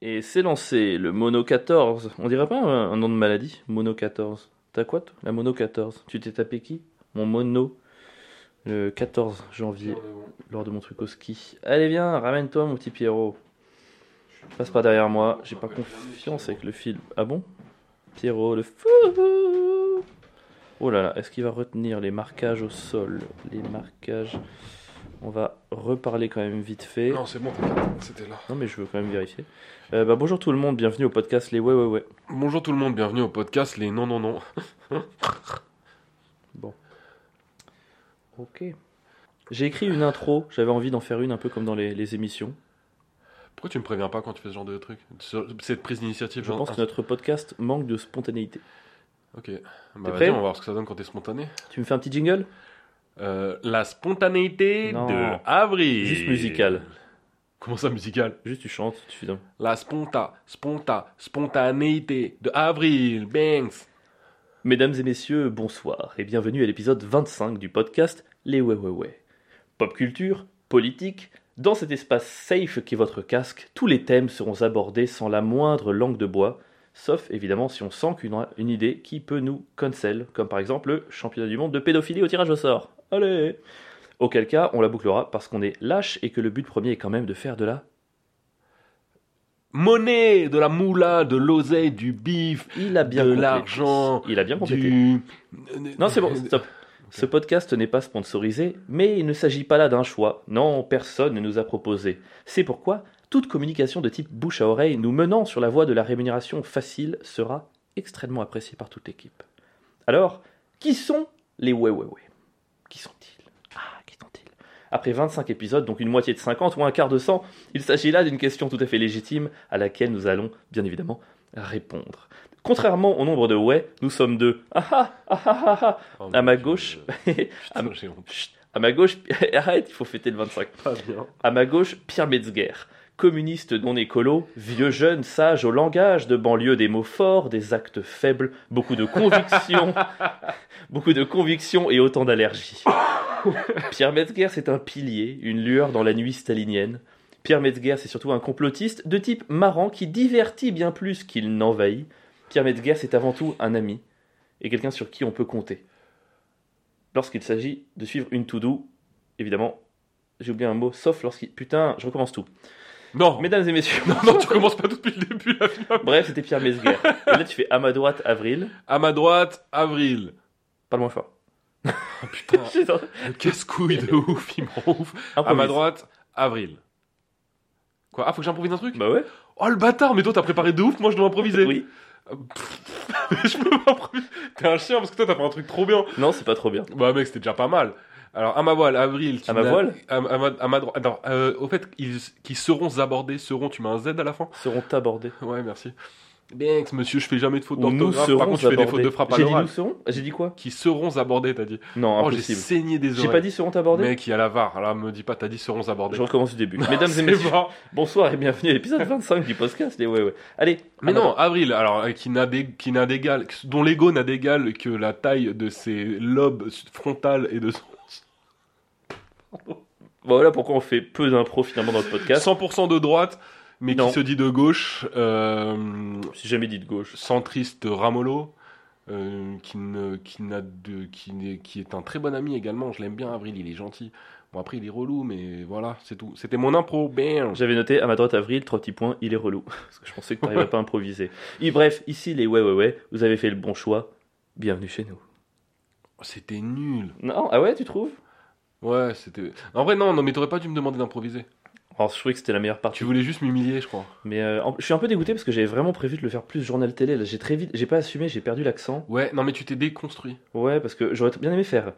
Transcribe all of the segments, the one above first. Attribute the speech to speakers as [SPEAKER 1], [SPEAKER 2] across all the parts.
[SPEAKER 1] Et c'est lancé le Mono 14. On dirait pas un, un nom de maladie Mono 14. T'as quoi toi La Mono 14. Tu t'es tapé qui Mon Mono. Le 14 janvier, lors de mon truc au ski. Allez, viens, ramène-toi, mon petit Pierrot. Passe pas derrière moi, j'ai pas confiance avec le film. Ah bon Pierrot, le fou Oh là là, est-ce qu'il va retenir les marquages au sol Les marquages. On va reparler quand même vite fait.
[SPEAKER 2] Non, c'est bon, t'inquiète, c'était là.
[SPEAKER 1] Non, mais je veux quand même vérifier. Euh, bah, bonjour tout le monde, bienvenue au podcast Les Ouais Ouais Ouais.
[SPEAKER 2] Bonjour tout le monde, bienvenue au podcast Les Non Non Non.
[SPEAKER 1] Ok. J'ai écrit une intro, j'avais envie d'en faire une un peu comme dans les, les émissions.
[SPEAKER 2] Pourquoi tu me préviens pas quand tu fais ce genre de truc Ce- Cette prise d'initiative,
[SPEAKER 1] Je
[SPEAKER 2] genre-
[SPEAKER 1] pense que notre podcast manque de spontanéité.
[SPEAKER 2] Ok, bah
[SPEAKER 1] prêt
[SPEAKER 2] vas-y, on va voir ce que ça donne quand t'es spontané.
[SPEAKER 1] Tu me fais un petit jingle
[SPEAKER 2] Euh, la spontanéité
[SPEAKER 1] Non.
[SPEAKER 2] de avril.
[SPEAKER 1] Juste musical.
[SPEAKER 2] Comment ça, musical
[SPEAKER 1] Juste tu chantes, tu fais un-
[SPEAKER 2] La sponta, sponta, spontanéité de avril, Banks.
[SPEAKER 1] Mesdames et messieurs, bonsoir et bienvenue à l'épisode 25 du podcast Les Ouais Ouais Ouais. Pop culture, politique, dans cet espace safe qu'est votre casque, tous les thèmes seront abordés sans la moindre langue de bois, sauf évidemment si on sent qu'une une idée qui peut nous cancel, comme par exemple le championnat du monde de pédophilie au tirage au sort. Allez Auquel cas, on la bouclera parce qu'on est lâche et que le but premier est quand même de faire de la
[SPEAKER 2] Monnaie, de la moula, de l'oseille, du bif,
[SPEAKER 1] Il a bien
[SPEAKER 2] De
[SPEAKER 1] complété.
[SPEAKER 2] l'argent,
[SPEAKER 1] Il a bien complété.
[SPEAKER 2] du...
[SPEAKER 1] Non, c'est bon, stop. Ce podcast n'est pas sponsorisé, mais il ne s'agit pas là d'un choix. Non, personne ne nous a proposé. C'est pourquoi toute communication de type bouche à oreille nous menant sur la voie de la rémunération facile sera extrêmement appréciée par toute l'équipe. Alors, qui sont les Ouais Ouais Ouais Qui sont-ils Ah, qui sont-ils Après 25 épisodes, donc une moitié de 50 ou un quart de 100, il s'agit là d'une question tout à fait légitime à laquelle nous allons, bien évidemment, répondre. Contrairement au nombre de Ouais, nous sommes deux. Ah ah ah ah ah, ah
[SPEAKER 2] Oh,
[SPEAKER 1] à
[SPEAKER 2] mon
[SPEAKER 1] ma
[SPEAKER 2] Dieu.
[SPEAKER 1] gauche.
[SPEAKER 2] Putain, j'ai honte.
[SPEAKER 1] Chut, à ma gauche, arrête, il faut fêter le 25.
[SPEAKER 2] Pas bien.
[SPEAKER 1] À ma gauche, Pierre Metzger, communiste non écolo, vieux jeune sage au langage de banlieue des mots forts, des actes faibles, beaucoup de convictions, beaucoup de convictions et autant d'allergies. Pierre Metzger, c'est un pilier, une lueur dans la nuit stalinienne. Pierre Metzger, c'est surtout un complotiste de type marrant qui divertit bien plus qu'il n'envahit. Pierre Metzger, c'est avant tout un ami et quelqu'un sur qui on peut compter. Lorsqu'il s'agit de suivre une to-do, évidemment, j'ai oublié un mot, sauf lorsqu'il... Putain, je recommence tout.
[SPEAKER 2] Non,
[SPEAKER 1] Mesdames et messieurs,
[SPEAKER 2] non, non, tu commences pas tout depuis le début, la fille.
[SPEAKER 1] bref, c'était Pierre Mesguer. Et là, tu fais à ma droite, Avril.
[SPEAKER 2] À ma droite, Avril.
[SPEAKER 1] Pas moins fort.
[SPEAKER 2] Ah, putain, le casse-couille de ouf, il me rend ouf. À ma
[SPEAKER 1] Improvise.
[SPEAKER 2] droite, Avril. Quoi Ah, faut que j'improvise un truc
[SPEAKER 1] Bah ouais.
[SPEAKER 2] Oh, le bâtard, mais toi, t'as préparé de ouf, moi, je dois improviser. Ah,
[SPEAKER 1] Oui.
[SPEAKER 2] je peux pas improviser. T'es un chien, parce que toi, t'as fait un truc trop bien.
[SPEAKER 1] Non, c'est pas trop bien.
[SPEAKER 2] Bah, mec, c'était déjà pas mal. Alors, à ma voile, Avril. tu
[SPEAKER 1] À ma
[SPEAKER 2] n'as-
[SPEAKER 1] voile
[SPEAKER 2] À, à ma, à ma droite. Attends, euh, au fait, ils, qui seront abordés, seront, tu mets un Z à la fin
[SPEAKER 1] Seront abordés.
[SPEAKER 2] Ouais, merci. Bien, monsieur, je fais jamais de faute
[SPEAKER 1] Ou nous
[SPEAKER 2] d'orthographe.
[SPEAKER 1] serons
[SPEAKER 2] Par contre, je fais des
[SPEAKER 1] abordés.
[SPEAKER 2] fautes de frappe à
[SPEAKER 1] J'ai dit
[SPEAKER 2] l'oral.
[SPEAKER 1] nous serons J'ai dit quoi
[SPEAKER 2] Qui seront abordés, t'as dit.
[SPEAKER 1] Non,
[SPEAKER 2] Oh, j'ai
[SPEAKER 1] impossible.
[SPEAKER 2] saigné des oreilles.
[SPEAKER 1] J'ai pas dit seront abordés
[SPEAKER 2] Mec, il y a la VAR. Là, me dis pas, t'as dit seront abordés.
[SPEAKER 1] Je recommence du début. Mesdames et
[SPEAKER 2] C'est
[SPEAKER 1] messieurs, Ah,
[SPEAKER 2] pas-
[SPEAKER 1] bonsoir et bienvenue à l'épisode 25 du podcast. Et ouais, ouais. Allez. à
[SPEAKER 2] Mais
[SPEAKER 1] ma
[SPEAKER 2] non, Avril, alors, euh, qui n'a d'é- qui n'a d'égal, dont l'ego n'a d'égal que la taille de ses lobes frontales et de son.
[SPEAKER 1] Voilà pourquoi on fait peu d'impro finalement dans le podcast.
[SPEAKER 2] 100% de droite, mais
[SPEAKER 1] Non.
[SPEAKER 2] qui se dit de gauche, euh,
[SPEAKER 1] J'ai jamais dit de gauche.
[SPEAKER 2] centriste Ramolo, euh, qui, ne, qui, n'a de, qui, n'est- qui est un très bon ami également. Je l'aime bien, Avril, il est gentil. Bon, après, il est relou, mais voilà, c'est tout. C'était mon impro, bam
[SPEAKER 1] J'avais noté à ma droite Avril, trois petits points, il est relou. Parce que je pensais que t'arriverais pas à improviser. Et bref, ici les ouais ouais ouais, vous avez fait le bon choix. Bienvenue chez nous.
[SPEAKER 2] C'était nul.
[SPEAKER 1] Non, ah ouais, tu trouves
[SPEAKER 2] Ouais, c'était. En vrai, non, non, mais t'aurais pas dû me demander d'improviser.
[SPEAKER 1] Alors, je trouvais que c'était la meilleure partie.
[SPEAKER 2] Tu voulais juste m'humilier, je crois.
[SPEAKER 1] Mais euh, en- je suis un peu dégoûté parce que j'avais vraiment prévu de le faire plus journal télé. Là, j'ai très vite, j'ai pas assumé, j'ai perdu l'accent.
[SPEAKER 2] Ouais, non, mais tu t'es déconstruit.
[SPEAKER 1] Ouais, parce que j'aurais bien aimé faire.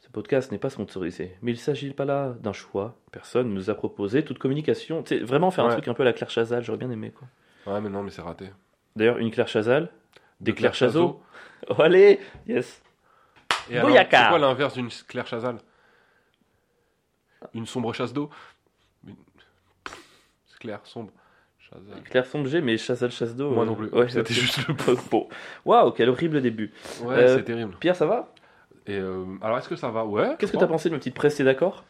[SPEAKER 1] Ce podcast n'est pas sponsorisé, mais il s'agit pas là d'un choix. Personne ne nous a proposé toute communication. Tu sais, vraiment faire un
[SPEAKER 2] Ouais.
[SPEAKER 1] truc un peu à la Claire Chazal, j'aurais bien aimé quoi.
[SPEAKER 2] Ouais, mais non, mais c'est raté.
[SPEAKER 1] D'ailleurs, une Claire Chazal, des
[SPEAKER 2] Claire
[SPEAKER 1] Claire Chazot. Oh, allez, yes.
[SPEAKER 2] Et alors,
[SPEAKER 1] Boyacard.
[SPEAKER 2] C'est quoi l'inverse d'une Claire Chazal Une sombre chasse d'eau Une- C'est clair, sombre. Chazal.
[SPEAKER 1] Euh, Claire Songer, mais Chazal chasse d'eau.
[SPEAKER 2] Moi
[SPEAKER 1] euh,
[SPEAKER 2] non plus.
[SPEAKER 1] Ouais,
[SPEAKER 2] C'était
[SPEAKER 1] ok.
[SPEAKER 2] juste le
[SPEAKER 1] Bon. Waouh, quel horrible début.
[SPEAKER 2] Ouais,
[SPEAKER 1] Euh,
[SPEAKER 2] c'est terrible.
[SPEAKER 1] Pierre, ça va
[SPEAKER 2] Et euh, alors, est-ce que ça va Ouais. je
[SPEAKER 1] Qu'est-ce que
[SPEAKER 2] crois.
[SPEAKER 1] t'as pensé de notre petite presse, t'es d'accord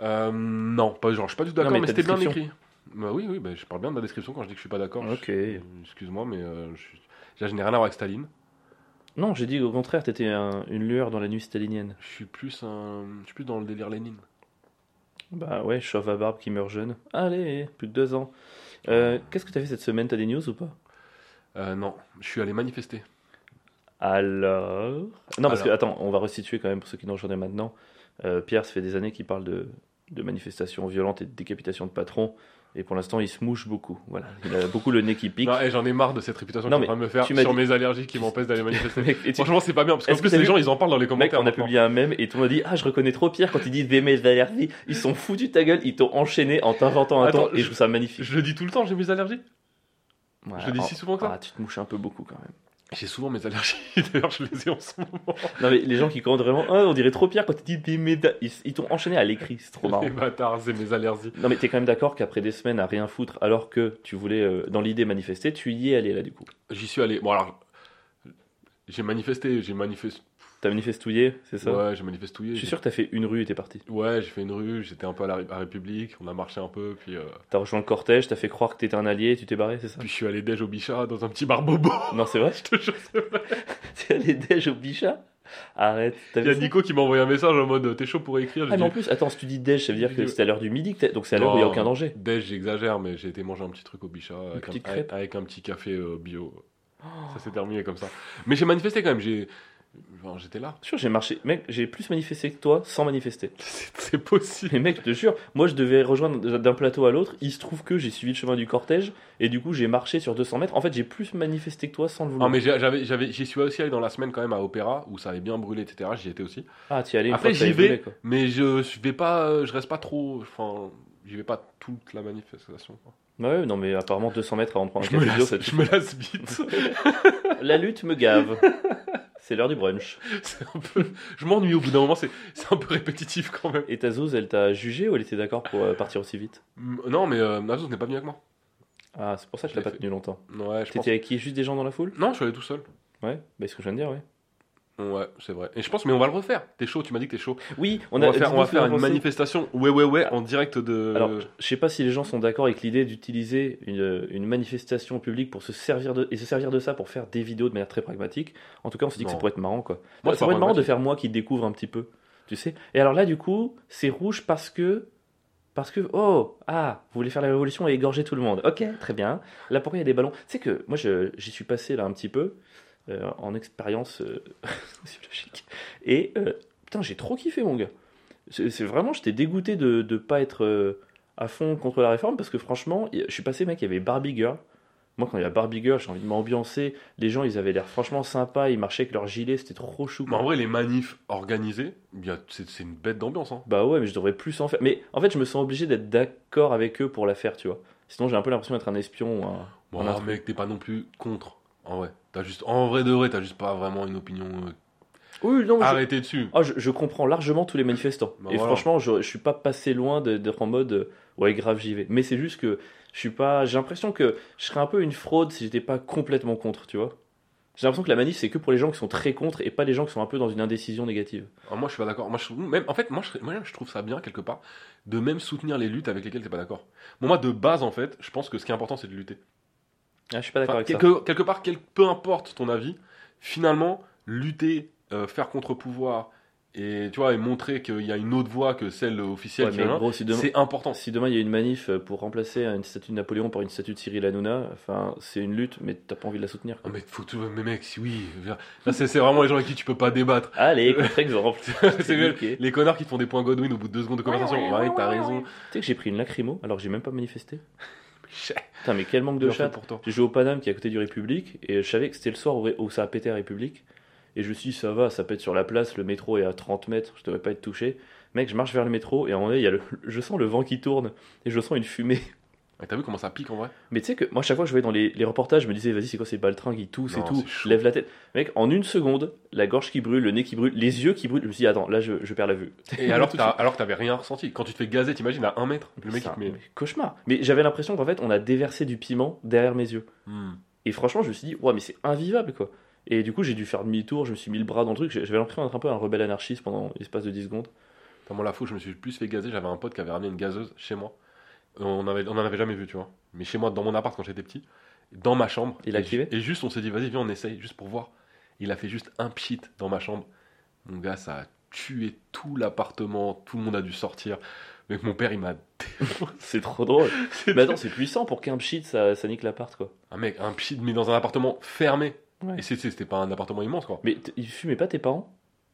[SPEAKER 2] Euh, Non, pas genre, je suis pas du tout
[SPEAKER 1] Non,
[SPEAKER 2] d'accord,
[SPEAKER 1] mais
[SPEAKER 2] mais,
[SPEAKER 1] ta
[SPEAKER 2] c'était bien
[SPEAKER 1] description.
[SPEAKER 2] écrit. Bah oui, oui, bah, je parle bien de la description quand je dis que je suis pas d'accord. Je-
[SPEAKER 1] Ok.
[SPEAKER 2] Excuse-moi, mais euh, je, suis- déjà, je n'ai rien à voir avec Staline.
[SPEAKER 1] Non, j'ai dit au contraire, t'étais un- une lueur dans la nuit stalinienne.
[SPEAKER 2] Je suis plus un, je suis plus dans le délire Lénine.
[SPEAKER 1] Bah ouais, chauve à barbe qui meurt jeune. Allez, plus de deux ans. Euh, Qu'est-ce que t'as fait cette semaine T'as des news ou pas
[SPEAKER 2] Euh, non, je suis allé manifester.
[SPEAKER 1] Alors. Non, parce que,
[SPEAKER 2] Alors.
[SPEAKER 1] attends, on va resituer quand même pour ceux qui nous rejoignent maintenant. Euh, Pierre, ça fait des années qu'il parle de, de manifestations violentes et de décapitations de patrons. Et pour l'instant, il se mouche beaucoup. Voilà. Il a beaucoup le nez qui pique.
[SPEAKER 2] Non, eh, j'en ai marre de cette réputation
[SPEAKER 1] Non,
[SPEAKER 2] qu'on est
[SPEAKER 1] mais
[SPEAKER 2] en train de me faire
[SPEAKER 1] tu m'as
[SPEAKER 2] sur
[SPEAKER 1] dit-
[SPEAKER 2] mes allergies qui m'empêchent d'aller manifester.
[SPEAKER 1] Mec, et tu-
[SPEAKER 2] Franchement, c'est pas bien parce qu'en
[SPEAKER 1] Est-ce que
[SPEAKER 2] plus
[SPEAKER 1] t'as
[SPEAKER 2] les
[SPEAKER 1] vu-
[SPEAKER 2] gens ils en parlent dans les
[SPEAKER 1] mec,
[SPEAKER 2] commentaires.
[SPEAKER 1] on a
[SPEAKER 2] maintenant.
[SPEAKER 1] publié un mème et tout le monde a dit Ah, je reconnais trop Pierre quand il dit des mes allergies. Ils sont foutus de ta gueule, ils t'ont enchaîné en t'inventant un
[SPEAKER 2] Attends,
[SPEAKER 1] temps et je
[SPEAKER 2] je-
[SPEAKER 1] trouve ça magnifique.
[SPEAKER 2] Je le dis tout le temps, j'ai mes allergies.
[SPEAKER 1] Ouais,
[SPEAKER 2] je le dis
[SPEAKER 1] oh,
[SPEAKER 2] si souvent que ça.
[SPEAKER 1] ah, tu te mouches un peu beaucoup quand même.
[SPEAKER 2] J'ai souvent mes allergies. D'ailleurs, je les ai en ce moment.
[SPEAKER 1] Non, mais les gens qui commentent vraiment Ah, on dirait trop Pierre quand il dit des mes. Ils ils t'ont enchaîné à l'écrit, c'est trop marrant.
[SPEAKER 2] Les bâtards, c'est mes allergies.
[SPEAKER 1] Non mais t'es quand même d'accord qu'après des semaines à rien foutre alors que tu voulais euh, dans l'idée manifester, tu y es allé là du coup.
[SPEAKER 2] J'y suis allé. Bon alors, j'ai manifesté, j'ai manifesté.
[SPEAKER 1] T'as manifestouillé, c'est ça
[SPEAKER 2] Ouais, j'ai manifestouillé.
[SPEAKER 1] Je suis sûr que t'as fait une rue et t'es parti.
[SPEAKER 2] Ouais, j'ai fait une rue, j'étais un peu à la, Ré- à République, on a marché un peu, puis, euh,
[SPEAKER 1] T'as rejoint le cortège, t'as fait croire que t'étais un allié, et tu t'es barré, c'est ça
[SPEAKER 2] puis je suis allé déj au Bichat dans un petit bar bobo.
[SPEAKER 1] Non c'est vrai
[SPEAKER 2] Je te jure, c'est vrai.
[SPEAKER 1] T'es allé déj au bichat Arrête. t'as
[SPEAKER 2] Il y a
[SPEAKER 1] vu ça
[SPEAKER 2] Nico qui m'a envoyé un message en mode t'es chaud pour écrire.
[SPEAKER 1] Ah
[SPEAKER 2] J'ai
[SPEAKER 1] mais en
[SPEAKER 2] dit
[SPEAKER 1] plus, attends, si tu dis déj, ça veut dire que
[SPEAKER 2] J'ai dit-
[SPEAKER 1] c'est à l'heure du midi, que t'es- donc c'est à l'heure où il n'y a
[SPEAKER 2] Non.
[SPEAKER 1] aucun danger.
[SPEAKER 2] déj, j'exagère, mais j'ai été manger un petit truc au Bichat avec,
[SPEAKER 1] petite
[SPEAKER 2] un,
[SPEAKER 1] crêpe. Oh.
[SPEAKER 2] avec- avec un petit café euh, bio. Ça s'est terminé comme ça. Mais j'ai manifesté quand même, j'ai. enfin, j'étais là.
[SPEAKER 1] Sûr, j'ai marché. Mec, j'ai plus manifesté que toi sans manifester.
[SPEAKER 2] C'est c'est possible.
[SPEAKER 1] Mais mec, je te jure, moi je devais rejoindre d'un plateau à l'autre. Il se trouve que j'ai suivi le chemin du cortège et du coup j'ai marché sur 200 mètres. En fait, j'ai plus manifesté que toi sans le vouloir.
[SPEAKER 2] Non, Ah, mais j'ai- j'avais, j'avais, j'y suis aussi allé dans la semaine quand même à Opéra où ça avait bien brûlé, etc. J'y étais aussi.
[SPEAKER 1] Ah, t'y allais une
[SPEAKER 2] Après,
[SPEAKER 1] fois que t'avais
[SPEAKER 2] j'y vais.
[SPEAKER 1] brûlé, quoi.
[SPEAKER 2] Mais je, je vais pas, euh, je reste pas trop. Enfin, j'y vais pas toute la manifestation. quoi.
[SPEAKER 1] Bah Ouais, ouais, non, mais apparemment 200 mètres avant de prendre un
[SPEAKER 2] Je, me
[SPEAKER 1] café dur,
[SPEAKER 2] lasse,
[SPEAKER 1] ça te
[SPEAKER 2] je me lasse vite.
[SPEAKER 1] La lutte me gave. C'est l'heure du brunch.
[SPEAKER 2] C'est un peu- je m'ennuie au bout d'un moment, c'est, c'est un peu répétitif quand même.
[SPEAKER 1] Et ta Zouz, elle t'a jugé ou elle était d'accord pour euh, partir aussi vite
[SPEAKER 2] Mm, Non, mais euh, Nazouz n'est pas venu avec moi.
[SPEAKER 1] Ah, c'est pour ça que je
[SPEAKER 2] Je
[SPEAKER 1] l'ai
[SPEAKER 2] l'ai
[SPEAKER 1] pas
[SPEAKER 2] fait.
[SPEAKER 1] tenu longtemps.
[SPEAKER 2] Ouais, je pense.
[SPEAKER 1] T'étais avec qui Juste des gens dans la foule
[SPEAKER 2] Non, je suis allé tout seul.
[SPEAKER 1] Ouais, bah, c'est ce que je viens de dire, ouais.
[SPEAKER 2] Ouais, c'est vrai. Et je pense, mais on va le refaire. T'es chaud, tu m'as dit que t'es chaud.
[SPEAKER 1] Oui,
[SPEAKER 2] On,
[SPEAKER 1] on, a
[SPEAKER 2] va faire, on
[SPEAKER 1] dis-nous
[SPEAKER 2] va
[SPEAKER 1] ce que
[SPEAKER 2] faire
[SPEAKER 1] vous en
[SPEAKER 2] une
[SPEAKER 1] pensez.
[SPEAKER 2] manifestation, ouais, ouais, ouais, en direct de.
[SPEAKER 1] Alors, je- je sais pas si les gens sont d'accord avec l'idée d'utiliser une, une manifestation publique pour se servir de, et se servir de ça pour faire des vidéos de manière très pragmatique. En tout cas, on se dit que ça
[SPEAKER 2] Non.
[SPEAKER 1] pourrait être marrant, quoi. ça
[SPEAKER 2] Ouais, pas
[SPEAKER 1] pourrait être marrant de
[SPEAKER 2] pragmatique.
[SPEAKER 1] faire moi qui découvre un petit peu, tu sais. Et alors là, du coup, c'est rouge parce que. Parce que, oh, ah, vous voulez faire la révolution et égorger tout le monde. Ok, très bien. Là, pourquoi il y a des ballons Tu sais que moi, je- j'y suis passé là un petit peu euh, en expérience euh, sociologique. Et euh, putain, j'ai trop kiffé, mon gars. C'est c'est vraiment, j'étais dégoûté de ne pas être euh, à fond contre la réforme parce que franchement, y- je suis passé, mec, il y avait Barbie Girl. Moi, quand il y a Barbie Girl, j'ai envie de m'ambiancer. Les gens, ils avaient l'air franchement sympas, ils marchaient avec leur gilet, c'était trop chou.
[SPEAKER 2] Mais
[SPEAKER 1] quoi.
[SPEAKER 2] en vrai, les manifs organisés, il y a- c'est, c'est une bête d'ambiance. Hein.
[SPEAKER 1] Bah ouais, mais je devrais plus en faire. Mais en fait, je me sens obligé d'être d'accord avec eux pour la faire, tu vois. Sinon, j'ai un peu l'impression d'être un espion. ou un-
[SPEAKER 2] Bon,
[SPEAKER 1] On a
[SPEAKER 2] ah,
[SPEAKER 1] trouvé.
[SPEAKER 2] mec, t'es pas non plus contre. En vrai, t'as juste, en vrai de vrai, t'as juste pas vraiment une opinion euh,
[SPEAKER 1] Oui, non, mais je-
[SPEAKER 2] arrêtée dessus.
[SPEAKER 1] Ah, je, je comprends largement tous les manifestants.
[SPEAKER 2] Bah
[SPEAKER 1] et
[SPEAKER 2] voilà.
[SPEAKER 1] franchement, je, je suis pas passé loin de- d'être en mode euh, ouais, grave, j'y vais. Mais c'est juste que je suis pas. J'ai l'impression que je serais un peu une fraude si j'étais pas complètement contre, tu vois. J'ai l'impression que la manif, c'est que pour les gens qui sont très contre et pas les gens qui sont un peu dans une indécision négative.
[SPEAKER 2] Ah, moi, je suis pas d'accord. Moi, je, même, en fait, moi je, moi, je trouve ça bien quelque part de même soutenir les luttes avec lesquelles t'es pas d'accord. Bon, moi, de base, en fait, je pense que ce qui est important, c'est de lutter.
[SPEAKER 1] Ah, je suis pas d'accord
[SPEAKER 2] Enfin,
[SPEAKER 1] avec ça.
[SPEAKER 2] quelque, quelque part, quel- peu importe ton avis, finalement, lutter, euh, faire contre-pouvoir et tu vois et montrer qu'il y a une autre voie que celle officielle,
[SPEAKER 1] Ouais,
[SPEAKER 2] qui
[SPEAKER 1] mais
[SPEAKER 2] est là,
[SPEAKER 1] gros, si demain,
[SPEAKER 2] c'est important.
[SPEAKER 1] si demain il y a une manif euh, pour remplacer une statue de Napoléon par une statue de Cyril Hanouna, enfin, c'est une lutte, mais t'as pas envie de la soutenir.
[SPEAKER 2] Non,
[SPEAKER 1] quoi.
[SPEAKER 2] mais faut tout, mais mec, si oui, je veux dire, là, c'est c'est vraiment les gens avec qui tu peux pas débattre.
[SPEAKER 1] Allez, contre-exemple.
[SPEAKER 2] C'est
[SPEAKER 1] C'est
[SPEAKER 2] vrai.
[SPEAKER 1] niqué.
[SPEAKER 2] Les connards qui te font des points Godwin au bout de deux secondes de conversation. Ouais, t'as raison.
[SPEAKER 1] Tu sais que j'ai pris une lacrymo alors que j'ai même pas manifesté.
[SPEAKER 2] Chut,
[SPEAKER 1] Putain, mais quel manque de
[SPEAKER 2] bien fait
[SPEAKER 1] chat.
[SPEAKER 2] pour toi.
[SPEAKER 1] J'ai joué au Paname qui est à côté du République et je savais que c'était le soir où, où ça a pété à République. Et je me suis dit, ça va, ça pète sur la place, le métro est à 30 mètres, je devrais pas être touché. Mec, je marche vers le métro et à un moment donné, il y a le- je sens le vent qui tourne et je sens une fumée.
[SPEAKER 2] Ouais, T'as vu comment ça pique en vrai
[SPEAKER 1] Mais tu sais que moi, chaque fois que je voyais dans les, les reportages, je me disais, vas-y, c'est quoi, c'est pas le train qui tousse et
[SPEAKER 2] Non,
[SPEAKER 1] tout,
[SPEAKER 2] c'est chaud.
[SPEAKER 1] lève la tête. Mec, en une seconde, la gorge qui brûle, le nez qui brûle, les yeux qui brûlent, je me suis dit, attends, là, je, je perds la vue.
[SPEAKER 2] Et alors que
[SPEAKER 1] Tout de
[SPEAKER 2] t'as- alors que t'avais rien ressenti. Quand tu te fais gazer, t'imagines à un mètre, le mec
[SPEAKER 1] C'est
[SPEAKER 2] il
[SPEAKER 1] un-
[SPEAKER 2] te met.
[SPEAKER 1] mais cauchemar. Mais j'avais l'impression qu'en fait, on a déversé du piment derrière mes yeux.
[SPEAKER 2] Hmm.
[SPEAKER 1] Et franchement, je me suis dit, ouais, mais c'est invivable, quoi. Et du coup, j'ai dû faire demi-tour, je me suis mis le bras dans le truc. J'avais l'impression d'être un peu un rebelle anarchiste pendant l'espace de 10 secondes.
[SPEAKER 2] Dans mon la fou, je me suis plus fait gazer. J'avais un pote qui avait ramené une gazeuse chez moi. On, avait, on en avait jamais vu, tu vois. Mais chez moi, dans mon appart, quand j'étais petit, dans ma chambre.
[SPEAKER 1] Il a
[SPEAKER 2] et ju-
[SPEAKER 1] activé
[SPEAKER 2] Et juste, on s'est dit, vas-y, viens, on essaye, juste pour voir. Il a fait juste un pchit dans ma chambre. Mon gars, ça a tué tout l'appartement, tout le monde a dû sortir. Mais mon père, il m'a.
[SPEAKER 1] C'est trop drôle.
[SPEAKER 2] C'est-
[SPEAKER 1] Mais attends, c'est puissant pour qu'un pchit, ça, ça nique l'appart, quoi.
[SPEAKER 2] un mec, un pchit, mais dans un appartement fermé.
[SPEAKER 1] Ouais.
[SPEAKER 2] Et c'est- c'est- c'était pas un appartement immense, quoi.
[SPEAKER 1] Mais t- ils fumaient pas tes parents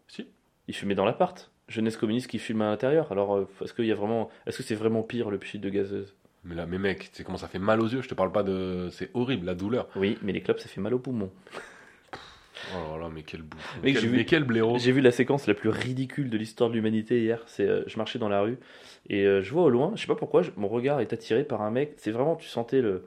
[SPEAKER 2] Si.
[SPEAKER 1] Ils fumaient dans l'appart. Jeunesse communiste qui fume à l'intérieur. Alors, euh, est-ce qu'il y a vraiment, est-ce que c'est vraiment pire le pchit de gazeuse
[SPEAKER 2] Mais là, mais mec, tu sais comment ça fait mal aux yeux, je te parle pas de. C'est horrible, la douleur.
[SPEAKER 1] Oui, mais les clopes, ça fait mal aux poumons.
[SPEAKER 2] Oh là là, mais quel bouffon.
[SPEAKER 1] Mec, j'ai
[SPEAKER 2] quel,
[SPEAKER 1] vu-
[SPEAKER 2] mais quel blaireau.
[SPEAKER 1] J'ai vu la séquence la plus ridicule de l'histoire de l'humanité hier. C'est, euh, je marchais dans la rue et euh, je vois au loin, je sais pas pourquoi, je- mon regard est attiré par un mec. C'est vraiment, tu sentais le,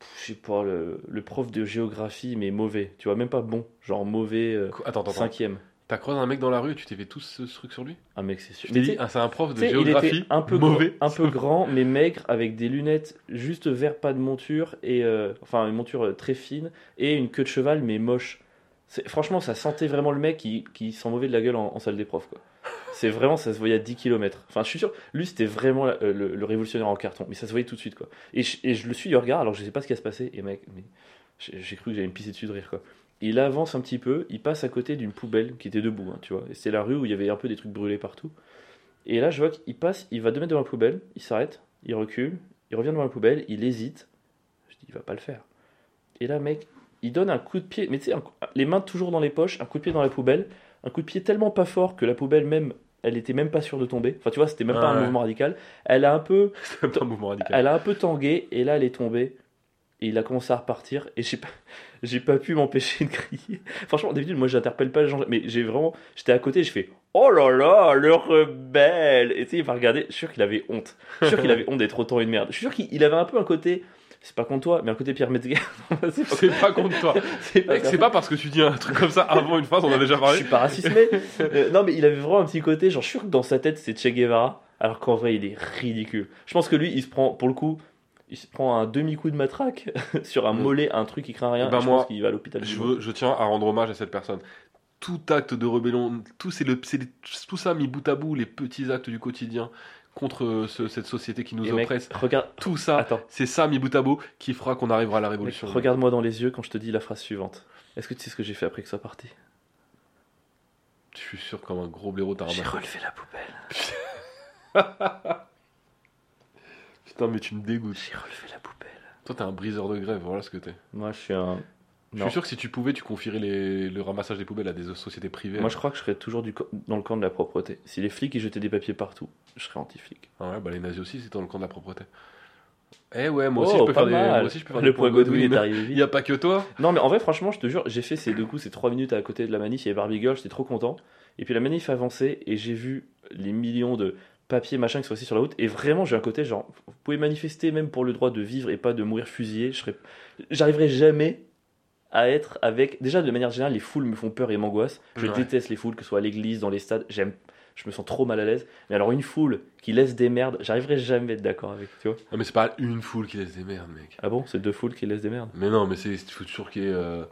[SPEAKER 1] pff, je sais pas, le, le prof de géographie mais mauvais. Tu vois, même pas bon, genre mauvais euh,
[SPEAKER 2] Quoi Attends, attends, attends.
[SPEAKER 1] cinquième.
[SPEAKER 2] T'as croisé un mec dans la rue et tu t'es fait tout ce truc sur lui
[SPEAKER 1] Un mec, c'est sûr.
[SPEAKER 2] Je t'ai
[SPEAKER 1] Mais
[SPEAKER 2] dit,
[SPEAKER 1] t'sais-
[SPEAKER 2] ah, c'est un prof de
[SPEAKER 1] t'sais, il était
[SPEAKER 2] géographie.
[SPEAKER 1] un peu
[SPEAKER 2] mauvais.
[SPEAKER 1] un peu grand mais maigre avec des lunettes juste vert pas de monture et euh, enfin une monture euh, très fine et une queue de cheval mais moche C'est- franchement ça sentait vraiment le mec qui, qui sent mauvais de la gueule en, en salle des profs quoi c'est vraiment ça se voyait à 10 km enfin je suis sûr lui c'était vraiment la- euh, le, le révolutionnaire en carton mais ça se voyait tout de suite quoi et je, et je le suis du regard alors je sais pas ce qui a se passé et mec mais j'ai j'ai cru que j'allais me pisser dessus de rire quoi il avance un petit peu, il passe à côté d'une poubelle qui était debout, hein, tu vois. Et c'est la rue où il y avait un peu des trucs brûlés partout. Et là, je vois qu'il passe, il va 2 mètres devant la poubelle, il s'arrête, il recule, il revient devant la poubelle, il hésite. Je dis, il va pas le faire. Et là, mec, il donne un coup de pied, mais tu sais, un coup- les mains toujours dans les poches, un coup de pied dans la poubelle, un coup de pied tellement pas fort que la poubelle même, elle était même pas sûre de tomber. Enfin, tu vois, c'était même pas
[SPEAKER 2] Ah
[SPEAKER 1] un
[SPEAKER 2] ouais.
[SPEAKER 1] mouvement radical. Elle a un peu,
[SPEAKER 2] C'était un mouvement radical.
[SPEAKER 1] elle a un peu tangué, et là, elle est tombée. Et il a commencé à repartir, et j'ai pas, j'ai pas pu m'empêcher de crier. Franchement, d'habitude, moi, j'interpelle pas les gens, mais j'ai vraiment, j'étais à côté, je fais, Oh là là, le rebelle Et tu sais, il m'a regardé, je suis sûr qu'il avait honte. Je suis sûr qu'il avait honte d'être autant une merde. Je suis sûr qu'il il avait un peu un côté, c'est pas contre toi, mais un côté Pierre Metzger. c'est pas-
[SPEAKER 2] C'est pas contre toi.
[SPEAKER 1] c'est pas
[SPEAKER 2] Mec, c'est pas parce que tu dis un truc comme ça avant une phrase, on en a déjà
[SPEAKER 1] Je
[SPEAKER 2] parlé.
[SPEAKER 1] suis pas raciste, mais... euh, non, mais il avait vraiment un petit côté, genre, je suis sûr que dans sa tête, c'est Che Guevara, alors qu'en vrai, il est ridicule. Je pense que lui, il se prend, pour le coup, il se prend un demi-coup de matraque sur un
[SPEAKER 2] Mm.
[SPEAKER 1] mollet, un truc qui craint rien,
[SPEAKER 2] Ben
[SPEAKER 1] et je
[SPEAKER 2] moi,
[SPEAKER 1] pense qu'il va à l'hôpital.
[SPEAKER 2] Je, veux- je tiens à rendre hommage à cette personne. Tout acte de rébellion, tout, c'est le, c'est les- tout ça mis bout à bout, les petits actes du quotidien contre euh, ce- cette société qui nous
[SPEAKER 1] Et mec,
[SPEAKER 2] oppresse, Ah,
[SPEAKER 1] regarde...
[SPEAKER 2] tout ça,
[SPEAKER 1] Attends.
[SPEAKER 2] c'est ça mis bout à bout qui fera qu'on arrivera à la
[SPEAKER 1] Mec,
[SPEAKER 2] révolution.
[SPEAKER 1] Regarde-moi dans les yeux quand je te dis la phrase suivante. Est-ce que tu sais ce que j'ai fait après que ça soit parti
[SPEAKER 2] Je suis sûr comme un gros blaireau, t'as
[SPEAKER 1] J'ai
[SPEAKER 2] ramassé.
[SPEAKER 1] relevé la poubelle.
[SPEAKER 2] Putain, mais tu me dégoûtes.
[SPEAKER 1] J'ai relevé la poubelle.
[SPEAKER 2] Toi, t'es un briseur de grève, voilà ce que t'es.
[SPEAKER 1] Moi, je suis un.
[SPEAKER 2] Je
[SPEAKER 1] Non.
[SPEAKER 2] suis sûr que si tu pouvais, tu confierais les- le ramassage des poubelles à des sociétés privées.
[SPEAKER 1] Moi, je crois que je serais toujours du co- dans le camp de la propreté. Si les flics ils jetaient des papiers partout, je serais anti-flic.
[SPEAKER 2] Ah ouais, bah les nazis aussi, c'est dans le camp de la propreté. Eh ouais, moi aussi,
[SPEAKER 1] Oh,
[SPEAKER 2] je peux
[SPEAKER 1] pas
[SPEAKER 2] faire des,
[SPEAKER 1] mal.
[SPEAKER 2] moi aussi, je peux faire
[SPEAKER 1] Le
[SPEAKER 2] des
[SPEAKER 1] point Godwin, est arrivé
[SPEAKER 2] Il
[SPEAKER 1] vite.
[SPEAKER 2] n'y a pas que toi.
[SPEAKER 1] Non, mais en vrai, franchement, je te jure, j'ai fait ces deux coups, ces trois minutes à côté de la manif. Il y avait Barbie Girl, j'étais trop content. Et puis la manif avançait et j'ai vu les millions de papiers machin qui sont assis sur la route. Et vraiment, j'ai un côté genre, vous pouvez manifester même pour le droit de vivre et pas de mourir fusillé. Je serais... J'arriverai jamais à être avec. Déjà, de manière générale, les foules me font peur et m'angoissent. Je
[SPEAKER 2] Ouais.
[SPEAKER 1] déteste les foules, que ce soit à l'église, dans les stades. J'aime. Je me sens trop mal à l'aise. Mais alors, une foule qui laisse des merdes, j'arriverai jamais à être d'accord avec. Tu vois
[SPEAKER 2] Non, Ah, mais c'est pas une foule qui laisse des merdes, mec.
[SPEAKER 1] Ah bon, c'est deux foules qui laissent des merdes.
[SPEAKER 2] Mais non, mais c'est il faut toujours qu'il y ait. euh,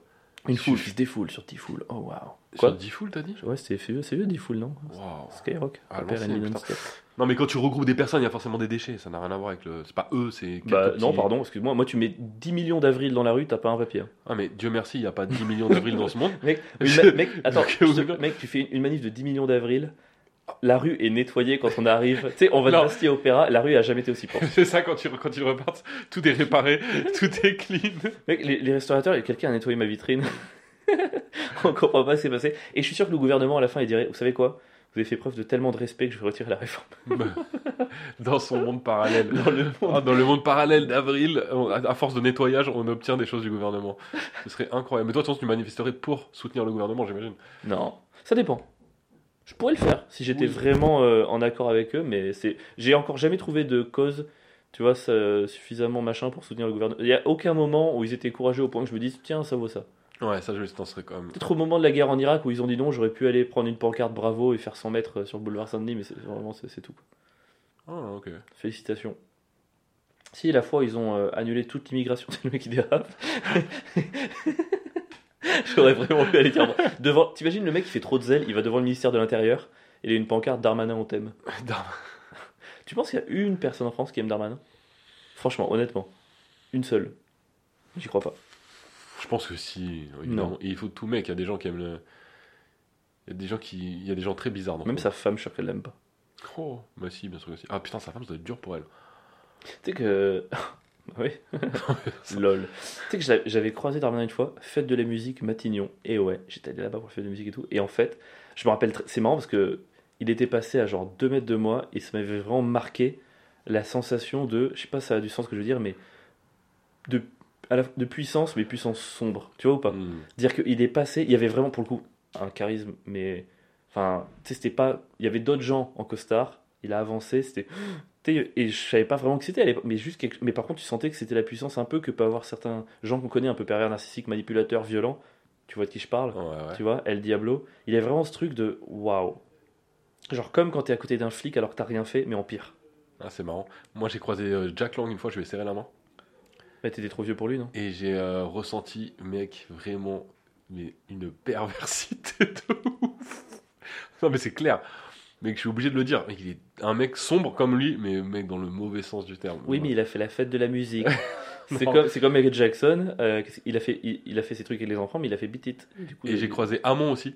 [SPEAKER 1] Une
[SPEAKER 2] Je-
[SPEAKER 1] foule qui se défoule sur dix foules. Oh waouh. Quoi
[SPEAKER 2] sur 10 foules, t'as dit
[SPEAKER 1] Ouais, c'est vieux, c'est vieux Diffoul, non
[SPEAKER 2] Waouh.
[SPEAKER 1] Skyrock
[SPEAKER 2] Ah,
[SPEAKER 1] Père
[SPEAKER 2] l'ancien,
[SPEAKER 1] Andy
[SPEAKER 2] putain.
[SPEAKER 1] Non-Stop.
[SPEAKER 2] Non, mais quand tu regroupes des personnes, il y a forcément des déchets. Ça n'a rien à voir avec le. C'est pas eux, c'est. quelques
[SPEAKER 1] Bah,
[SPEAKER 2] petits-
[SPEAKER 1] non, pardon, excuse-moi. Moi, tu mets 10 millions d'avril dans la rue, t'as pas un papier. hein.
[SPEAKER 2] Ah, mais Dieu merci, il n'y a pas 10 millions d'avril dans ce monde.
[SPEAKER 1] Mec,
[SPEAKER 2] Je-
[SPEAKER 1] une ma- mec, attends,
[SPEAKER 2] Ok,
[SPEAKER 1] je te-
[SPEAKER 2] ok.
[SPEAKER 1] mec, tu fais une manif de 10 millions d'avril, la rue est nettoyée quand on arrive. tu sais, on va de
[SPEAKER 2] Non.
[SPEAKER 1] Bastille à Opéra, la rue a jamais été aussi propre.
[SPEAKER 2] c'est ça, quand, tu, quand ils repartent, tout est réparé, tout est clean.
[SPEAKER 1] Mec, les, les restaurateurs, il y a quelqu'un a nettoyé ma vitrine. on comprend pas ce qui s'est passé. Et je suis sûr que le gouvernement, à la fin, il dirait Vous savez quoi Vous avez fait preuve de tellement de respect que je vais retirer la réforme.
[SPEAKER 2] dans son monde parallèle.
[SPEAKER 1] Dans le monde.
[SPEAKER 2] Ah, dans le monde parallèle d'avril, on- à à force de nettoyage, on obtient des choses du gouvernement. Ce serait incroyable. Mais toi, de toute façon, tu manifesterais pour soutenir le gouvernement, j'imagine.
[SPEAKER 1] Non, ça dépend. Je pourrais le faire si j'étais
[SPEAKER 2] Oui.
[SPEAKER 1] vraiment euh, en accord avec eux, mais c'est, j'ai encore jamais trouvé de cause, tu vois, ça- suffisamment machin pour soutenir le gouvernement. Il n'y a aucun moment où ils étaient courageux au point que je me dise tiens ça vaut ça.
[SPEAKER 2] Ouais, ça, je le serais quand même.
[SPEAKER 1] Peut-être au moment de la guerre en Irak où ils ont dit non, j'aurais pu aller prendre une pancarte bravo et faire 100 mètres euh, sur le boulevard Saint-Denis, mais c'est vraiment c'est, c'est tout. quoi.
[SPEAKER 2] Ah, ok.
[SPEAKER 1] Félicitations. Si la fois ils ont euh, annulé toute l'immigration, c'est le mec qui dérape. J'aurais vraiment pu aller dire. Devant, t'imagines le mec qui fait trop de zèle, il va devant le ministère de l'Intérieur, il a une pancarte Darmanin on t'aime.
[SPEAKER 2] Darmanin.
[SPEAKER 1] Tu penses qu'il y a une personne en France qui aime Darmanin Franchement, honnêtement, une seule. J'y crois pas.
[SPEAKER 2] Je pense que si, évidemment.
[SPEAKER 1] Non.
[SPEAKER 2] Et il faut tout mec, il y a des gens qui aiment le. Il y a des gens qui. Il y a des gens très bizarres dans
[SPEAKER 1] Même
[SPEAKER 2] le
[SPEAKER 1] sa femme, je suis sûr qu'elle l'aime pas.
[SPEAKER 2] monde. Oh, bah si, bien sûr que si. Ah putain, sa femme, ça doit être dur pour elle.
[SPEAKER 1] Tu sais que. Bah oui. Lol. Tu sais que j'avais- j'avais croisé Darmanin une fois, fête de la musique Matignon. Et ouais, j'étais allé là-bas pour la fête de la musique et tout. Et en fait, je me rappelle, très- c'est marrant parce que il était passé à genre 2 mètres de moi et ça m'avait vraiment marqué la sensation de, je sais pas si ça a du sens ce que je veux dire, mais de, à la- de puissance, mais puissance sombre. Tu vois ou pas
[SPEAKER 2] Hmm.
[SPEAKER 1] Dire qu'il est passé, il y avait vraiment pour le coup un charisme, mais enfin, tu sais, c'était pas. Il y avait d'autres gens en costard, il a avancé, c'était. tu sais, Et je savais pas vraiment que c'était à l'époque, mais juste quelque- mais par contre, tu sentais que c'était la puissance un peu que peuvent avoir certains gens qu'on connaît, un peu pervers, narcissiques, manipulateurs, violents. Tu vois de qui je parle
[SPEAKER 2] Ouais, ouais.
[SPEAKER 1] Tu vois, El Diablo. Il y a vraiment ce truc de waouh. Genre comme quand t'es à côté d'un flic alors que t'as rien fait, mais en pire.
[SPEAKER 2] Ah, c'est marrant. Moi, j'ai croisé euh, Jack Lang une fois, je lui ai serré la main.
[SPEAKER 1] Mais t'étais trop vieux pour lui, non
[SPEAKER 2] Et j'ai euh, ressenti, mec, vraiment mais une perversité de ouf. Non, mais c'est clair. Mec, je suis obligé de le dire. Il est un mec sombre comme lui, mais mec, dans le mauvais sens du terme.
[SPEAKER 1] Oui, mais il a fait la fête de la musique. c'est
[SPEAKER 2] Non.
[SPEAKER 1] comme c'est comme Michael Jackson. euh, qu'est-ce qu'il- il a fait il, il a fait ses trucs avec les enfants, mais il a fait Beat It. Du coup, euh,
[SPEAKER 2] Et
[SPEAKER 1] il-
[SPEAKER 2] j'ai croisé Hamon aussi.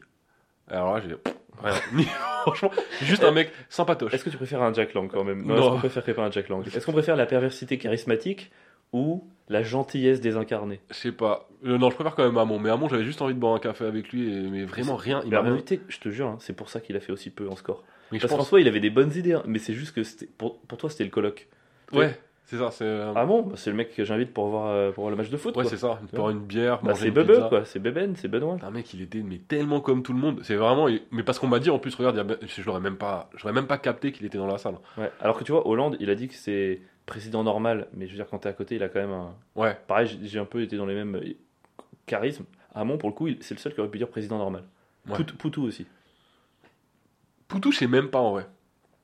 [SPEAKER 2] Alors là, j'ai. Rien. Ni- Franchement, juste un mec sympatoche.
[SPEAKER 1] Est-ce que tu préfères un Jack Lang quand même
[SPEAKER 2] Non.
[SPEAKER 1] Est-ce qu'on préfère pas un Jack Lang Est-ce qu'on préfère la perversité charismatique ou la gentillesse désincarnée
[SPEAKER 2] Je sais pas. Euh, non, je préfère quand même Hamon. Mais Hamon, j'avais juste envie de boire un café avec lui, et- mais vraiment rien. Il
[SPEAKER 1] Mais
[SPEAKER 2] m'a
[SPEAKER 1] Bah, en
[SPEAKER 2] rien.
[SPEAKER 1] réalité, je te jure, hein, c'est pour ça qu'il a fait aussi peu en score.
[SPEAKER 2] Mais je
[SPEAKER 1] Parce qu'en
[SPEAKER 2] pense.
[SPEAKER 1] soi, il avait des bonnes idées, hein, mais c'est juste que c'était- pour, pour toi, c'était le colloque.
[SPEAKER 2] Ouais, c'est ça. C'est. euh,
[SPEAKER 1] Ah bon Bah, C'est le mec que j'invite pour voir, euh, pour voir le match de foot.
[SPEAKER 2] Ouais,
[SPEAKER 1] quoi.
[SPEAKER 2] c'est ça. Boire une bière,
[SPEAKER 1] Bah,
[SPEAKER 2] manger
[SPEAKER 1] c'est
[SPEAKER 2] une
[SPEAKER 1] Bebe,
[SPEAKER 2] pizza.
[SPEAKER 1] quoi. C'est Beben, c'est Benoît.
[SPEAKER 2] Un mec, il était mais tellement comme tout le monde. C'est vraiment. il- Mais parce qu'on m'a dit en plus, regarde, il y a ben- je je l'aurais même pas. J'aurais même pas capté qu'il était dans la salle.
[SPEAKER 1] Ouais. Alors que tu vois, Hollande, il a dit que c'est président normal, mais je veux dire, quand t'es à côté, il a quand même un.
[SPEAKER 2] Ouais.
[SPEAKER 1] Pareil, j'ai- j'ai un peu été dans les mêmes euh, charismes. Hamon, pour le coup, il- c'est le seul qui aurait pu dire président normal.
[SPEAKER 2] Ouais.
[SPEAKER 1] Poutou, Poutou aussi.
[SPEAKER 2] Poutou, je sais même pas en vrai.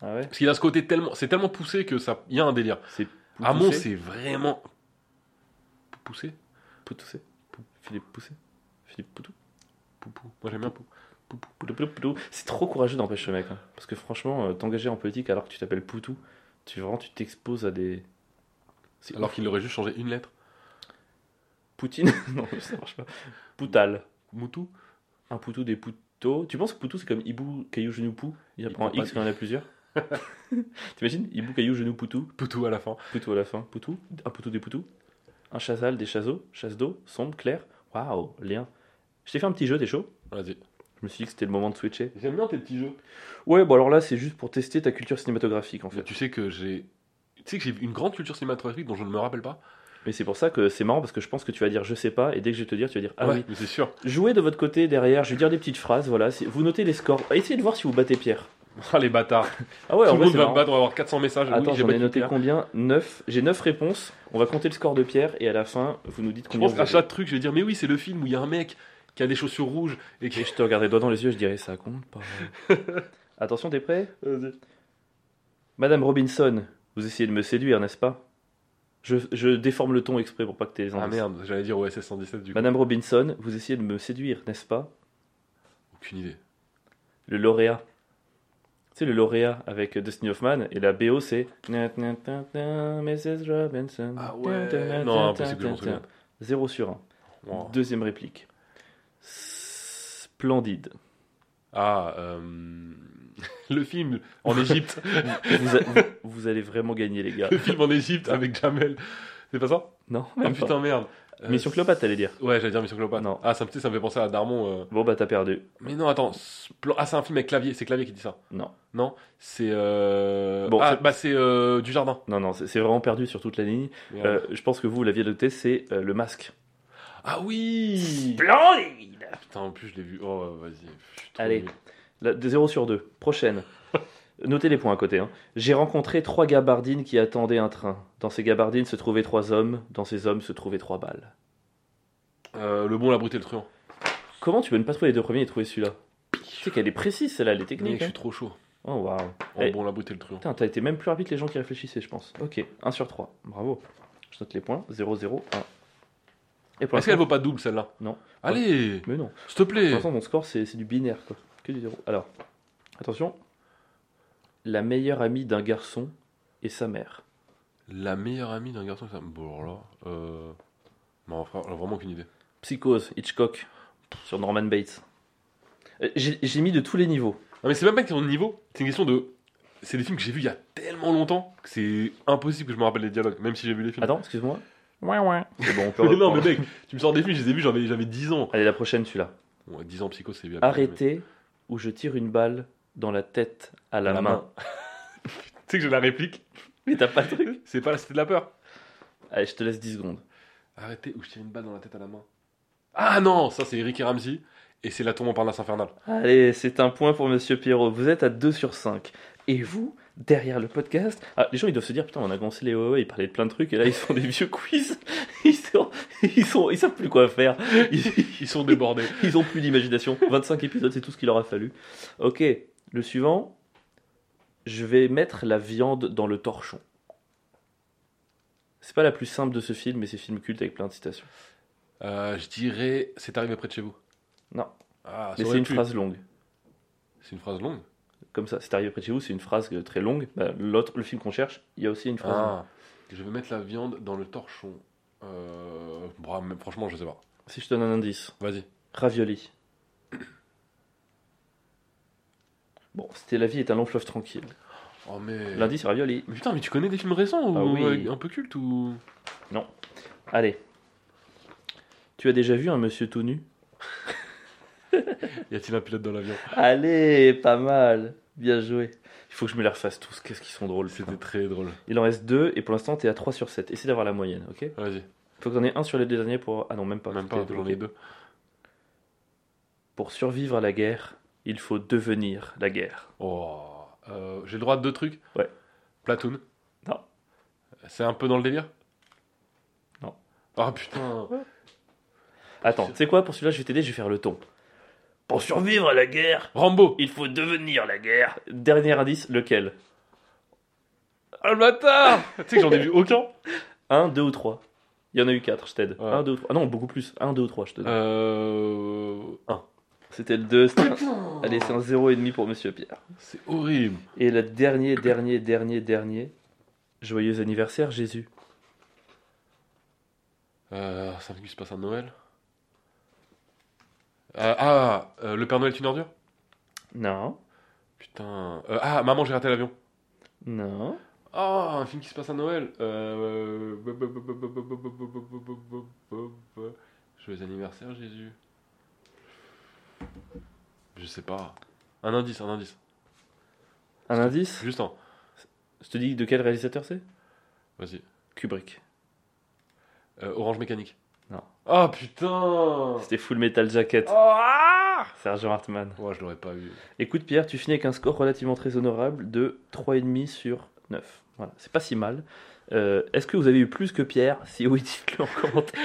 [SPEAKER 1] Ah ouais
[SPEAKER 2] Parce qu'il a ce côté tellement. C'est tellement poussé que ça. Il y a un délire.
[SPEAKER 1] C'est Poutou,
[SPEAKER 2] Hamon, c'est vraiment. Poussé
[SPEAKER 1] Poutou, c'est Pou- Philippe Poussé Philippe Poutou
[SPEAKER 2] Poupou. Moi, j'aime bien Poupou.
[SPEAKER 1] Poutou, Poutou, Poutou. C'est trop courageux d'empêcher ce mec. hein. Parce que franchement, euh, t'engager en politique alors que tu t'appelles Poutou, tu vraiment tu t'exposes à des. C'est
[SPEAKER 2] Alors
[SPEAKER 1] ouf.
[SPEAKER 2] qu'il aurait juste changé une lettre.
[SPEAKER 1] Poutine Non, ça marche pas. Poutal.
[SPEAKER 2] Moutou
[SPEAKER 1] Un Poutou des Poutos. Tu penses que Poutou c'est comme Hibou, Caillou, Genou, Pou Il y a
[SPEAKER 2] Il
[SPEAKER 1] pas un
[SPEAKER 2] peut pas-
[SPEAKER 1] X quand il y en a plusieurs T'imagines Hibou, Caillou, Genou, Poutou.
[SPEAKER 2] Poutou à la fin.
[SPEAKER 1] Poutou à la fin. Poutou Un Poutou des Poutous Un Chazal, des Chaseaux Chasse d'eau Sombre, clair Waouh, lien. Je t'ai fait un petit jeu, t'es chaud
[SPEAKER 2] Vas-y.
[SPEAKER 1] Je me suis dit que c'était le moment de switcher.
[SPEAKER 2] J'aime bien tes petits jeux.
[SPEAKER 1] Ouais, bon alors là, c'est juste pour tester ta culture cinématographique en fait.
[SPEAKER 2] Tu sais que j'ai. Tu sais que j'ai une grande culture cinématographique dont je ne me rappelle pas.
[SPEAKER 1] Mais c'est pour ça que c'est marrant parce que je pense que tu vas dire je sais pas et dès que je vais te dire, tu vas dire ah
[SPEAKER 2] Ouais,
[SPEAKER 1] oui.
[SPEAKER 2] Mais c'est sûr.
[SPEAKER 1] Jouez de votre côté derrière, je vais dire des petites phrases, voilà. si- Vous notez les scores. Essayez de voir si vous battez Pierre.
[SPEAKER 2] Ah les bâtards.
[SPEAKER 1] Ah ouais, en
[SPEAKER 2] Tout le
[SPEAKER 1] vrai,
[SPEAKER 2] monde
[SPEAKER 1] c'est
[SPEAKER 2] va me
[SPEAKER 1] marrant.
[SPEAKER 2] battre, on va avoir 400 messages. Oui,
[SPEAKER 1] Attends,
[SPEAKER 2] j'ai
[SPEAKER 1] j'en
[SPEAKER 2] pas
[SPEAKER 1] ai
[SPEAKER 2] dit
[SPEAKER 1] noté
[SPEAKER 2] Pierre.
[SPEAKER 1] combien 9. J'ai 9 réponses. On va compter le score de Pierre et à la fin, vous nous dites
[SPEAKER 2] Je
[SPEAKER 1] combien
[SPEAKER 2] pense
[SPEAKER 1] vous
[SPEAKER 2] qu'à
[SPEAKER 1] avez.
[SPEAKER 2] chaque truc, je vais dire, mais oui, c'est le film où il y a un mec qui a des chaussures rouges et qui.
[SPEAKER 1] Et je te regardais droit dans les yeux, je dirais ça compte pas. Attention, t'es prêt Madame Robinson, vous essayez de me séduire, n'est-ce pas je, je déforme le ton exprès pour pas que t'aies les
[SPEAKER 2] Ah
[SPEAKER 1] indices.
[SPEAKER 2] merde, j'allais dire OSS 117 du coup.
[SPEAKER 1] Madame Robinson, vous essayez de me séduire, n'est-ce pas
[SPEAKER 2] Aucune idée.
[SPEAKER 1] Le lauréat. Tu sais, le lauréat avec Dustin Hoffman et la BO, c'est.
[SPEAKER 2] Ah
[SPEAKER 1] Mrs. Robinson.
[SPEAKER 2] Non, impossible que je m'en souvienne.
[SPEAKER 1] 0 sur 1.
[SPEAKER 2] Wow.
[SPEAKER 1] Deuxième réplique. Splendide.
[SPEAKER 2] Ah, euh, le film en Égypte.
[SPEAKER 1] Vous, a- vous- vous allez vraiment gagner, les gars.
[SPEAKER 2] le film en Égypte avec Jamel. C'est pas ça
[SPEAKER 1] Non
[SPEAKER 2] Ah
[SPEAKER 1] même pas.
[SPEAKER 2] putain, merde. Euh,
[SPEAKER 1] Mission Cléopâtre, t'allais dire.
[SPEAKER 2] Ouais, j'allais dire Mission Cléopâtre.
[SPEAKER 1] Non.
[SPEAKER 2] Ah, ça, me- tu sais, ça me fait penser à Darmon. euh.
[SPEAKER 1] Bon, bah, t'as perdu.
[SPEAKER 2] Mais non, attends. ce plan- Ah, c'est un film avec clavier. C'est clavier qui dit ça.
[SPEAKER 1] Non.
[SPEAKER 2] Non, c'est. Euh...
[SPEAKER 1] Bon,
[SPEAKER 2] ah,
[SPEAKER 1] c'est-
[SPEAKER 2] bah c'est du jardin.
[SPEAKER 1] Non, non, c'est c'est vraiment perdu sur toute la ligne. Euh, je pense que vous, vous l'aviez noté, c'est euh, le masque.
[SPEAKER 2] Ah oui
[SPEAKER 1] Splendide
[SPEAKER 2] Putain, en plus, je l'ai vu. Oh, vas-y. je suis trop
[SPEAKER 1] Allez.
[SPEAKER 2] nul.
[SPEAKER 1] La- de 0 sur 2. Prochaine. Notez les points à côté. hein. J'ai rencontré trois gabardines qui attendaient un train. Dans ces gabardines se trouvaient trois hommes. Dans ces hommes se trouvaient trois balles.
[SPEAKER 2] Euh, le bon, la brute et le truand.
[SPEAKER 1] Comment tu peux ne pas trouver les deux premiers et trouver celui-là Tu sais qu'elle est précise, celle-là, elle est
[SPEAKER 2] Mec,
[SPEAKER 1] technique.
[SPEAKER 2] je
[SPEAKER 1] hein.
[SPEAKER 2] suis trop chaud.
[SPEAKER 1] Oh, waouh.
[SPEAKER 2] Oh,
[SPEAKER 1] Eh.
[SPEAKER 2] bon, la brute et le truand.
[SPEAKER 1] Putain, t'as été même plus rapide que les gens qui réfléchissaient, je pense. Ok, 1 sur 3. Bravo. Je note les points. 0, 0, 1. Et pour
[SPEAKER 2] Est-ce qu'elle
[SPEAKER 1] l'instant...
[SPEAKER 2] vaut pas double celle-là
[SPEAKER 1] Non.
[SPEAKER 2] Allez,
[SPEAKER 1] Mais non.
[SPEAKER 2] s'il te
[SPEAKER 1] Pour
[SPEAKER 2] plaît.
[SPEAKER 1] l'instant, mon score, c'est c'est du binaire, quoi. Que du zéro. Alors, attention. La meilleure amie d'un garçon est sa mère.
[SPEAKER 2] La meilleure amie d'un garçon, ça. Bon, alors là. Euh... Non, frère, on a vraiment aucune idée.
[SPEAKER 1] Psychose, Hitchcock, sur Norman Bates. Euh, J'ai j'ai mis de tous les niveaux.
[SPEAKER 2] Non, mais c'est même pas une question de niveau, c'est une question de. C'est des films que j'ai vus il y a tellement longtemps que c'est impossible que je me rappelle les dialogues, même si j'ai vu les films.
[SPEAKER 1] Attends, excuse-moi.
[SPEAKER 2] Ouais, ouais.
[SPEAKER 1] C'est bon, on peut
[SPEAKER 2] Mais non, mais
[SPEAKER 1] reprendre.
[SPEAKER 2] mec, tu me sors des films, je les ai vus, j'avais, j'avais 10 ans.
[SPEAKER 1] Allez, la prochaine, celui-là.
[SPEAKER 2] Bon, 10 ans psycho, c'est bien.
[SPEAKER 1] Arrêtez ou je tire une balle dans la tête à la,
[SPEAKER 2] La
[SPEAKER 1] main.
[SPEAKER 2] main. Tu sais que j'ai la réplique,
[SPEAKER 1] Mais t'as pas le truc
[SPEAKER 2] c'est pas la cité de la peur.
[SPEAKER 1] Allez, je te laisse 10 secondes.
[SPEAKER 2] Arrêtez ou je tire une balle dans la tête à la main. Ah non, ça c'est Eric et Ramsey, et c'est la tombe en parnasse infernale.
[SPEAKER 1] Allez, c'est un point pour Monsieur Pierrot. Vous êtes à 2 sur 5. Et vous, derrière le podcast, ah, les gens ils doivent se dire putain, on a commencé les ouais, ouais, ils parlaient de plein de trucs et là ils font des vieux quiz. Ils sont, ils sont, ils savent plus quoi faire. Ils,
[SPEAKER 2] Ils sont débordés.
[SPEAKER 1] ils ont plus d'imagination. 25 épisodes, c'est tout ce qu'il leur a fallu. Ok, le suivant. Je vais mettre la viande dans le torchon. C'est pas la plus simple de ce film, mais c'est film culte avec plein de citations.
[SPEAKER 2] Euh, je dirais, c'est arrivé près de chez vous.
[SPEAKER 1] Non.
[SPEAKER 2] Ah, ça
[SPEAKER 1] Mais
[SPEAKER 2] aurait
[SPEAKER 1] c'est une
[SPEAKER 2] pu.
[SPEAKER 1] phrase longue.
[SPEAKER 2] C'est une phrase longue.
[SPEAKER 1] Comme ça, c'est arrivé près de chez vous, c'est une phrase euh, très longue. Bah, L'autre, le film qu'on cherche, il y a aussi une phrase longue.
[SPEAKER 2] Ah, je vais mettre la viande dans le torchon. Euh, bah, mais franchement, je sais pas.
[SPEAKER 1] Si je te donne un indice,
[SPEAKER 2] Vas-y.
[SPEAKER 1] ravioli. Bon, c'était La vie est un long fleuve tranquille.
[SPEAKER 2] Oh mais.
[SPEAKER 1] L'indice, ravioli.
[SPEAKER 2] Mais putain, mais tu connais des films récents ou
[SPEAKER 1] Ah oui.
[SPEAKER 2] avec- un peu cultes ou
[SPEAKER 1] Allez. Tu as déjà vu un monsieur tout nu
[SPEAKER 2] y a-t-il un pilote dans l'avion
[SPEAKER 1] Allez, pas mal. Bien joué. Il faut que je me les refasse tous. Qu'est-ce qu'ils sont drôles. putain.
[SPEAKER 2] C'était très drôle.
[SPEAKER 1] Il en reste deux et pour l'instant, t'es à 3 sur 7. Essaie d'avoir la moyenne, ok
[SPEAKER 2] Vas-y.
[SPEAKER 1] Faut que t'en aies un sur les deux derniers pour. Ah non, même pas.
[SPEAKER 2] Même
[SPEAKER 1] C'était
[SPEAKER 2] pas. J'en ai
[SPEAKER 1] ok.
[SPEAKER 2] deux.
[SPEAKER 1] Pour survivre à la guerre, il faut devenir la guerre.
[SPEAKER 2] Oh. euh, J'ai le droit de deux trucs.
[SPEAKER 1] Ouais.
[SPEAKER 2] Platoon.
[SPEAKER 1] Non.
[SPEAKER 2] C'est un peu dans le délire.
[SPEAKER 1] Non.
[SPEAKER 2] Ah putain.
[SPEAKER 1] Attends, tu sais quoi Pour celui-là, je vais t'aider, je vais faire le ton. Pour survivre à la guerre,
[SPEAKER 2] Rambo.
[SPEAKER 1] il faut devenir la guerre. Dernier indice, lequel
[SPEAKER 2] Ah le bâtard. tu sais que j'en ai vu aucun.
[SPEAKER 1] 1, 2 ou 3 Il y en a eu 4, je t'aide.
[SPEAKER 2] Ouais.
[SPEAKER 1] 1, 2 ou 3. Ah non, beaucoup plus. 1, 2 ou 3, je te donne.
[SPEAKER 2] Euh. Un.
[SPEAKER 1] C'était le 2. c'était un-
[SPEAKER 2] Putain.
[SPEAKER 1] Allez, c'est un 0,5 pour Monsieur Pierre.
[SPEAKER 2] C'est horrible.
[SPEAKER 1] Et le dernier, dernier, dernier, dernier. Joyeux anniversaire, Jésus.
[SPEAKER 2] Euh, c'est un truc qui se passe à Noël. Euh, ah, euh, le Père Noël est une ordure
[SPEAKER 1] Non,
[SPEAKER 2] Putain. Euh, ah, maman, j'ai raté l'avion.
[SPEAKER 1] non.
[SPEAKER 2] Ah, un film qui se passe à Noël. Euh... Joyeux anniversaire, Jésus. Je sais pas. Un indice, un indice.
[SPEAKER 1] Un indice
[SPEAKER 2] Juste un.
[SPEAKER 1] Je te dis de quel réalisateur c'est
[SPEAKER 2] Vas-y.
[SPEAKER 1] Kubrick.
[SPEAKER 2] Euh, Orange Mécanique.
[SPEAKER 1] Non.
[SPEAKER 2] Ah, putain
[SPEAKER 1] C'était Full Metal Jacket,
[SPEAKER 2] Oh, ah
[SPEAKER 1] Sergent Hartman.
[SPEAKER 2] Ouais, je l'aurais pas eu.
[SPEAKER 1] Écoute Pierre, tu finis avec un score relativement très honorable de 3,5 sur 9. Voilà, c'est pas si mal. Euh, Est-ce que vous avez eu plus que Pierre Si oui, dites-le en commentaire.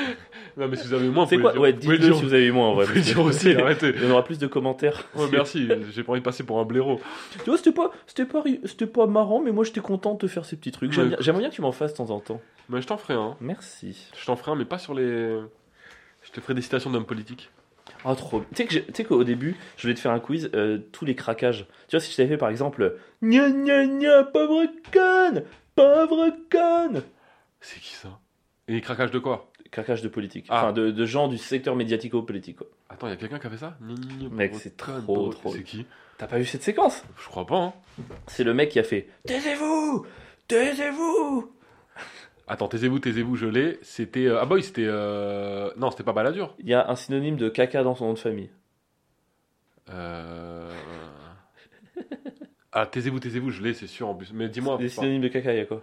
[SPEAKER 2] Non, mais si vous avez moins,
[SPEAKER 1] C'est
[SPEAKER 2] vous
[SPEAKER 1] quoi
[SPEAKER 2] pouvez le dire.
[SPEAKER 1] Ouais,
[SPEAKER 2] Vous pouvez
[SPEAKER 1] dites-le
[SPEAKER 2] le dire
[SPEAKER 1] si vous avez eu moins en
[SPEAKER 2] Vous
[SPEAKER 1] vrai.
[SPEAKER 2] pouvez le dire aussi, arrêtez.
[SPEAKER 1] Il y en aura plus de commentaires.
[SPEAKER 2] Ouais, merci, j'ai pas envie de passer pour un blaireau.
[SPEAKER 1] Tu vois, c'était pas, c'était pas, ri- c'était pas marrant, mais moi j'étais content de faire ces petits trucs. J'aime
[SPEAKER 2] Ouais,
[SPEAKER 1] bien-
[SPEAKER 2] écoute.
[SPEAKER 1] J'aimerais bien que tu m'en fasses de temps en temps.
[SPEAKER 2] Mais je t'en ferai un.
[SPEAKER 1] Merci.
[SPEAKER 2] Je t'en ferai un, mais pas sur les. Je te ferai des citations d'hommes politiques.
[SPEAKER 1] Ah, trop. Tu sais que j'ai- tu sais qu'au début, je voulais te faire un quiz, euh, tous les craquages. Tu vois, si je t'avais fait par exemple, gna gna gna, pauvre conne, pauvre conne,
[SPEAKER 2] C'est qui ça Et les craquages de quoi
[SPEAKER 1] craquage de politique.
[SPEAKER 2] Ah.
[SPEAKER 1] Enfin, de, de gens du secteur médiatico-politique. quoi.
[SPEAKER 2] Attends, y'a quelqu'un qui a fait ça Ni, ni, ni,
[SPEAKER 1] Mec,
[SPEAKER 2] pauvre
[SPEAKER 1] c'est
[SPEAKER 2] conne,
[SPEAKER 1] trop
[SPEAKER 2] pauvre-
[SPEAKER 1] drôle.
[SPEAKER 2] C'est qui
[SPEAKER 1] T'as pas vu cette séquence
[SPEAKER 2] Je crois pas, hein.
[SPEAKER 1] C'est le mec qui a fait Taisez-vous Taisez-vous
[SPEAKER 2] Attends, taisez-vous, taisez-vous, je l'ai. C'était. euh, Ah, bah oui, c'était. euh, Non, c'était pas Balladur.
[SPEAKER 1] Il y a un synonyme de caca dans son nom de famille.
[SPEAKER 2] Euh... Ah, taisez-vous, taisez-vous, je l'ai, c'est sûr en plus. Mais dis-moi.
[SPEAKER 1] Des
[SPEAKER 2] enfin,
[SPEAKER 1] synonymes de caca, il y a quoi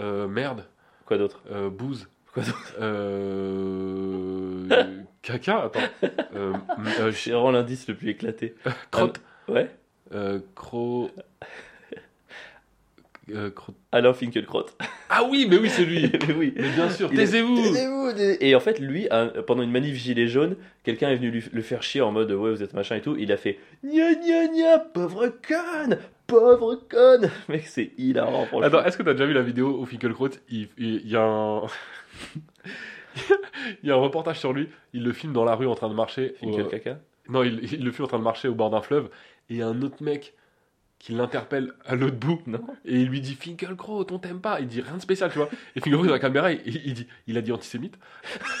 [SPEAKER 2] euh, merde,
[SPEAKER 1] Quoi d'autre
[SPEAKER 2] euh, bouse.
[SPEAKER 1] Quoi d'autre
[SPEAKER 2] Euh... Caca, attends. Euh, m- euh,
[SPEAKER 1] C'est vraiment l'indice le plus éclaté.
[SPEAKER 2] crotte.
[SPEAKER 1] Ouais
[SPEAKER 2] Euh, cro... Euh, cro-
[SPEAKER 1] Alain Finkielkraut.
[SPEAKER 2] Ah oui, mais oui, c'est lui.
[SPEAKER 1] Mais oui
[SPEAKER 2] Mais bien sûr,
[SPEAKER 1] Il est-
[SPEAKER 2] taisez-vous.
[SPEAKER 1] Taisez-vous, taisez- Et en fait, lui, un- pendant une manif gilet jaune, quelqu'un est venu lui- le faire chier en mode ouais, vous êtes machin et tout. Il a fait gna gna gna, pauvre conne, pauvre conne. Mec, c'est hilarant, franchement.
[SPEAKER 2] Attends, est-ce que t'as déjà vu la vidéo où Finkelkraut, il, il- il y a un... il y a un reportage sur lui, il le filme dans la rue en train de marcher. au-
[SPEAKER 1] Finkielcaca.
[SPEAKER 2] Non, il, il le filme en train de marcher au bord d'un fleuve, et il y a un autre mec qui l'interpelle à l'autre bout
[SPEAKER 1] Non.
[SPEAKER 2] et il lui dit Finkelkraut, on t'aime pas. Il dit rien de spécial, tu vois. Et Finkelkraut dans la caméra, il, il dit, il a dit antisémite.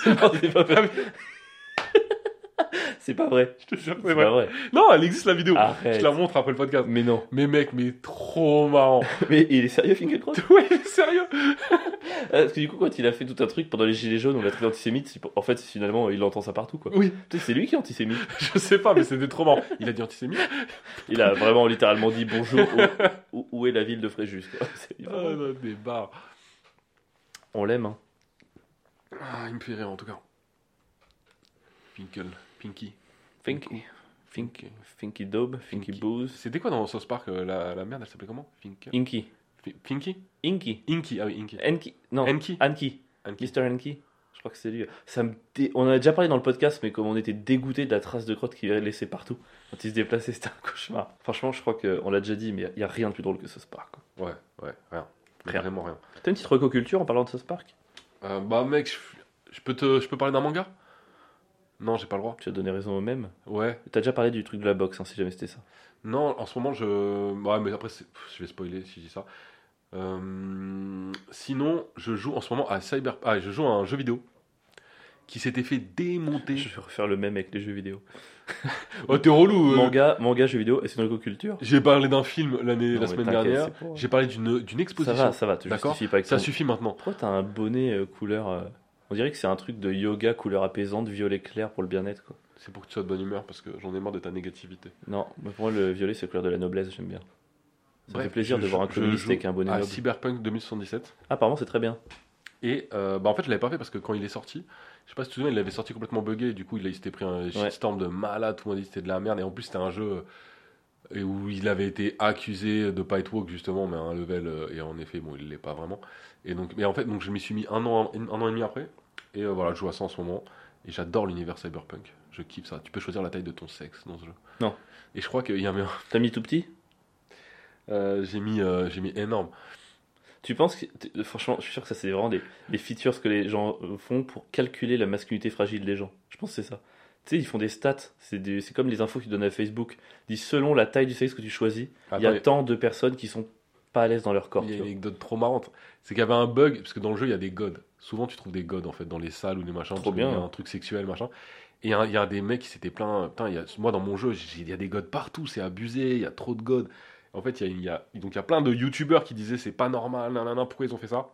[SPEAKER 1] Non, c'est pas vrai. c'est pas vrai.
[SPEAKER 2] Ah, Je te jure, c'est
[SPEAKER 1] C'est
[SPEAKER 2] vrai. Ah,
[SPEAKER 1] pas vrai.
[SPEAKER 2] Non, elle existe la vidéo.
[SPEAKER 1] Ah, Arrête.
[SPEAKER 2] Je la montre après le podcast.
[SPEAKER 1] Mais non.
[SPEAKER 2] Mais mec, mais trop marrant.
[SPEAKER 1] Mais il est sérieux, Finkelkraut
[SPEAKER 2] ouais, mais sérieux.
[SPEAKER 1] Ah, Parce que du coup, quand il a fait tout un truc pendant les Gilets jaunes, on l'a trouvé antisémite. c'est pour- En fait, finalement, il entend ça partout, quoi.
[SPEAKER 2] Oui,
[SPEAKER 1] Tu sais, C'est lui qui est antisémite.
[SPEAKER 2] je sais pas, mais c'était trop marrant. Il a dit antisémite.
[SPEAKER 1] Il a vraiment littéralement dit bonjour. Où, où- où est la ville de Fréjus quoi. C'est-
[SPEAKER 2] Ah, non, des barres.
[SPEAKER 1] On l'aime. Hein.
[SPEAKER 2] Ah, il me fait rire en tout cas. Finkel, Pinky.
[SPEAKER 1] Finky. Finky. Finky Daube. Finky Booze.
[SPEAKER 2] C'était quoi dans South Park euh, la, la merde Elle s'appelait comment Finkel
[SPEAKER 1] Inky.
[SPEAKER 2] Fi- Pinky
[SPEAKER 1] Inky.
[SPEAKER 2] Inky, ah oui, Inky.
[SPEAKER 1] Enki. Non.
[SPEAKER 2] Enki
[SPEAKER 1] Anki.
[SPEAKER 2] Enki.
[SPEAKER 1] Mr. Anki. Je crois que c'est lui. Ça me dé- On en a déjà parlé dans le podcast, mais comme on était dégoûté de la trace de crotte qu'il avait laissée partout quand il se déplaçait, c'était un cauchemar. Franchement, je crois qu'on l'a déjà dit, mais il n'y a rien de plus drôle que ce Spark. quoi.
[SPEAKER 2] Ouais, ouais, rien.
[SPEAKER 1] Rien.
[SPEAKER 2] Vraiment rien.
[SPEAKER 1] T'as une petite recoculture en parlant de ce Spark
[SPEAKER 2] Euh, bah mec, je, je peux te, je peux parler d'un manga Non, j'ai pas le droit.
[SPEAKER 1] Tu as donné raison au même.
[SPEAKER 2] Ouais.
[SPEAKER 1] T'as déjà parlé du truc de la boxe, hein, si jamais c'était ça.
[SPEAKER 2] Non, en ce moment, je... Ouais, mais après, c'est- pff, je vais spoiler si je dis ça. Euh, Sinon, je joue en ce moment à Cyber... Ah, je joue à un jeu vidéo qui s'était fait démonter.
[SPEAKER 1] Je vais refaire le même avec les jeux vidéo.
[SPEAKER 2] Oh, t'es relou euh.
[SPEAKER 1] Manga, manga, jeux vidéo, et c'est une recoculture.
[SPEAKER 2] J'ai parlé d'un film
[SPEAKER 1] Non,
[SPEAKER 2] l'année, la
[SPEAKER 1] mais
[SPEAKER 2] semaine
[SPEAKER 1] t'inquiète,
[SPEAKER 2] dernière.
[SPEAKER 1] c'est pour-
[SPEAKER 2] J'ai parlé d'une d'une
[SPEAKER 1] Ça
[SPEAKER 2] exposition.
[SPEAKER 1] va, ça va, tu
[SPEAKER 2] D'accord.
[SPEAKER 1] justifies pas avec
[SPEAKER 2] Ça
[SPEAKER 1] ton-
[SPEAKER 2] suffit maintenant.
[SPEAKER 1] Pourquoi t'as un bonnet euh, couleur. euh, On dirait que c'est un truc de yoga couleur apaisante, violet clair pour le bien-être. quoi.
[SPEAKER 2] C'est pour que tu sois de bonne humeur parce que j'en ai marre de ta négativité.
[SPEAKER 1] Non, mais pour moi, le violet, c'est la couleur de la noblesse, j'aime bien. Ça me
[SPEAKER 2] Bref,
[SPEAKER 1] fait plaisir
[SPEAKER 2] je-
[SPEAKER 1] de voir un
[SPEAKER 2] je
[SPEAKER 1] communiste
[SPEAKER 2] joue Ah,
[SPEAKER 1] avec un bonnet
[SPEAKER 2] à
[SPEAKER 1] noble.
[SPEAKER 2] Cyberpunk 2077.
[SPEAKER 1] Ah, apparemment, c'est très bien.
[SPEAKER 2] Et euh, bah en fait, je l'avais pas fait parce que quand il est sorti, je sais pas si tu te souviens, il l'avait sorti complètement buggé. Et du coup, il, a- il s'était pris un shitstorm de malade. Tout le monde a dit que c'était de la merde. Et en plus, c'était un jeu euh, où il avait été accusé de pas être woke, justement, mais à un level. euh, Et en effet, bon, il l'est pas vraiment. Et donc, mais en fait, donc, je m'y suis mis un an, un an et demi après. Et euh, voilà, je joue à ça en ce moment. Et j'adore l'univers cyberpunk. Je kiffe ça. Tu peux choisir la taille de ton sexe dans ce jeu.
[SPEAKER 1] Non.
[SPEAKER 2] Et je crois qu'il y a un.
[SPEAKER 1] T'as mis tout petit
[SPEAKER 2] euh, j'ai mis, euh, j'ai mis énorme.
[SPEAKER 1] Tu penses que. t- Franchement, je suis sûr que ça, c'est vraiment des, des features que les gens euh, font pour calculer la masculinité fragile des gens. Je pense que c'est ça. Tu sais, ils font des stats. C'est des- c'est comme les infos qu'ils donnent à Facebook. Ils disent selon la taille du sexe que tu choisis, il y
[SPEAKER 2] Attends,
[SPEAKER 1] a tant de personnes qui sont pas à l'aise dans leur corps.
[SPEAKER 2] Il
[SPEAKER 1] tu
[SPEAKER 2] y a
[SPEAKER 1] vois.
[SPEAKER 2] une anecdote trop marrante. C'est qu'il y avait un bug, parce que dans le jeu, il y a des gods. Souvent, tu trouves des gods, en fait, dans les salles ou des machins.
[SPEAKER 1] Trop
[SPEAKER 2] parce qu'il
[SPEAKER 1] bien.
[SPEAKER 2] y a un truc sexuel, machin. Et un- il y a des mecs qui s'étaient plaints. Putain, il y a- moi, dans mon jeu, j'ai- il y a des gods partout, c'est abusé, il y a trop de gods. En fait, il y a, il y a- donc, il y a plein de youtubeurs qui disaient c'est pas normal, nanana, pourquoi ils ont fait ça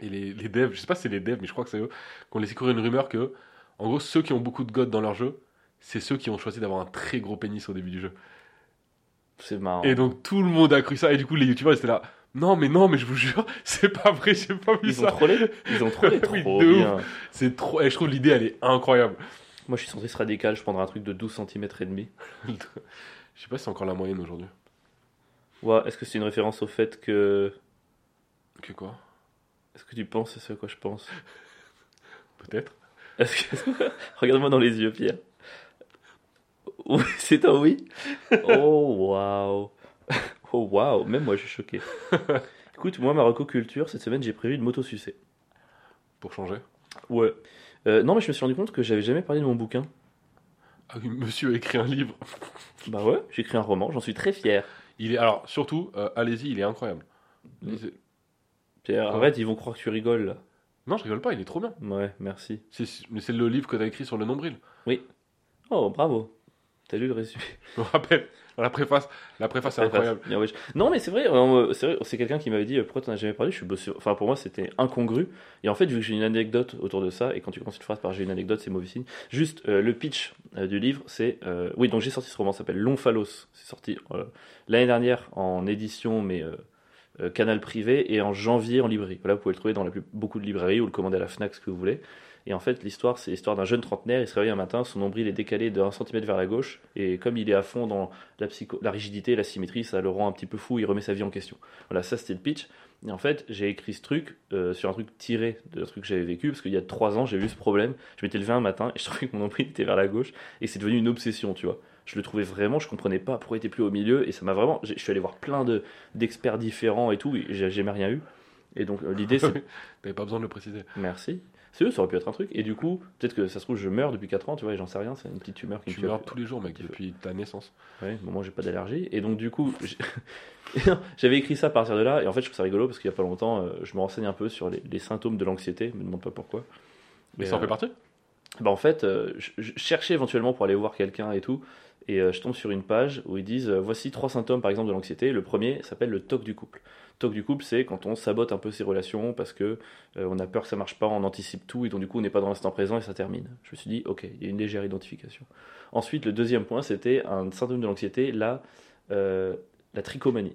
[SPEAKER 2] Et les, les devs, je sais pas si c'est les devs, mais je crois que c'est eux, qu'on laissé courir une rumeur que, en gros, ceux qui ont beaucoup de gods dans leur jeu, c'est ceux qui ont choisi d'avoir un très gros pénis au début du jeu.
[SPEAKER 1] C'est marrant.
[SPEAKER 2] Et donc tout le monde a cru ça et du coup les youtubeurs ils étaient là non mais non mais je vous jure c'est pas vrai j'ai pas vu
[SPEAKER 1] Ils ont
[SPEAKER 2] ça
[SPEAKER 1] trollé Ils ont trollé
[SPEAKER 2] Oui,
[SPEAKER 1] trop
[SPEAKER 2] de ouf.
[SPEAKER 1] bien.
[SPEAKER 2] c'est trop et je trouve l'idée elle est incroyable
[SPEAKER 1] Moi, je suis centriste radical, je prendrais un truc de 12 cm et demi.
[SPEAKER 2] je sais pas si c'est encore la moyenne aujourd'hui
[SPEAKER 1] Ouais, est-ce que c'est une référence au fait que
[SPEAKER 2] que quoi
[SPEAKER 1] est-ce que tu penses à ce à quoi je pense
[SPEAKER 2] peut-être
[SPEAKER 1] Est-ce que- Regarde-moi dans les yeux, Pierre. Oui, c'est un oui. Oh waouh. Oh waouh, même moi je suis choqué. Écoute, moi ma recoculture cette semaine, j'ai prévu une moto sucée.
[SPEAKER 2] pour changer
[SPEAKER 1] Ouais. Euh, non, mais je me suis rendu compte que j'avais jamais parlé de mon bouquin.
[SPEAKER 2] ah oui monsieur a écrit un livre
[SPEAKER 1] Bah ouais, j'ai écrit un roman, j'en suis très fier.
[SPEAKER 2] il est alors surtout euh, allez-y il est incroyable Lisez-
[SPEAKER 1] Pierre,
[SPEAKER 2] Ouais.
[SPEAKER 1] arrête, ils vont croire que tu rigoles là.
[SPEAKER 2] non je rigole pas il est trop bien
[SPEAKER 1] Ouais, merci.
[SPEAKER 2] c'est mais c'est le livre que t'as écrit sur le nombril
[SPEAKER 1] Oh, bravo. T'as lu le résumé.
[SPEAKER 2] je me rappelle Dans la préface la préface est
[SPEAKER 1] Très
[SPEAKER 2] incroyable
[SPEAKER 1] facile. Bien, ouais, je- Non, mais c'est vrai, euh, c'est vrai, c'est quelqu'un qui m'avait dit euh, pourquoi t'en as jamais parlé. Je suis bossé. Enfin, pour moi, c'était incongru. Et en fait, vu que j'ai une anecdote autour de ça, et quand tu commences une phrase par j'ai une anecdote, c'est mauvais signe. Juste euh, le pitch euh, du livre, c'est. euh, Oui, donc j'ai sorti ce roman, ça s'appelle L'Omphalos. C'est sorti euh, l'année dernière en édition, mais euh, euh, canal privé, et en janvier en librairie. Voilà, vous pouvez le trouver dans la plus- beaucoup de librairies ou le commander à la Fnac, ce que vous voulez. Et en fait, l'histoire, c'est l'histoire d'un jeune trentenaire. Il se réveille un matin, son nombril est décalé d'un centimètre vers la gauche, et comme il est à fond dans la, psycho- la rigidité, la symétrie, ça le rend un petit peu fou, il remet sa vie en question. Voilà, ça c'était le pitch. Et en fait, j'ai écrit ce truc euh, sur un truc tiré d'un truc que j'avais vécu, parce qu'il y a trois ans, j'ai eu ce problème. Je m'étais levé un matin et je trouvais que mon nombril était vers la gauche, et c'est devenu une obsession, tu vois. Je le trouvais vraiment, je comprenais pas pourquoi il était plus au milieu, et ça m'a vraiment. j'ai- Je suis allé voir plein de- d'experts différents et tout, et j'ai j'ai jamais rien eu. Et donc euh, l'idée, c'est
[SPEAKER 2] t'avais pas besoin de le préciser
[SPEAKER 1] Merci. C'est eux, ça aurait pu être un truc. Et du coup, peut-être que ça se trouve, je meurs depuis 4 ans, tu vois, et j'en sais rien, c'est une petite tumeur qui
[SPEAKER 2] Tu
[SPEAKER 1] me tue.
[SPEAKER 2] meurs tous les jours, mec, depuis ta naissance.
[SPEAKER 1] Ouais, bon, moi j'ai pas d'allergie. Et donc du coup, j'ai- j'avais écrit ça à partir de là. Et en fait, je trouve ça rigolo parce qu'il y a pas longtemps, euh, je me renseigne un peu sur les, les symptômes de l'anxiété. Je me demande pas pourquoi.
[SPEAKER 2] Mais
[SPEAKER 1] Et,
[SPEAKER 2] ça en
[SPEAKER 1] euh,
[SPEAKER 2] fait partie
[SPEAKER 1] bah, en fait, euh, je, je cherchais éventuellement pour aller voir quelqu'un et tout. Et euh, je tombe sur une page où ils disent euh, voici trois symptômes par exemple de l'anxiété. Le premier s'appelle le toc du couple. Toc du couple, c'est quand on sabote un peu ses relations parce que euh, on a peur que ça marche pas, on anticipe tout et donc du coup on n'est pas dans l'instant présent et ça termine. Je me suis dit ok, il y a une légère identification. Ensuite, le deuxième point, c'était un symptôme de l'anxiété, la, euh, la trichomanie.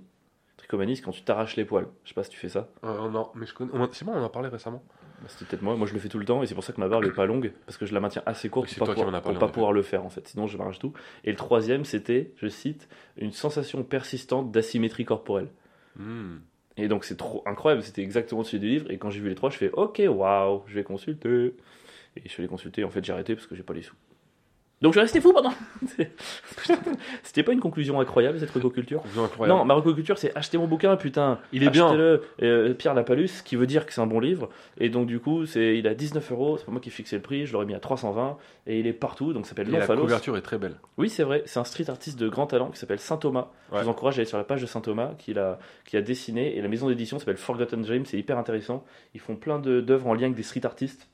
[SPEAKER 1] Trichomanie, c'est quand tu t'arraches les poils. Je sais pas si tu fais ça.
[SPEAKER 2] Euh, Non, mais je connais. on en- C'est moi, on en parlait récemment.
[SPEAKER 1] Bah, C'était peut-être moi. Moi, je le fais tout le temps et c'est pour ça que ma barbe n'est pas longue parce que je la maintiens assez courte
[SPEAKER 2] Oui, c'est
[SPEAKER 1] pour
[SPEAKER 2] toi
[SPEAKER 1] pas,
[SPEAKER 2] qui m'en as
[SPEAKER 1] pouvoir, pour
[SPEAKER 2] parlé,
[SPEAKER 1] pas
[SPEAKER 2] en effet.
[SPEAKER 1] pouvoir le faire en fait. Sinon, je m'arrache tout. Et le troisième, c'était, je cite, une sensation persistante d'asymétrie corporelle.
[SPEAKER 2] Hmm.
[SPEAKER 1] Et donc, c'est trop incroyable. C'était exactement celui du livre. Et quand j'ai vu les trois, je fais OK, waouh, je vais consulter. Et je suis allé consulter. En fait, j'ai arrêté parce que j'ai pas les sous. Donc, je suis resté fou pendant. c'était pas une conclusion incroyable cette recoculture.
[SPEAKER 2] Vision incroyable.
[SPEAKER 1] Non, ma recoculture, c'est acheter mon bouquin, putain.
[SPEAKER 2] il est bien.
[SPEAKER 1] Achetez-le, euh, Pierre Lapalus, ce qui veut dire que c'est un bon livre. Et donc, du coup, c'est, il a 19 euros. C'est pas moi qui ai fixé le prix. Je l'aurais mis à 320. Et il est partout. Donc, ça s'appelle
[SPEAKER 2] Et la
[SPEAKER 1] Lamfalos.
[SPEAKER 2] couverture est très belle.
[SPEAKER 1] Oui, c'est vrai. C'est un street artiste de grand talent qui s'appelle Saint Thomas.
[SPEAKER 2] Ouais.
[SPEAKER 1] Je vous encourage à aller sur la page de Saint Thomas qu'il a, qui a dessiné. Et la maison d'édition s'appelle Forgotten Dream. C'est hyper intéressant. Ils font plein de- d'œuvres en lien avec des street artistes.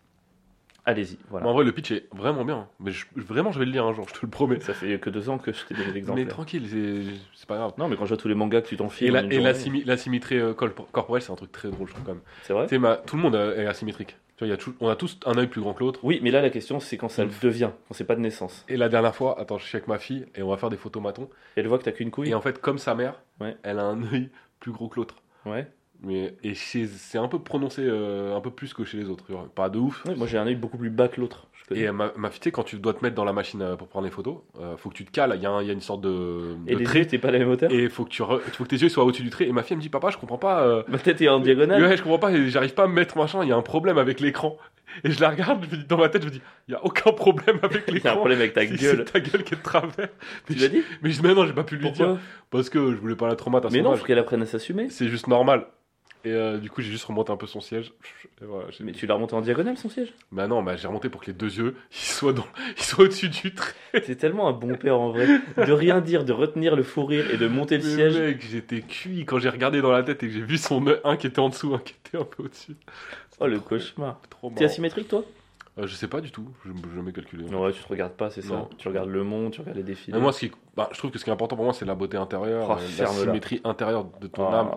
[SPEAKER 1] Allez-y. Voilà.
[SPEAKER 2] Mais en vrai, le pitch est vraiment bien. hein. Mais je- vraiment, je vais le lire un jour, je te le promets.
[SPEAKER 1] Ça fait que deux ans que je t'ai donné l'exemple.
[SPEAKER 2] Mais tranquille, c'est- c'est pas grave.
[SPEAKER 1] Non, mais quand je vois tous les mangas que tu t'enfiles.
[SPEAKER 2] Et, la,
[SPEAKER 1] en une
[SPEAKER 2] et la
[SPEAKER 1] journée,
[SPEAKER 2] symi- la symétrie euh, col- corporelle, c'est un truc très drôle, je trouve quand même.
[SPEAKER 1] c'est vrai.
[SPEAKER 2] Tu sais, ma- tout le monde euh, est asymétrique. Tu vois, il y a tout- on a tous un œil plus grand que l'autre.
[SPEAKER 1] Oui, mais là, la question, c'est quand ça
[SPEAKER 2] Mm.
[SPEAKER 1] le devient, quand c'est pas de naissance.
[SPEAKER 2] Et la dernière fois, attends, je suis avec ma fille et on va faire des photos matons.
[SPEAKER 1] Et elle voit que t'as qu'une couille.
[SPEAKER 2] Et en fait, comme sa mère,
[SPEAKER 1] Ouais.
[SPEAKER 2] elle a un œil plus gros que l'autre.
[SPEAKER 1] Ouais.
[SPEAKER 2] Mais et chez- c'est un peu prononcé, euh, un peu plus que chez les autres. genre, Pas de ouf.
[SPEAKER 1] Oui, moi j'ai un œil beaucoup plus bas que l'autre. je connais.
[SPEAKER 2] Et euh, ma, ma fille, tu sais, quand tu dois te mettre dans la machine euh, pour prendre les photos, euh, faut que tu te cales. Il y, a un- il y a une sorte de,
[SPEAKER 1] Et
[SPEAKER 2] de
[SPEAKER 1] les
[SPEAKER 2] trait.
[SPEAKER 1] yeux, t'es pas à la même hauteur
[SPEAKER 2] Et faut que tu, re- faut que tes yeux soient au-dessus du trait. Et ma fille, elle me dit, papa, je comprends pas. euh,
[SPEAKER 1] Ma tête est en diagonale.
[SPEAKER 2] Ouais, je comprends pas, j'arrive pas à me mettre machin, il y a un problème avec l'écran. Et je la regarde, je me dis- dans ma tête, je me dis, il y a aucun problème avec
[SPEAKER 1] Il y a un
[SPEAKER 2] l'écran.
[SPEAKER 1] problème avec ta
[SPEAKER 2] C'est-
[SPEAKER 1] gueule.
[SPEAKER 2] C'est ta gueule qui est de travers.
[SPEAKER 1] Tu l'as dit
[SPEAKER 2] Mais je, mais non, j'ai pas pu lui dire
[SPEAKER 1] Pourquoi
[SPEAKER 2] parce que je voulais pas la traumatiser. à
[SPEAKER 1] Mais
[SPEAKER 2] son
[SPEAKER 1] non,
[SPEAKER 2] âge.
[SPEAKER 1] faut qu'elle apprenne à s'assumer.
[SPEAKER 2] c'est juste normal. Et euh, du coup, j'ai juste remonté un peu son siège. Et voilà, j'ai-
[SPEAKER 1] Mais tu l'as remonté en diagonale son siège
[SPEAKER 2] Bah non, bah, j'ai remonté pour que les deux yeux ils soient, dans... ils soient au-dessus du trait.
[SPEAKER 1] C'est tellement un bon père en vrai. De rien dire, de retenir le fou rire et de monter le
[SPEAKER 2] Mais
[SPEAKER 1] siège.
[SPEAKER 2] mec, j'étais cuit quand j'ai regardé dans la tête et que j'ai vu son œil, un qui était en dessous, un qui était un peu au-dessus.
[SPEAKER 1] Oh le cauchemar.
[SPEAKER 2] Trop
[SPEAKER 1] T'es
[SPEAKER 2] marrant.
[SPEAKER 1] asymétrique toi
[SPEAKER 2] Euh, je sais pas du tout, je n'ai jamais calculé.
[SPEAKER 1] Non, ouais, tu te regardes pas, c'est ça.
[SPEAKER 2] Non.
[SPEAKER 1] Tu regardes le monde, tu regardes les défis.
[SPEAKER 2] Mais moi, ce qui, bah, je trouve que ce qui est important pour moi, c'est la beauté intérieure,
[SPEAKER 1] Oh,
[SPEAKER 2] euh, la
[SPEAKER 1] ferme-la. Ah.
[SPEAKER 2] symétrie intérieure de ton âme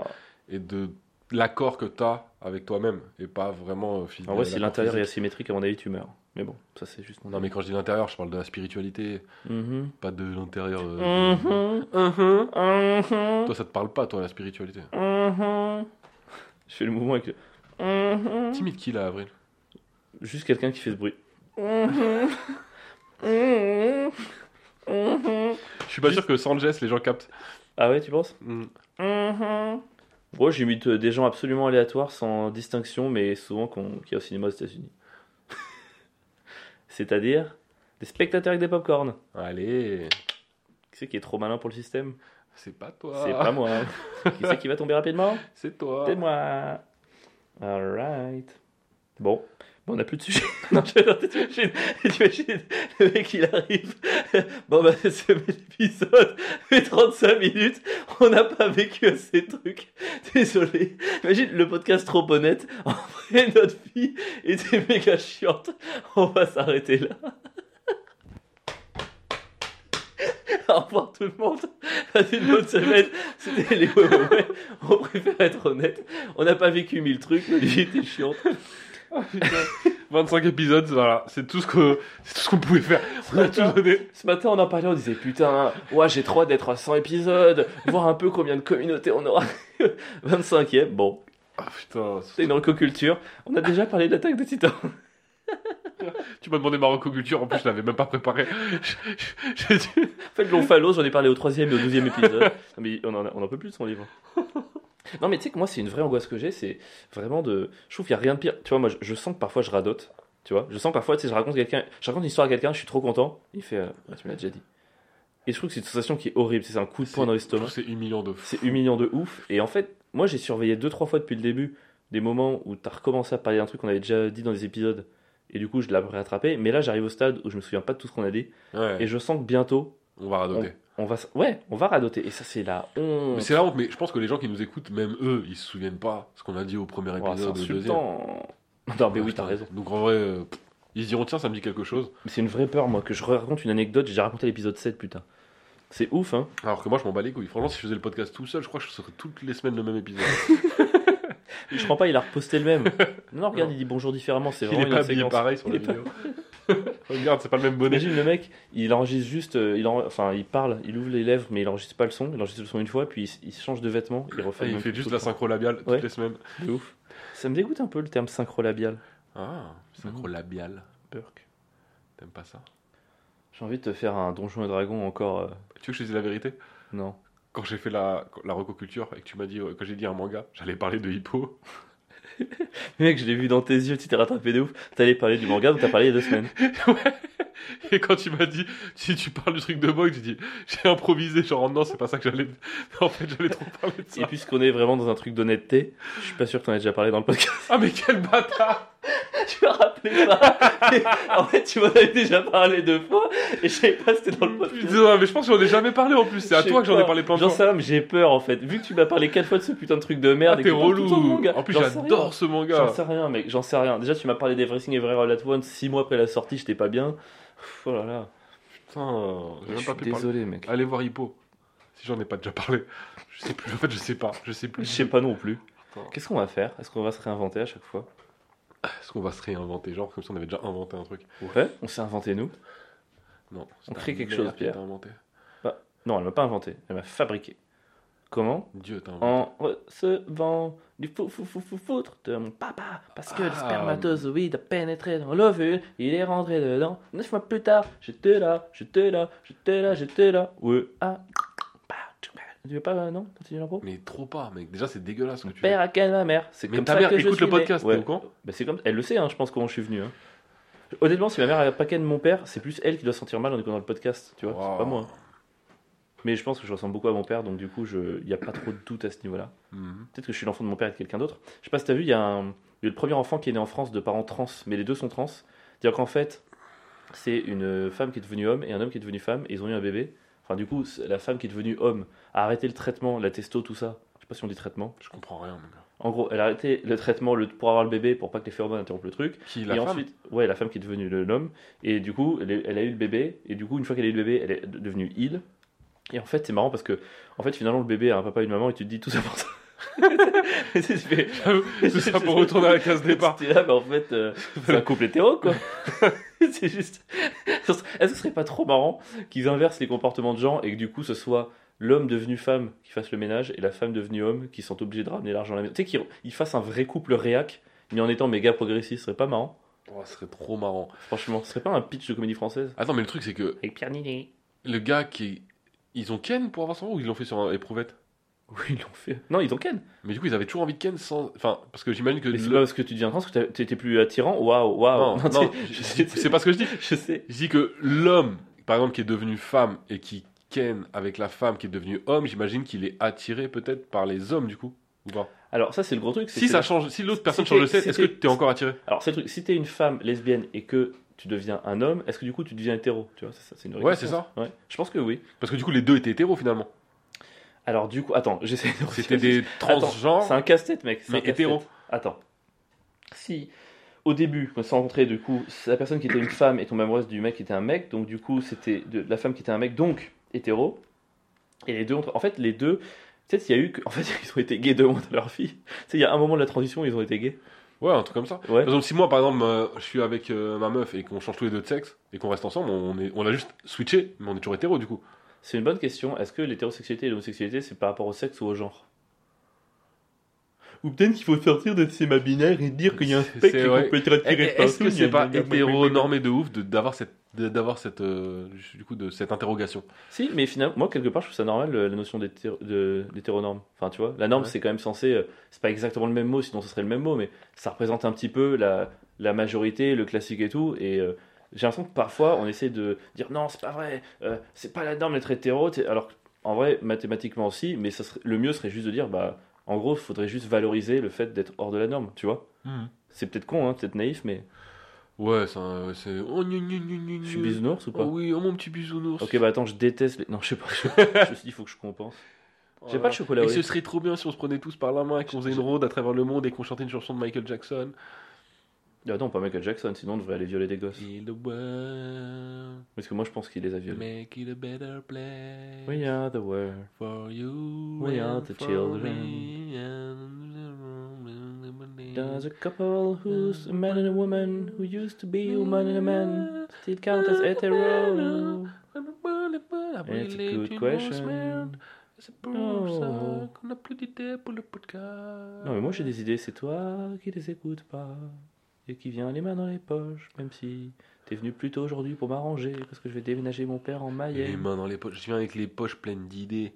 [SPEAKER 2] et de l'accord que tu as avec toi-même et pas vraiment euh, physique.
[SPEAKER 1] En vrai, si
[SPEAKER 2] l'accord
[SPEAKER 1] l'intérieur est
[SPEAKER 2] physique.
[SPEAKER 1] asymétrique, à mon avis, tu meurs. Mais bon, ça c'est juste mon
[SPEAKER 2] Non, mais quand je dis l'intérieur, je parle de la spiritualité,
[SPEAKER 1] Mhm.
[SPEAKER 2] pas de l'intérieur. euh, de-
[SPEAKER 1] Mhm.
[SPEAKER 2] Mhm.
[SPEAKER 1] Mhm.
[SPEAKER 2] Toi, ça te parle pas, toi, la spiritualité.
[SPEAKER 1] Mhm. Je fais le mouvement avec le. Mhm.
[SPEAKER 2] Timide qui, là, Avril
[SPEAKER 1] Juste quelqu'un qui fait ce bruit. Mhm. Mhm. Mhm.
[SPEAKER 2] Je suis pas sûr que sans le geste, les gens captent.
[SPEAKER 1] Ah ouais, tu penses
[SPEAKER 2] Mm.
[SPEAKER 1] Mhm. Moi, j'imite euh, des gens absolument aléatoires, sans distinction, mais souvent qu'on- qu'il y a au cinéma aux États-Unis. C'est-à-dire des spectateurs avec des popcorns.
[SPEAKER 2] Allez,
[SPEAKER 1] Qui c'est qui est trop malin pour le système
[SPEAKER 2] c'est pas toi.
[SPEAKER 1] C'est pas moi. hein. qui c'est qui va tomber rapidement
[SPEAKER 2] C'est toi.
[SPEAKER 1] C'est moi. Alright. Bon. Bon, on n'a plus de sujet. non, je non, t'imagines, t'imagines, le mec il arrive. Bon, bah, c'est l'épisode. fait 35 minutes. On n'a pas vécu assez de trucs. Désolé. Imagine le podcast trop honnête. En vrai, notre vie était méga chiante. On va s'arrêter là. Au revoir tout le monde. Passez une bonne semaine. C'était les ouais, ouais, ouais. On préfère être honnête. On n'a pas vécu mille trucs. Notre vie était chiante.
[SPEAKER 2] Ah, putain. 25 épisodes, voilà, c'est tout ce que c'est tout ce qu'on pouvait faire. On a tout donné.
[SPEAKER 1] Ce matin, on en parlait, on disait putain, ouais, j'ai trop hâte d'être à 100 épisodes, voir un peu combien de communautés on aura. 25e, bon,
[SPEAKER 2] Ah putain,
[SPEAKER 1] c'est une recoculture. On a déjà parlé de l'attaque des titans.
[SPEAKER 2] Tu m'as demandé Marocco Culture, en plus je l'avais même pas préparé. J'ai dit-
[SPEAKER 1] En fait, l'onphalos, j'en ai parlé au 3e et au 12e épisode. Non, mais on en, a- on en peut plus de son livre. Non, mais tu sais que moi, c'est une vraie angoisse que j'ai, c'est vraiment de. Je trouve qu'il n'y a rien de pire. Tu vois, moi, je, je sens que parfois je radote. Tu vois, je sens que parfois, tu sais, je raconte, quelqu'un- je raconte une histoire à quelqu'un, je suis trop content. Il fait, euh, Ouais, tu me l'as déjà dit. Et je trouve que c'est une sensation qui est horrible, c'est un coup de poing dans
[SPEAKER 2] Je trouve
[SPEAKER 1] l'estomac.
[SPEAKER 2] que C'est humiliant de fou.
[SPEAKER 1] C'est humiliant de ouf. Et en fait, moi j'ai surveillé deux trois fois depuis le début des moments où t'as recommencé à parler d'un truc qu'on avait déjà dit dans des épisodes. Et du coup, je l'ai rattrapé. Mais là, j'arrive au stade où je me souviens pas de tout ce qu'on a dit.
[SPEAKER 2] Ouais,
[SPEAKER 1] Et je sens que bientôt,
[SPEAKER 2] on va radoter.
[SPEAKER 1] on va, s- ouais, on va radoter. Et ça, c'est la
[SPEAKER 2] Mais
[SPEAKER 1] honte.
[SPEAKER 2] c'est la honte, mais je pense que les gens qui nous écoutent, même eux, ils se souviennent pas ce qu'on a dit au premier
[SPEAKER 1] Oh, C'est
[SPEAKER 2] épisode, au deuxième. Ah,
[SPEAKER 1] insultant. Non, mais oui, t'as raison.
[SPEAKER 2] Donc en vrai, euh, pff, ils se diront tiens, ça me dit quelque chose.
[SPEAKER 1] Mais C'est une vraie peur, moi, que je raconte une anecdote. J'ai raconté l'épisode 7, putain. C'est ouf, hein.
[SPEAKER 2] Alors que moi, je m'en bats les couilles. Franchement, si je faisais le podcast tout seul, je crois que je serais toutes les semaines le même épisode.
[SPEAKER 1] Je crois pas, il a reposté le même. Non, non, regarde, il dit bonjour différemment. C'est
[SPEAKER 2] il
[SPEAKER 1] vraiment
[SPEAKER 2] est
[SPEAKER 1] une
[SPEAKER 2] pas
[SPEAKER 1] autre
[SPEAKER 2] habillé
[SPEAKER 1] séquence.
[SPEAKER 2] pareil sur
[SPEAKER 1] Il
[SPEAKER 2] la
[SPEAKER 1] est pas-
[SPEAKER 2] vidéo. Regarde, c'est pas le même bonnet.
[SPEAKER 1] Imagine le mec, il enregistre juste, euh, il en- enfin il parle, il ouvre les lèvres, mais il enregistre pas le son, il enregistre le son une fois, puis il s- il, change de vêtements, il refait.
[SPEAKER 2] Ah,
[SPEAKER 1] le
[SPEAKER 2] il
[SPEAKER 1] même
[SPEAKER 2] fait
[SPEAKER 1] truc
[SPEAKER 2] juste
[SPEAKER 1] tout le
[SPEAKER 2] la synchro labiale
[SPEAKER 1] Ouais.
[SPEAKER 2] toutes les semaines.
[SPEAKER 1] temps. De ouf. Ça me dégoûte un peu le terme synchro labial.
[SPEAKER 2] Ah, synchro labiale.
[SPEAKER 1] Burk.
[SPEAKER 2] T'aimes pas ça
[SPEAKER 1] J'ai envie de te faire un donjon et dragon encore. euh,
[SPEAKER 2] Tu veux que je te dise la vérité
[SPEAKER 1] Non.
[SPEAKER 2] Quand j'ai fait la, la recoculture et que tu m'as dit, euh, quand j'ai dit un manga, j'allais parler de Hippo.
[SPEAKER 1] Mec, je l'ai vu dans tes yeux, tu t'es rattrapé de ouf. T'allais parler du manga dont t'as parlé il y a deux semaines.
[SPEAKER 2] Et quand tu m'as dit, si tu parles du truc de Vogue, tu dis, j'ai improvisé, genre non, c'est pas ça que j'allais. En fait, j'allais trop parler de ça.
[SPEAKER 1] Et puisqu'on est vraiment dans un truc d'honnêteté, je suis pas sûr que t'en aies déjà parlé dans le podcast.
[SPEAKER 2] Ah, mais quel bâtard
[SPEAKER 1] tu m'as rappelé ça. Mais en fait, tu m'en avais déjà parlé deux fois et je savais pas si c'était dans le podcast.
[SPEAKER 2] Putain, mais je pense qu'on ai jamais parlé en plus. C'est à
[SPEAKER 1] Je sais
[SPEAKER 2] toi que j'en ai
[SPEAKER 1] pas.
[SPEAKER 2] parlé plein de
[SPEAKER 1] J'en
[SPEAKER 2] fois.
[SPEAKER 1] sais rien, mais j'ai peur en fait. Vu que tu m'as parlé quatre fois de ce putain de truc de
[SPEAKER 2] Ah,
[SPEAKER 1] merde. et
[SPEAKER 2] t'es
[SPEAKER 1] que tu parles tout le temps de
[SPEAKER 2] relou.
[SPEAKER 1] manga,
[SPEAKER 2] En plus,
[SPEAKER 1] j'en sais rien.
[SPEAKER 2] j'adore ce
[SPEAKER 1] J'en
[SPEAKER 2] manga.
[SPEAKER 1] sais rien, mec, j'en sais rien. Déjà, tu m'as parlé d'Everything Every All At Once 6 mois après la sortie, j'étais pas bien. Pff, Oh là là.
[SPEAKER 2] Putain, j'ai
[SPEAKER 1] Je
[SPEAKER 2] même
[SPEAKER 1] suis
[SPEAKER 2] pas pu parler. Ah,
[SPEAKER 1] désolé, mec.
[SPEAKER 2] Allez voir Hippo. Si j'en ai pas déjà parlé. Je sais plus. En fait, je sais pas. Je sais
[SPEAKER 1] Je
[SPEAKER 2] plus.
[SPEAKER 1] sais pas non plus.
[SPEAKER 2] Attends.
[SPEAKER 1] Qu'est-ce qu'on va faire Est-ce qu'on va se réinventer à chaque fois
[SPEAKER 2] Est-ce qu'on va se réinventer Genre, comme si on avait déjà inventé un truc.
[SPEAKER 1] Ouais, on s'est inventé nous.
[SPEAKER 2] Non. c'est
[SPEAKER 1] On
[SPEAKER 2] ta
[SPEAKER 1] crée quelque
[SPEAKER 2] mère
[SPEAKER 1] chose,
[SPEAKER 2] qui
[SPEAKER 1] Pierre.
[SPEAKER 2] t'a inventé.
[SPEAKER 1] Non, elle m'a pas inventé, elle m'a fabriqué. Comment
[SPEAKER 2] Dieu t'a inventé.
[SPEAKER 1] En recevant du fou fou fou fou foutre de mon papa, parce que le
[SPEAKER 2] Ah.
[SPEAKER 1] spermatozoïde a pénétré dans l'ovule, il est rentré dedans. Neuf mois plus tard, j'étais là, j'étais là, j'étais là, j'étais là. Ouais, ah. Bah, tu- bah, Tu veux pas, euh, non Continuer l'impro
[SPEAKER 2] Mais trop pas, mec. Déjà, c'est dégueulasse ce que tu fais.
[SPEAKER 1] Père à quelle ma mère C'est
[SPEAKER 2] Mais
[SPEAKER 1] comme
[SPEAKER 2] ta
[SPEAKER 1] ça
[SPEAKER 2] mère
[SPEAKER 1] que je
[SPEAKER 2] écoute
[SPEAKER 1] suis
[SPEAKER 2] le
[SPEAKER 1] né.
[SPEAKER 2] podcast,
[SPEAKER 1] Ouais.
[SPEAKER 2] t'es au courant
[SPEAKER 1] Bah, c'est comme... Elle le sait, hein, je pense, comment je suis venu. hein. Honnêtement, si ma mère a pas ken mon père, c'est plus elle qui doit se sentir mal en écoutant le podcast, tu vois,
[SPEAKER 2] Wow.
[SPEAKER 1] c'est pas moi. hein. Mais je pense que je ressemble beaucoup à mon père, donc du coup, il n'y a pas trop de doute à ce niveau-là.
[SPEAKER 2] Mhm.
[SPEAKER 1] Peut-être que je suis l'enfant de mon père et de quelqu'un d'autre. Je sais pas si t'as vu, il y a un- il y a le premier enfant qui est né en France de parents trans, mais les deux sont trans. C'est-à-dire qu'en fait, c'est une femme qui est devenue homme et un homme qui est devenu femme, et ils ont eu un bébé. Enfin, du coup, c'est- la femme qui est devenue homme a arrêté le traitement, la testo, tout ça. Je sais pas si on dit traitement.
[SPEAKER 2] Je comprends rien, mon gars.
[SPEAKER 1] En gros, elle a arrêté le traitement le- pour avoir le bébé, pour pas que les phéromones interrompent le truc.
[SPEAKER 2] Qui la
[SPEAKER 1] et
[SPEAKER 2] femme
[SPEAKER 1] ensuite, ouais, la femme qui est devenue le- l'homme. Et du coup, elle, est- elle a eu le bébé. Et du coup, une fois qu'elle a eu le bébé, elle est de- devenue il. Et en fait, c'est marrant parce que, en fait, finalement, le bébé a un papa et une maman, et tu te dis tout ça pour ça. Et tu fais-
[SPEAKER 2] Tout ça pour retourner à la case départ.
[SPEAKER 1] T'es là, mais en fait, euh, c'est un couple hétéro, quoi. c'est juste. Est-ce que ce serait pas trop marrant qu'ils inversent les comportements de gens et que du coup, ce soit l'homme devenu femme qui fasse le ménage et la femme devenue homme qui sont obligés de ramener l'argent à la maison Tu sais qu'ils ils fassent un vrai couple réac, mais en étant méga progressiste, ce serait pas marrant.
[SPEAKER 2] Oh, ce serait trop marrant.
[SPEAKER 1] Franchement, ce serait pas un pitch de comédie française
[SPEAKER 2] Attends, mais le truc, c'est que
[SPEAKER 1] Avec Pierre Ninet.
[SPEAKER 2] le gars qui. Ils ont Ken pour avoir son rôle ou ils l'ont fait sur un éprouvette
[SPEAKER 1] Oui, ils l'ont fait. Non, ils ont Ken.
[SPEAKER 2] Mais du coup, ils avaient toujours envie de Ken sans. Enfin, parce que j'imagine que.
[SPEAKER 1] Mais c'est
[SPEAKER 2] le-
[SPEAKER 1] pas parce que tu deviens trans que t'as- t'étais plus attirant. Waouh, waouh.
[SPEAKER 2] Non, non,
[SPEAKER 1] tu-
[SPEAKER 2] je- je- c'est pas ce que je dis.
[SPEAKER 1] Je sais.
[SPEAKER 2] Je dis que l'homme, par exemple, qui est devenu femme et qui ken avec la femme qui est devenue homme, j'imagine qu'il est attiré peut-être par les hommes du coup. Ou pas
[SPEAKER 1] Alors, ça, c'est le gros truc. c'est
[SPEAKER 2] Si
[SPEAKER 1] que
[SPEAKER 2] ça change, si l'autre personne
[SPEAKER 1] c'était-
[SPEAKER 2] change de sexe, est-ce que
[SPEAKER 1] c'était-
[SPEAKER 2] t'es encore attiré
[SPEAKER 1] Alors, c'est le truc, si t'es une femme lesbienne et que tu deviens un homme, est-ce que du coup tu deviens hétéro Tu vois, c'est ça, c'est une vraie
[SPEAKER 2] Ouais,
[SPEAKER 1] question,
[SPEAKER 2] c'est ça.
[SPEAKER 1] Ouais. Je pense que oui.
[SPEAKER 2] Parce que du coup, les deux étaient hétéros finalement.
[SPEAKER 1] Alors, du coup, attends, j'essaie de
[SPEAKER 2] C'était des transgenres,
[SPEAKER 1] C'est un casse-tête, mec. c'est
[SPEAKER 2] mais
[SPEAKER 1] un casse-tête.
[SPEAKER 2] hétéros.
[SPEAKER 1] Attends. Si au début, quand ils se sont rencontrés, du coup, c'est la personne qui était une femme est tombée amoureuse du mec qui était un mec, donc du coup, c'était de la femme qui était un mec, donc hétéro. Et les deux, ont- en fait, les deux, peut-être il y a eu, que- en fait, ils ont été gays deux mois de leur vie. Tu sais, il y a un moment de la transition, ils ont été gays.
[SPEAKER 2] Ouais, un truc comme ça.
[SPEAKER 1] Ouais.
[SPEAKER 2] Par exemple, si moi, par exemple, euh, je suis avec euh, ma meuf et qu'on change tous les deux de sexe et qu'on reste ensemble, on, est, on a juste switché, mais on est toujours hétéro du coup.
[SPEAKER 1] C'est une bonne question. Est-ce que l'hétérosexualité et l'homosexualité, c'est par rapport au sexe ou au genre Ou peut-être qu'il faut sortir de ces ma binaire et dire qu'il y a un
[SPEAKER 2] C'est-
[SPEAKER 1] spectre
[SPEAKER 2] c'est
[SPEAKER 1] et qu'on
[SPEAKER 2] vrai. Eh,
[SPEAKER 1] peut être attiré de
[SPEAKER 2] Est-ce
[SPEAKER 1] partout,
[SPEAKER 2] que
[SPEAKER 1] il y a
[SPEAKER 2] c'est pas
[SPEAKER 1] des-
[SPEAKER 2] hétéro normé de ouf de- d'avoir cette, de- d'avoir cette, euh, du coup, de cette interrogation
[SPEAKER 1] Si, mais finalement, moi, quelque part, je trouve ça normal, euh, la notion d'hétéro- de- d'hétéronorme. Enfin, tu vois, la norme,
[SPEAKER 2] Ouais.
[SPEAKER 1] c'est quand même censé... euh, C'est pas exactement le même mot, sinon ce serait le même mot, mais ça représente un petit peu la, la majorité, le classique et tout, et... euh, j'ai l'impression que parfois on essaie de dire non, c'est pas vrai, euh, c'est pas la norme d'être hétéro. t'es- Alors en vrai, mathématiquement aussi, mais ça serait- le mieux serait juste de dire bah en gros, Hmm. faudrait juste valoriser le fait d'être hors de la norme, tu vois. C'est peut-être con, hein, peut-être naïf, mais
[SPEAKER 2] Ouais, c'est un- c'est. Oh, gna, gna, gna, gna,
[SPEAKER 1] Je
[SPEAKER 2] gna.
[SPEAKER 1] suis bisounours ou pas
[SPEAKER 2] Oh oui, oh mon petit bisounours.
[SPEAKER 1] Ok, bah attends, je déteste les. Non, je sais pas. Je, je me suis dit, faut que je compense.
[SPEAKER 2] Oh
[SPEAKER 1] bah, J'ai
[SPEAKER 2] là
[SPEAKER 1] pas de
[SPEAKER 2] là.
[SPEAKER 1] chocolat au
[SPEAKER 2] Et ce
[SPEAKER 1] lait.
[SPEAKER 2] serait trop bien si on se prenait tous par la main et qu'on faisait une ronde à travers le monde et qu'on chantait une chanson de Michael Jackson.
[SPEAKER 1] Ah non, pas Michael Jackson, sinon je vais aller violer des gosses.
[SPEAKER 2] In the world,
[SPEAKER 1] Parce que moi, je pense qu'il les a violés.
[SPEAKER 2] make it a better place
[SPEAKER 1] We are the world.
[SPEAKER 2] for you
[SPEAKER 1] We are
[SPEAKER 2] and
[SPEAKER 1] the
[SPEAKER 2] for
[SPEAKER 1] children.
[SPEAKER 2] me and-
[SPEAKER 1] There's a couple who's a man and a woman who used to
[SPEAKER 2] Mm.
[SPEAKER 1] be a man and a man. Still count as hetero. It's a good question. Oh.
[SPEAKER 2] On n'a plus d'idées pour le podcast.
[SPEAKER 1] Non, mais moi j'ai des idées, c'est toi qui les écoutes pas et qui viens les mains dans les poches, même si t'es venu plus tôt aujourd'hui pour m'arranger parce que je vais déménager mon père en
[SPEAKER 2] Les
[SPEAKER 1] Mayenne.
[SPEAKER 2] mains dans les poches. Je viens avec les poches pleines d'idées,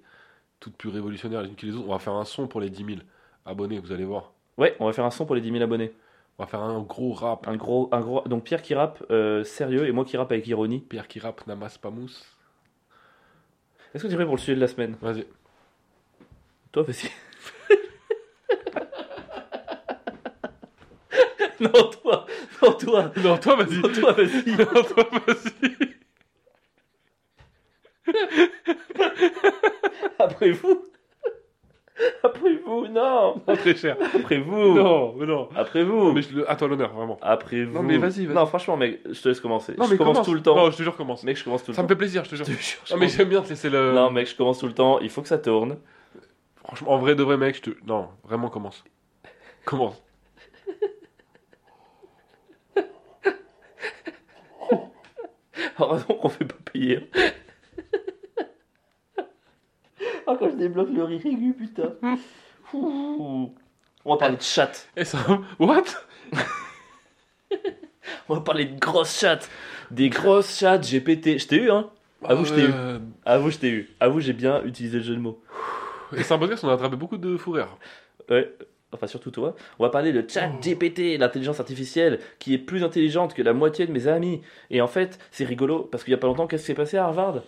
[SPEAKER 2] toutes plus révolutionnaires les unes que les autres. On va faire un son pour les 10 000 abonnés, vous allez voir.
[SPEAKER 1] Ouais, on va faire un son pour les 10 000 abonnés.
[SPEAKER 2] On va faire un gros rap.
[SPEAKER 1] Un gros, un gros. Donc Pierre qui rappe euh, sérieux et moi qui rappe avec ironie.
[SPEAKER 2] Pierre qui rappe, Namas pas mousse.
[SPEAKER 1] Est-ce que tu es prêt pour le sujet de la semaine
[SPEAKER 2] Vas-y.
[SPEAKER 1] Toi, vas-y. non, toi, non, toi,
[SPEAKER 2] Non, toi, vas-y.
[SPEAKER 1] non, toi, vas-y.
[SPEAKER 2] non, toi, vas-y.
[SPEAKER 1] Après vous. Après vous, non.
[SPEAKER 2] Non, très cher.
[SPEAKER 1] Après vous.
[SPEAKER 2] Non, mais non.
[SPEAKER 1] Après vous.
[SPEAKER 2] Mais je le... à toi l'honneur, vraiment.
[SPEAKER 1] Après vous.
[SPEAKER 2] Non, mais vas-y, vas-y.
[SPEAKER 1] Non, franchement, mec, je te laisse commencer.
[SPEAKER 2] Non,
[SPEAKER 1] je
[SPEAKER 2] mais
[SPEAKER 1] commence,
[SPEAKER 2] commence.
[SPEAKER 1] tout le temps.
[SPEAKER 2] Non, je te jure, commence.
[SPEAKER 1] Mec, je commence tout
[SPEAKER 2] Ça
[SPEAKER 1] le
[SPEAKER 2] me
[SPEAKER 1] temps.
[SPEAKER 2] fait plaisir, je te jure.
[SPEAKER 1] Je te jure, je
[SPEAKER 2] Non, mais euh,
[SPEAKER 1] commence-
[SPEAKER 2] j'aime bien te laisser le.
[SPEAKER 1] Non, mec, je commence tout le temps. Il faut que ça tourne.
[SPEAKER 2] Franchement, en vrai de vrai, mec, je te. Non, vraiment, commence. Commence.
[SPEAKER 1] Heureusement qu'on fait pas payer. Ah, quand je débloque le rire aigu, putain. Ouh. On va parler de chatte.
[SPEAKER 2] Et ça. What
[SPEAKER 1] On va parler de grosses chattes. Des grosses chattes GPT. Je t'ai eu, hein Avoue, je t'ai eu.
[SPEAKER 2] Euh,
[SPEAKER 1] Avoue, je t'ai eu. Avoue, j'ai bien utilisé le jeu de mots.
[SPEAKER 2] Et c'est un podcast, on a attrapé beaucoup de fourrures.
[SPEAKER 1] Ouais. Enfin, surtout toi. On va parler de chat GPT, l'intelligence artificielle, qui est plus intelligente que la moitié de mes amis. Et en fait, c'est rigolo, parce qu'il n'y a pas longtemps, qu'est-ce qui s'est passé à Harvard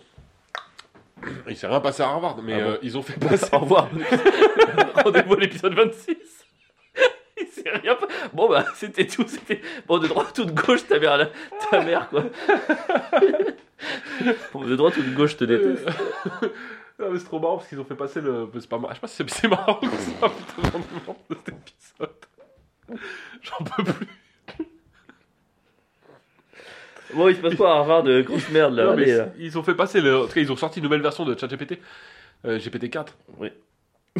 [SPEAKER 2] Il s'est rien passé à Harvard, mais
[SPEAKER 1] Ah bon
[SPEAKER 2] euh, ils ont fait passer.
[SPEAKER 1] Au revoir. Rendez-vous à l'épisode 26. Il s'est rien pas- Bon, bah, c'était tout. C'était... Bon, de droite ou de gauche, ta mère, la- ta mère quoi. bon, de droite ou de gauche, je te déteste.
[SPEAKER 2] non, mais c'est trop marrant parce qu'ils ont fait passer le. C'est pas marrant. Je sais pas si c'est- c'est marrant ou ça, putain, vraiment, de cet épisode. J'en peux plus.
[SPEAKER 1] Bon, il se passe quoi à Harvard de grosse merde là,
[SPEAKER 2] Non, mais
[SPEAKER 1] allez, euh. là.
[SPEAKER 2] c'est- ils ont fait passer le. En tout cas, ils ont sorti une nouvelle version de ChatGPT. Euh, GPT-4.
[SPEAKER 1] Oui.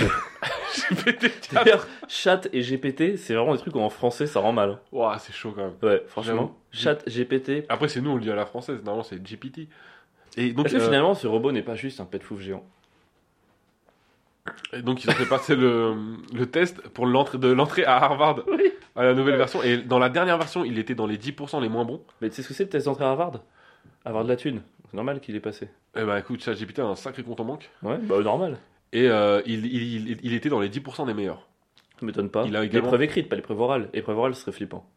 [SPEAKER 2] GPT-4.
[SPEAKER 1] D'ailleurs, chat et GPT, c'est vraiment des trucs où en français ça rend mal. hein.
[SPEAKER 2] Ouah, c'est chaud quand même.
[SPEAKER 1] Ouais, franchement.
[SPEAKER 2] J'avoue.
[SPEAKER 1] Chat GPT.
[SPEAKER 2] Après, c'est nous, on le dit à la française. Normalement, c'est GPT. Et donc,
[SPEAKER 1] Est-ce que
[SPEAKER 2] euh,
[SPEAKER 1] finalement ce robot n'est pas juste un pet fouf géant
[SPEAKER 2] Et donc ils ont fait passer le, le test pour l'entrée de l'entrée à Harvard
[SPEAKER 1] Oui.
[SPEAKER 2] à la nouvelle version et dans la dernière version il était dans les 10% les moins bons.
[SPEAKER 1] Mais tu sais ce que c'est le test d'entrée à Harvard Avoir de la thune. C'est normal qu'il ait passé.
[SPEAKER 2] Eh ben écoute, ChatGPT a un sacré compte en banque
[SPEAKER 1] Ouais, bah normal.
[SPEAKER 2] et euh, il, il, il- il était dans les 10% des meilleurs.
[SPEAKER 1] Ça m'étonne pas.
[SPEAKER 2] Il a également-
[SPEAKER 1] L'épreuve écrite, pas l'épreuve orale. L'épreuve orale ce serait flippant.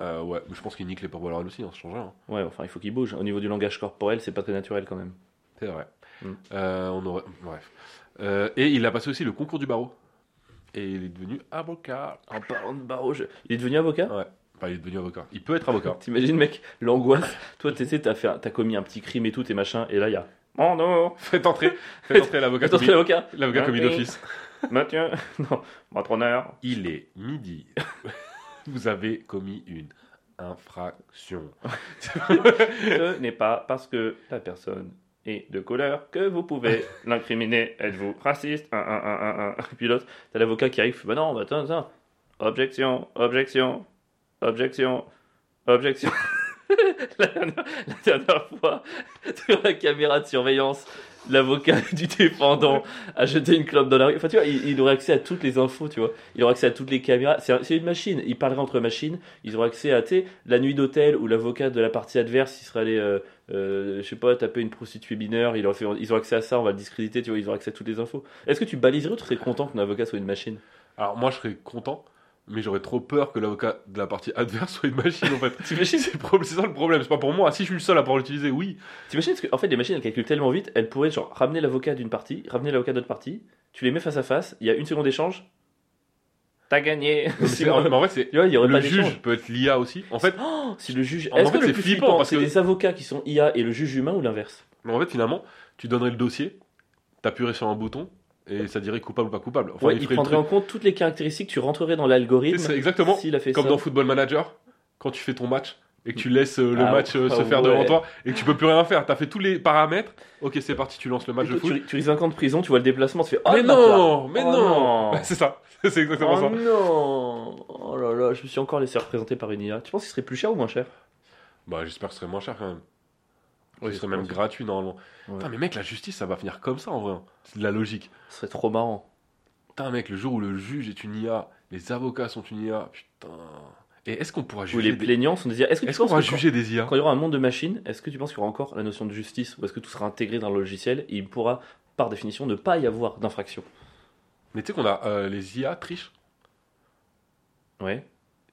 [SPEAKER 2] Euh, ouais, mais je pense qu'il nique les parboilles aussi, hein, ça change rien. hein.
[SPEAKER 1] Ouais, enfin il faut qu'il bouge. Au niveau du langage corporel, c'est pas très naturel quand même.
[SPEAKER 2] C'est vrai.
[SPEAKER 1] Mm.
[SPEAKER 2] Euh, on aurait, bref. Euh, et il a passé aussi le concours du barreau et il est devenu avocat.
[SPEAKER 1] En parlant de barreau, je- il est devenu avocat
[SPEAKER 2] Ouais, enfin il est devenu avocat. Il peut être Ah, avocat.
[SPEAKER 1] T'imagines, mec, l'angoisse. Toi, tu sais, t'as, fait un- t'as commis un petit crime et tout, et machin, et là, il y a. Oh non
[SPEAKER 2] Faites entrer, faites entrer l'avocat.
[SPEAKER 1] Attends,
[SPEAKER 2] commis-
[SPEAKER 1] c'est l'avocat
[SPEAKER 2] L'avocat commis
[SPEAKER 1] Oui.
[SPEAKER 2] d'office.
[SPEAKER 1] Mathieu Non, votre honneur.
[SPEAKER 2] Il est midi. Vous avez commis une infraction.
[SPEAKER 1] Ce n'est pas parce que la personne est de couleur que vous pouvez l'incriminer. Êtes-vous raciste un, un, un, un, un. Et puis l'autre, t'as l'avocat qui arrive, fait, bah non, bah attends, attends. Objection, objection, objection, objection. la, dernière, la dernière fois, sur la caméra de surveillance, l'avocat du défendant a jeté une clope dans la rue. Enfin, tu vois, il, il aurait accès à toutes les infos, tu vois. Il aurait accès à toutes les caméras. C'est un- c'est une machine. Il parlerait entre machines. Ils auraient accès à, tu sais, la nuit d'hôtel où l'avocat de la partie adverse, il serait allé, euh, euh, je sais pas, taper une prostituée mineure. Il aurait fait, ils auraient accès à ça, on va le discréditer, tu vois. Ils auraient accès à toutes les infos. Est-ce que tu baliserais ou tu serais content qu'un avocat soit une machine
[SPEAKER 2] Alors moi je serais content, mais j'aurais trop peur que l'avocat de la partie adverse soit une machine en fait.
[SPEAKER 1] T'imagines
[SPEAKER 2] C'est pro- c'est ça le problème, c'est pas pour moi. Si je suis le seul à pouvoir l'utiliser, oui.
[SPEAKER 1] T'imagines parce que, en fait, les machines, elles calculent tellement vite, elles pourraient, genre, ramener l'avocat d'une partie, ramener l'avocat d'autre partie. Tu les mets face à face, il y a une seconde d'échange. T'as gagné.
[SPEAKER 2] Mais c'est-
[SPEAKER 1] Si,
[SPEAKER 2] mais en vrai, c'est.
[SPEAKER 1] tu vois, il y aurait
[SPEAKER 2] Le
[SPEAKER 1] pas
[SPEAKER 2] juge
[SPEAKER 1] d'échange.
[SPEAKER 2] peut être l'IA aussi. En fait,
[SPEAKER 1] Oh, si le juge.
[SPEAKER 2] En
[SPEAKER 1] Est-ce
[SPEAKER 2] fait,
[SPEAKER 1] que le
[SPEAKER 2] c'est
[SPEAKER 1] plus
[SPEAKER 2] flippant,
[SPEAKER 1] flippant,
[SPEAKER 2] parce
[SPEAKER 1] c'est
[SPEAKER 2] que-
[SPEAKER 1] des avocats qui sont IA et le juge humain ou l'inverse
[SPEAKER 2] en fait, finalement, tu donnerais le dossier, t'appuierais sur un bouton et ça dirait coupable ou pas coupable. Enfin,
[SPEAKER 1] Ouais,
[SPEAKER 2] il
[SPEAKER 1] il
[SPEAKER 2] ferait le
[SPEAKER 1] prendrait en
[SPEAKER 2] truc.
[SPEAKER 1] compte toutes les caractéristiques, tu rentrerais dans
[SPEAKER 2] Tu sais, c'est
[SPEAKER 1] l'algorithme.
[SPEAKER 2] exactement
[SPEAKER 1] S'il a fait
[SPEAKER 2] comme
[SPEAKER 1] ça.
[SPEAKER 2] dans Football Manager, quand tu fais ton match et que tu laisses euh, le
[SPEAKER 1] Ah,
[SPEAKER 2] match euh, se
[SPEAKER 1] ah,
[SPEAKER 2] faire devant
[SPEAKER 1] ouais.
[SPEAKER 2] toi et que tu peux plus rien faire. T'as fait tous les paramètres. Ok, c'est parti, tu lances le match de
[SPEAKER 1] tu,
[SPEAKER 2] foot.
[SPEAKER 1] tu- tu risques 5 ans de prison, tu vois le déplacement, tu fais Oh
[SPEAKER 2] mais
[SPEAKER 1] le bâtard
[SPEAKER 2] non, mais
[SPEAKER 1] Oh
[SPEAKER 2] non.
[SPEAKER 1] non.
[SPEAKER 2] Ouais, C'est ça, c'est exactement
[SPEAKER 1] Oh
[SPEAKER 2] ça.
[SPEAKER 1] non Oh là là, je me suis encore laissé représenter par une IA. Tu penses qu'il serait plus cher ou moins cher
[SPEAKER 2] Bah, j'espère que ce serait moins cher quand même.
[SPEAKER 1] Oui,
[SPEAKER 2] ce
[SPEAKER 1] je
[SPEAKER 2] serait même
[SPEAKER 1] pense.
[SPEAKER 2] gratuit normalement.
[SPEAKER 1] Ouais.
[SPEAKER 2] Putain, mais mec, la justice, ça va finir comme ça en vrai. hein. C'est de la logique.
[SPEAKER 1] Ce serait trop marrant.
[SPEAKER 2] Putain, mec, le jour où le juge est une IA, les avocats sont une IA, putain. Et est-ce qu'on pourra
[SPEAKER 1] Ou
[SPEAKER 2] juger
[SPEAKER 1] les
[SPEAKER 2] des...
[SPEAKER 1] plaignants sont des IA. Est-ce que tu
[SPEAKER 2] Est-ce qu'on
[SPEAKER 1] penses
[SPEAKER 2] pourra
[SPEAKER 1] que quand,
[SPEAKER 2] juger des IA
[SPEAKER 1] quand il y aura un monde de machines, est-ce que tu penses qu'il y aura encore la notion de justice ou est-ce que tout sera intégré dans le logiciel et il pourra, par définition, ne pas y avoir d'infraction
[SPEAKER 2] Mais tu sais qu'on a euh, les IA trichent.
[SPEAKER 1] Ouais.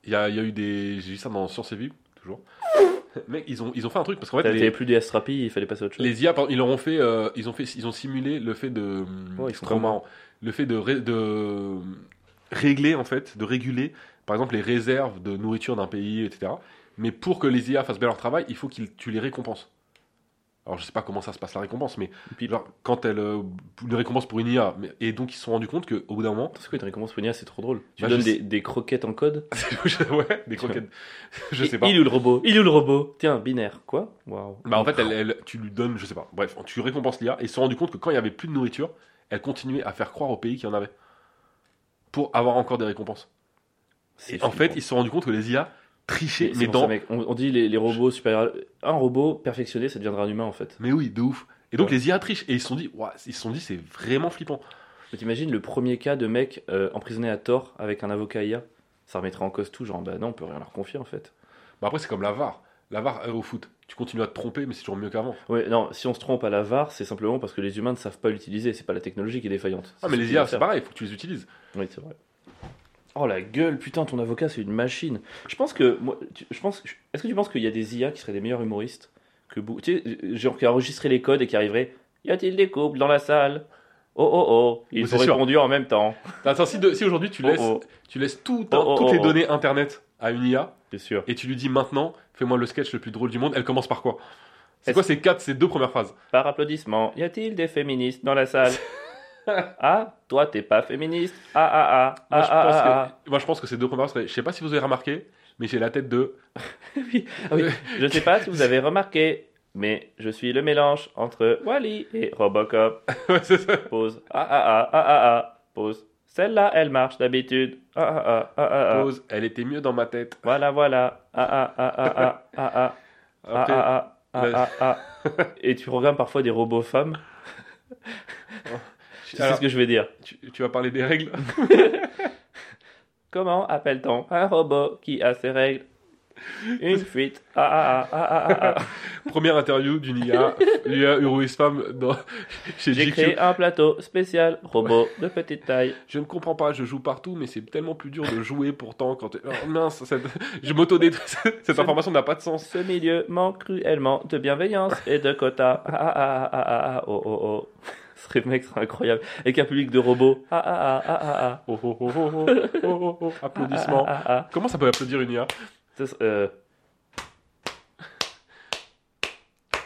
[SPEAKER 2] Il y a, il y a eu des. J'ai vu ça dans Science et Vie, toujours. mec, ils ont, ils ont fait un truc parce qu'en fait,
[SPEAKER 1] T'avais
[SPEAKER 2] les,
[SPEAKER 1] t'avais plus des strapi, il fallait passer à autre chose.
[SPEAKER 2] les IA, pardon, ils leur ont fait, euh, ils ont fait, ils ont simulé le fait de. hum,
[SPEAKER 1] Ouais, ils
[SPEAKER 2] c'est
[SPEAKER 1] sont
[SPEAKER 2] trop
[SPEAKER 1] comme-
[SPEAKER 2] marrant. Le fait de, ré- de hum, régler en fait, de réguler, par exemple les réserves de nourriture d'un pays, etc. Mais pour que les IA fassent bien leur travail, il faut que tu les récompenses. Alors je sais pas comment ça se passe la récompense, mais
[SPEAKER 1] Puis-
[SPEAKER 2] genre quand elle euh, une récompense pour une IA, mais- et donc ils se sont rendus compte qu'au bout d'un moment,
[SPEAKER 1] C'est quoi une récompense pour une IA, C'est trop drôle. Tu
[SPEAKER 2] Bah,
[SPEAKER 1] donnes
[SPEAKER 2] je sais-
[SPEAKER 1] des, des croquettes en code.
[SPEAKER 2] ouais, des croquettes, je sais pas.
[SPEAKER 1] Il ou le robot Il ou le robot Tiens, binaire. Quoi Waouh.
[SPEAKER 2] Bah en fait, elle, elle- tu lui donnes, je sais pas, bref, tu récompenses l'IA et ils se sont rendus compte que quand il y avait plus de nourriture, elle continuait à faire croire au pays qu'il y en avait pour avoir encore des récompenses.
[SPEAKER 1] C'est
[SPEAKER 2] Et en fait,
[SPEAKER 1] flippant.
[SPEAKER 2] ils se sont rendus compte que les IA trichaient,
[SPEAKER 1] C'est
[SPEAKER 2] mais,
[SPEAKER 1] pour
[SPEAKER 2] dans.
[SPEAKER 1] ça, mec. On, on dit les, les robots supérieurs. Un robot perfectionné, ça deviendra un humain en fait.
[SPEAKER 2] mais oui, de ouf. Et donc
[SPEAKER 1] Ouais.
[SPEAKER 2] les IA trichent et ils se sont dit, Ouah, ils se sont dit, c'est vraiment flippant.
[SPEAKER 1] Mais T'imagines le premier cas de mec euh, emprisonné à tort avec un avocat IA Ça remettrait en cause tout. Genre, bah non, on peut rien leur confier en fait.
[SPEAKER 2] Bah après, c'est comme la VAR. La VAR euh, au foot, tu continues à te tromper, mais c'est toujours mieux qu'avant.
[SPEAKER 1] Ouais, non, si on se trompe à la VAR, c'est simplement parce que les humains ne savent pas l'utiliser. C'est pas la technologie qui est défaillante.
[SPEAKER 2] Ah, mais
[SPEAKER 1] ce
[SPEAKER 2] les
[SPEAKER 1] qu'ils
[SPEAKER 2] IA,
[SPEAKER 1] doivent
[SPEAKER 2] c'est
[SPEAKER 1] faire.
[SPEAKER 2] pareil, il faut que tu les utilises.
[SPEAKER 1] Oui, c'est vrai. Oh la gueule, putain, ton avocat c'est une machine. Je pense que moi, tu- je pense. je- Est-ce que tu penses qu'il y a des IA qui seraient des meilleurs humoristes que Bou- tu sais, genre qui enregistraient les codes et qui arriveraient. Y a-t-il des couples dans la salle Oh oh oh,
[SPEAKER 2] Mais
[SPEAKER 1] ils
[SPEAKER 2] c'est
[SPEAKER 1] ont
[SPEAKER 2] sûr.
[SPEAKER 1] répondu en même temps.
[SPEAKER 2] Attends, si, de- si aujourd'hui tu
[SPEAKER 1] Oh,
[SPEAKER 2] laisses,
[SPEAKER 1] oh,
[SPEAKER 2] tu laisses tout-
[SPEAKER 1] Oh, oh,
[SPEAKER 2] toutes
[SPEAKER 1] oh,
[SPEAKER 2] les
[SPEAKER 1] oh.
[SPEAKER 2] données internet à une IA,
[SPEAKER 1] c'est sûr.
[SPEAKER 2] et tu lui dis maintenant, fais-moi le sketch le plus drôle du monde, elle commence par quoi C'est
[SPEAKER 1] Est-ce-
[SPEAKER 2] quoi ces quatre, ces deux premières phrases
[SPEAKER 1] Par applaudissement, y a-t-il des féministes dans la salle Ah, toi t'es pas féministe. Ah ah ah.
[SPEAKER 2] moi,
[SPEAKER 1] ah,
[SPEAKER 2] je
[SPEAKER 1] ah,
[SPEAKER 2] pense
[SPEAKER 1] ah,
[SPEAKER 2] que, moi je pense que ces deux premières phrases, je sais pas si vous avez remarqué, mais j'ai la tête de...
[SPEAKER 1] ah. Oui, Je sais pas si vous avez remarqué, mais je suis le mélange entre Wally et Robocop.
[SPEAKER 2] Ouais, c'est ça.
[SPEAKER 1] Pause. Ah ah ah ah ah ah. Pause. Celle-là, elle marche d'habitude. Ah ah ah ah ah. ah.
[SPEAKER 2] Pause. Elle était mieux dans ma tête.
[SPEAKER 1] Voilà voilà. Ah ah ah ah ah ah ah ah
[SPEAKER 2] Après,
[SPEAKER 1] ah ah
[SPEAKER 2] le-
[SPEAKER 1] ah ah ah. Et tu programmes parfois des robots femmes.
[SPEAKER 2] tu,
[SPEAKER 1] Tu sais
[SPEAKER 2] alors,
[SPEAKER 1] ce que je veux dire.
[SPEAKER 2] tu- tu vas parler des règles
[SPEAKER 1] Comment appelle-t-on un robot qui a ses règles Une fuite. Ah ah ah ah ah ah. ah.
[SPEAKER 2] Première interview d'une IA, l'IA Euroïs Femme dans, chez
[SPEAKER 1] J'ai
[SPEAKER 2] GQ.
[SPEAKER 1] créé un plateau spécial robot de petite taille.
[SPEAKER 2] Je ne comprends pas, je joue partout, mais c'est tellement plus dur de jouer pourtant quand... t'es- Oh, mince, cette- je m'autodétruis. Cette information n'a pas de sens.
[SPEAKER 1] Ce milieu manque cruellement de bienveillance et de quotas. Ah ah ah ah ah ah oh oh oh. Ce serait- mec serait incroyable. Avec un public de robots. Ah ah ah ah ah ah.
[SPEAKER 2] Oh, oh, oh, oh, oh, oh, oh, oh. Applaudissements.
[SPEAKER 1] Ah, ah, ah, ah.
[SPEAKER 2] Comment ça peut applaudir une IA
[SPEAKER 1] Ça serait- euh.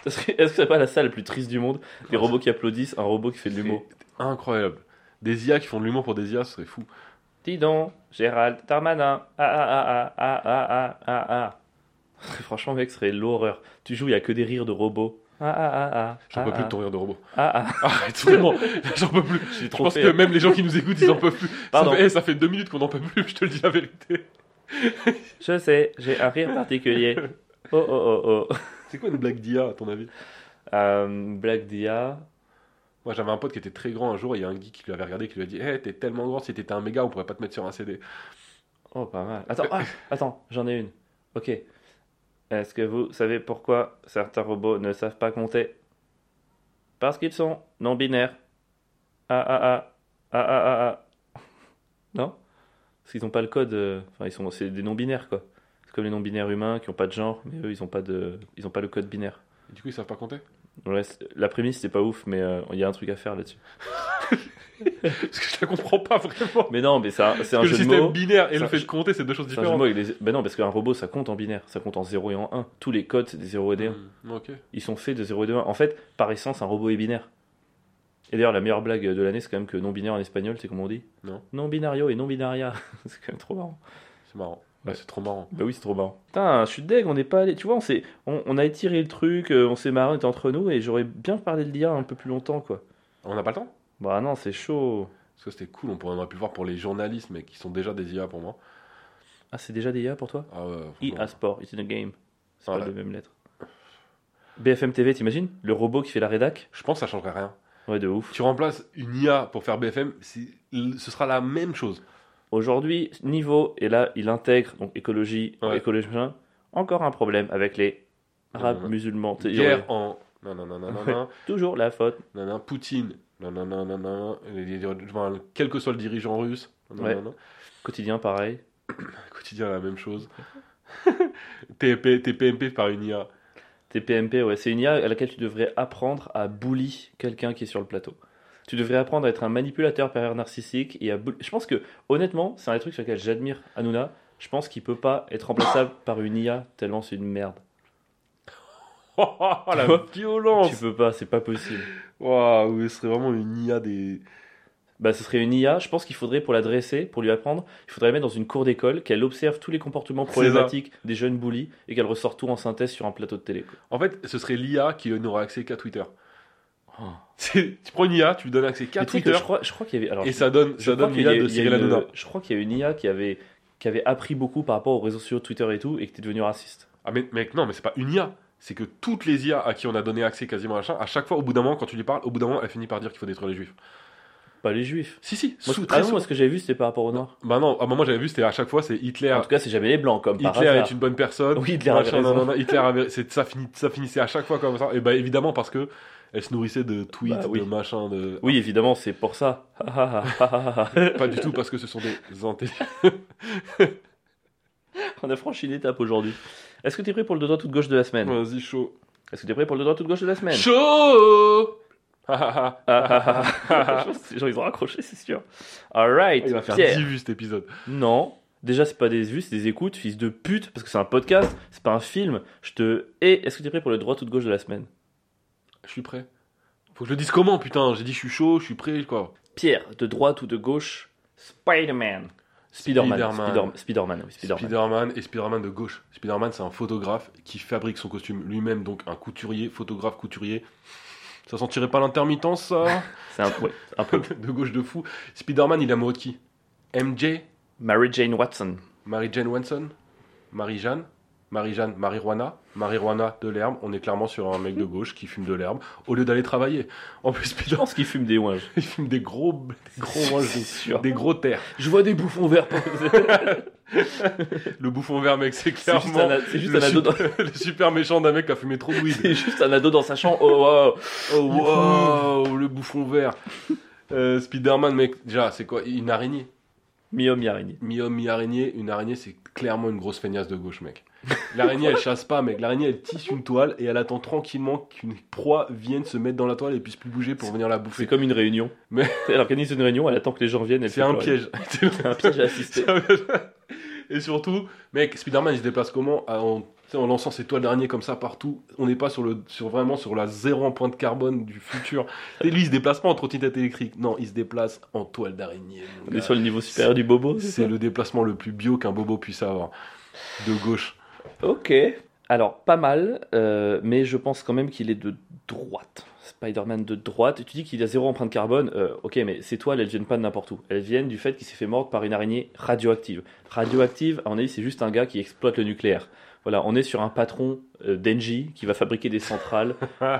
[SPEAKER 1] Ça serait- Est-ce que c'est pas la salle la plus triste du monde Des robots qui applaudissent, un robot qui fait de l'humour.
[SPEAKER 2] Incroyable. Des IA qui font de l'humour pour des IA, ce serait fou.
[SPEAKER 1] Dis donc, Gérald Darmanin. Ah ah ah ah ah ah ah ah ah. Franchement, mec, ce serait l'horreur. Tu joues, il y a que des rires de robots. Ah ah ah ah.
[SPEAKER 2] J'en
[SPEAKER 1] ah,
[SPEAKER 2] peux plus
[SPEAKER 1] ah.
[SPEAKER 2] de ton rire de robot.
[SPEAKER 1] Ah ah.
[SPEAKER 2] Arrête, vraiment, j'en peux plus.
[SPEAKER 1] Je suis
[SPEAKER 2] Je
[SPEAKER 1] trop
[SPEAKER 2] pense
[SPEAKER 1] fait. hein.
[SPEAKER 2] que même les gens qui nous écoutent, ils en peuvent plus. Ça
[SPEAKER 1] Pardon.
[SPEAKER 2] fait, eh, ça fait deux minutes qu'on n'en peut plus, je te le dis la vérité.
[SPEAKER 1] Je sais, j'ai un rire particulier. Oh oh oh oh.
[SPEAKER 2] C'est quoi une blague d'IA, à ton avis
[SPEAKER 1] Euh, Black Dia.
[SPEAKER 2] Moi, j'avais un pote qui était très grand un jour, et il y a un geek qui lui avait regardé, qui lui a dit Eh, t'es tellement grand, si t'étais un méga, on pourrait pas te mettre sur un CD.
[SPEAKER 1] Oh, pas mal. Attends, ah, attends, j'en ai une. Ok. Est-ce que vous savez pourquoi certains robots ne savent pas compter Parce qu'ils sont non-binaires. Ah ah ah. Ah ah ah ah. Non Parce qu'ils n'ont pas le code. euh, Enfin, ils sont, c'est des non-binaires quoi. C'est comme les non-binaires humains qui n'ont pas de genre, mais eux, ils n'ont pas, de... ils ont pas le code binaire.
[SPEAKER 2] Et du coup, ils savent pas compter
[SPEAKER 1] Ouais, c'est- la prémisse, c'est pas ouf, mais euh, il y a un truc à faire là-dessus.
[SPEAKER 2] Parce que je la comprends pas vraiment.
[SPEAKER 1] Mais non, mais ça, c'est un jeu
[SPEAKER 2] Parce que le
[SPEAKER 1] de
[SPEAKER 2] système
[SPEAKER 1] mots.
[SPEAKER 2] binaire et
[SPEAKER 1] c'est
[SPEAKER 2] le
[SPEAKER 1] un
[SPEAKER 2] fait
[SPEAKER 1] jeu-
[SPEAKER 2] de compter, c'est deux choses
[SPEAKER 1] C'est un jeu de
[SPEAKER 2] différentes.
[SPEAKER 1] mots avec les- Ben non, parce qu'un robot, ça compte en binaire. Ça compte en 0 et en 1. Tous les codes, c'est des 0 et des 1.
[SPEAKER 2] Hmm, ok.
[SPEAKER 1] Ils sont faits de 0 et de 1. En fait, par essence, un robot est binaire. Et d'ailleurs, la meilleure blague de l'année, c'est quand même que non-binaire en espagnol, c'est comment on dit
[SPEAKER 2] Non.
[SPEAKER 1] Non-binario et non-binaria. c'est quand même trop marrant.
[SPEAKER 2] C'est marrant.
[SPEAKER 1] Ouais.
[SPEAKER 2] Ouais, c'est trop marrant.
[SPEAKER 1] Bah oui, c'est trop marrant. Putain, je suis deg, on n'est pas allé. Tu vois, on, s'est- on, on a étiré le truc, euh, on s'est marré, on était entre nous, et j'aurais bien parlé de l'IA un peu plus longtemps, quoi.
[SPEAKER 2] On n'a pas le temps
[SPEAKER 1] Bah non, c'est chaud.
[SPEAKER 2] Parce que c'était cool, on pourrait- on aurait pu le voir pour les journalistes, mais qui sont déjà des IA pour moi.
[SPEAKER 1] Ah, c'est déjà des IA pour toi
[SPEAKER 2] Ah ouais,
[SPEAKER 1] IA
[SPEAKER 2] franchement.
[SPEAKER 1] Sport, it's in E a game. C'est
[SPEAKER 2] Voilà.
[SPEAKER 1] pas les mêmes lettres. BFM TV, t'imagines Le robot qui fait la rédac
[SPEAKER 2] Je pense que ça changerait rien.
[SPEAKER 1] Ouais, de ouf.
[SPEAKER 2] Tu remplaces une IA pour faire BFM, c'est- ce sera la même chose.
[SPEAKER 1] Aujourd'hui, niveau, et là, il intègre, donc écologie,
[SPEAKER 2] Ouais.
[SPEAKER 1] écologie, machin. Encore un problème avec les arabes
[SPEAKER 2] Non, non, non.
[SPEAKER 1] musulmans. T'sais, il y aurait
[SPEAKER 2] Mhm. Guerre en. Non, non, non, non, non,
[SPEAKER 1] Ouais.
[SPEAKER 2] non,
[SPEAKER 1] Toujours la faute.
[SPEAKER 2] non, non, Poutine. Non, non, non, non, non. les- les- enfin, Quel que soit le dirigeant russe. Non,
[SPEAKER 1] Ouais.
[SPEAKER 2] non, non.
[SPEAKER 1] Quotidien, pareil.
[SPEAKER 2] Quotidien, la même chose. TP, TPMP par une IA.
[SPEAKER 1] TPMP, ouais, c'est une IA à laquelle tu devrais apprendre à bully quelqu'un qui est sur le plateau. Tu devrais apprendre à être un manipulateur pervers narcissique et à bull- Je pense que, honnêtement, c'est un des trucs sur lequel j'admire Hanouna. Je pense qu'il peut pas être remplaçable par une IA tellement c'est une merde.
[SPEAKER 2] Oh, oh, oh, la
[SPEAKER 1] Tu vois
[SPEAKER 2] violence
[SPEAKER 1] Tu peux pas, c'est pas possible.
[SPEAKER 2] Waouh, oui, ce serait vraiment une IA des.
[SPEAKER 1] Bah, ce serait une IA. Je pense qu'il faudrait, pour la dresser, pour lui apprendre, il faudrait la mettre dans une cour d'école, qu'elle observe tous les comportements
[SPEAKER 2] C'est ça.
[SPEAKER 1] problématiques des jeunes bullies et qu'elle ressort tout en synthèse sur un plateau de télé. quoi.
[SPEAKER 2] En fait, ce serait l'IA qui n'aura accès qu'à Twitter.
[SPEAKER 1] Oh.
[SPEAKER 2] C'est- Tu prends une IA, tu lui donnes accès Ah. qu'à
[SPEAKER 1] Mais tu sais que
[SPEAKER 2] Twitter,
[SPEAKER 1] je crois, je crois qu'il y avait. Alors,
[SPEAKER 2] et ça donne,
[SPEAKER 1] Je
[SPEAKER 2] ça
[SPEAKER 1] crois
[SPEAKER 2] donne
[SPEAKER 1] qu'il y a-
[SPEAKER 2] l'IA de
[SPEAKER 1] il y a
[SPEAKER 2] Cyril
[SPEAKER 1] une-
[SPEAKER 2] Hanouna.
[SPEAKER 1] Je crois qu'il y a une IA qui avait, qui avait appris beaucoup par rapport aux réseaux sociaux, Twitter et tout, et qui était devenue raciste.
[SPEAKER 2] Ah mais mec, non, mais c'est pas une IA. C'est que toutes les IA à qui on a donné accès quasiment à chaque, à chaque fois, au bout d'un moment, quand tu lui parles, au bout d'un moment, elle finit par dire qu'il faut détruire les juifs.
[SPEAKER 1] Pas les juifs.
[SPEAKER 2] Si, si,
[SPEAKER 1] Moi,
[SPEAKER 2] sous,
[SPEAKER 1] ce-
[SPEAKER 2] très
[SPEAKER 1] ah non,
[SPEAKER 2] sous-
[SPEAKER 1] moi, ce que j'avais vu, c'était par rapport aux noirs.
[SPEAKER 2] Bah non, ah, bah, moi j'avais vu, c'était à chaque fois, c'est Hitler.
[SPEAKER 1] En tout cas, c'est jamais les blancs, comme par
[SPEAKER 2] Hitler
[SPEAKER 1] hasard.
[SPEAKER 2] est une bonne personne.
[SPEAKER 1] Oui, Hitler avait
[SPEAKER 2] Machin,
[SPEAKER 1] raison.
[SPEAKER 2] non, non, non, Hitler avait- c'est- ça, finit, ça finissait à chaque fois comme ça. Et bah évidemment, parce que elle se nourrissait de tweets,
[SPEAKER 1] Bah oui.
[SPEAKER 2] de machin, de.
[SPEAKER 1] Oui, évidemment, c'est pour ça. Ah, ah, ah, ah, ah.
[SPEAKER 2] Pas du tout, parce que ce sont des intelligents.
[SPEAKER 1] On a franchi une étape aujourd'hui. Est-ce que t'es prêt pour le deux doigts toute gauche de la semaine
[SPEAKER 2] Vas-y, chaud.
[SPEAKER 1] Est-ce que t'es prêt pour le deux doigts toute gauche de la semaine
[SPEAKER 2] Chaud Ah, ah, ah.
[SPEAKER 1] Ah, ah, ah. Je pense que les gens, ils ont raccroché, c'est sûr. Alright,
[SPEAKER 2] Il va faire 10 vues cet épisode.
[SPEAKER 1] Non. Déjà, c'est pas des vues, c'est des écoutes, fils de pute, parce que c'est un podcast, c'est pas un film. Je te. Et est-ce que t'es prêt pour le droit ou de gauche de la semaine
[SPEAKER 2] Je suis prêt. Faut que je le dise comment, putain. J'ai dit je suis chaud, je suis prêt, quoi.
[SPEAKER 1] Pierre, de droite ou de gauche Spider-Man. Spider-Man.
[SPEAKER 2] Spider-Man.
[SPEAKER 1] Spider- Spider-Man, oui, Spider-Man.
[SPEAKER 2] Spider-Man et Spider-Man de gauche. Spider-Man, c'est un photographe qui fabrique son costume lui-même, donc un couturier, photographe, couturier. Ça sentirait pas l'intermittence, ça
[SPEAKER 1] C'est un, ouais, un peu.
[SPEAKER 2] De gauche de fou. Spider-Man, il est amoureux de qui MJ
[SPEAKER 1] Mary Jane Watson.
[SPEAKER 2] Mary Jane Watson Marie-Jeanne Marie-Jeanne, marijuana, marijuana de l'herbe, on est clairement sur un mec de gauche qui fume de l'herbe au lieu d'aller travailler. En plus,
[SPEAKER 1] Je
[SPEAKER 2] Spider-Man,
[SPEAKER 1] pense qu'il fume des ouinges.
[SPEAKER 2] il fume des gros, des gros manches
[SPEAKER 1] C'est
[SPEAKER 2] de-
[SPEAKER 1] sûr.
[SPEAKER 2] des gros terres.
[SPEAKER 1] Je vois des bouffons verts.
[SPEAKER 2] Le bouffon vert, mec,
[SPEAKER 1] C'est
[SPEAKER 2] c'est
[SPEAKER 1] juste un
[SPEAKER 2] clairement
[SPEAKER 1] a- c'est juste
[SPEAKER 2] le,
[SPEAKER 1] un ado dans-
[SPEAKER 2] super, le super méchant d'un mec qui a fumé trop de weed.
[SPEAKER 1] c'est juste un ado dans sa chambre. Oh, wow.
[SPEAKER 2] Oh wow, le bouffon vert. Euh, Spider-Man, mec, déjà, c'est quoi Une araignée.
[SPEAKER 1] Mi-homme, mi-araignée.
[SPEAKER 2] Mi-homme, mi-araignée. Une araignée, c'est clairement une grosse feignasse de gauche, mec. L'araignée, elle chasse pas, mec. L'araignée, elle tisse une toile et elle attend tranquillement qu'une proie vienne se mettre dans la toile et puisse plus bouger pour venir la
[SPEAKER 1] C'est
[SPEAKER 2] bouffer.
[SPEAKER 1] comme une réunion.
[SPEAKER 2] Mais-
[SPEAKER 1] Elle organise une réunion, elle attend que les gens viennent. elle
[SPEAKER 2] C'est
[SPEAKER 1] fait
[SPEAKER 2] un
[SPEAKER 1] pleurer.
[SPEAKER 2] piège.
[SPEAKER 1] C'est un piège à assister.
[SPEAKER 2] Et surtout, mec, Spider-Man, il se déplace comment Ah, en, tu sais, en lançant ses toiles d'araignée comme ça partout. On n'est pas sur le, sur vraiment sur la zéro en point de carbone du futur. Et lui, il se déplace pas en trottinette électrique. Non, il se déplace en toile d'araignée. mon
[SPEAKER 1] On est
[SPEAKER 2] gars.
[SPEAKER 1] sur le niveau supérieur du bobo.
[SPEAKER 2] C'est le déplacement le plus bio qu'un bobo puisse avoir. De gauche.
[SPEAKER 1] Ok. Alors, pas mal, euh, mais je pense quand même qu'il est de droite. Spider-Man de droite. Tu dis qu'il a zéro empreinte carbone. euh, ok, mais ces toiles, elles viennent pas de n'importe où. Elles viennent du fait qu'il s'est fait mordre par une araignée radioactive. Radioactive, à mon avis, c'est juste un gars qui exploite le nucléaire. Voilà, on est sur un patron euh, d'Engie qui va fabriquer des centrales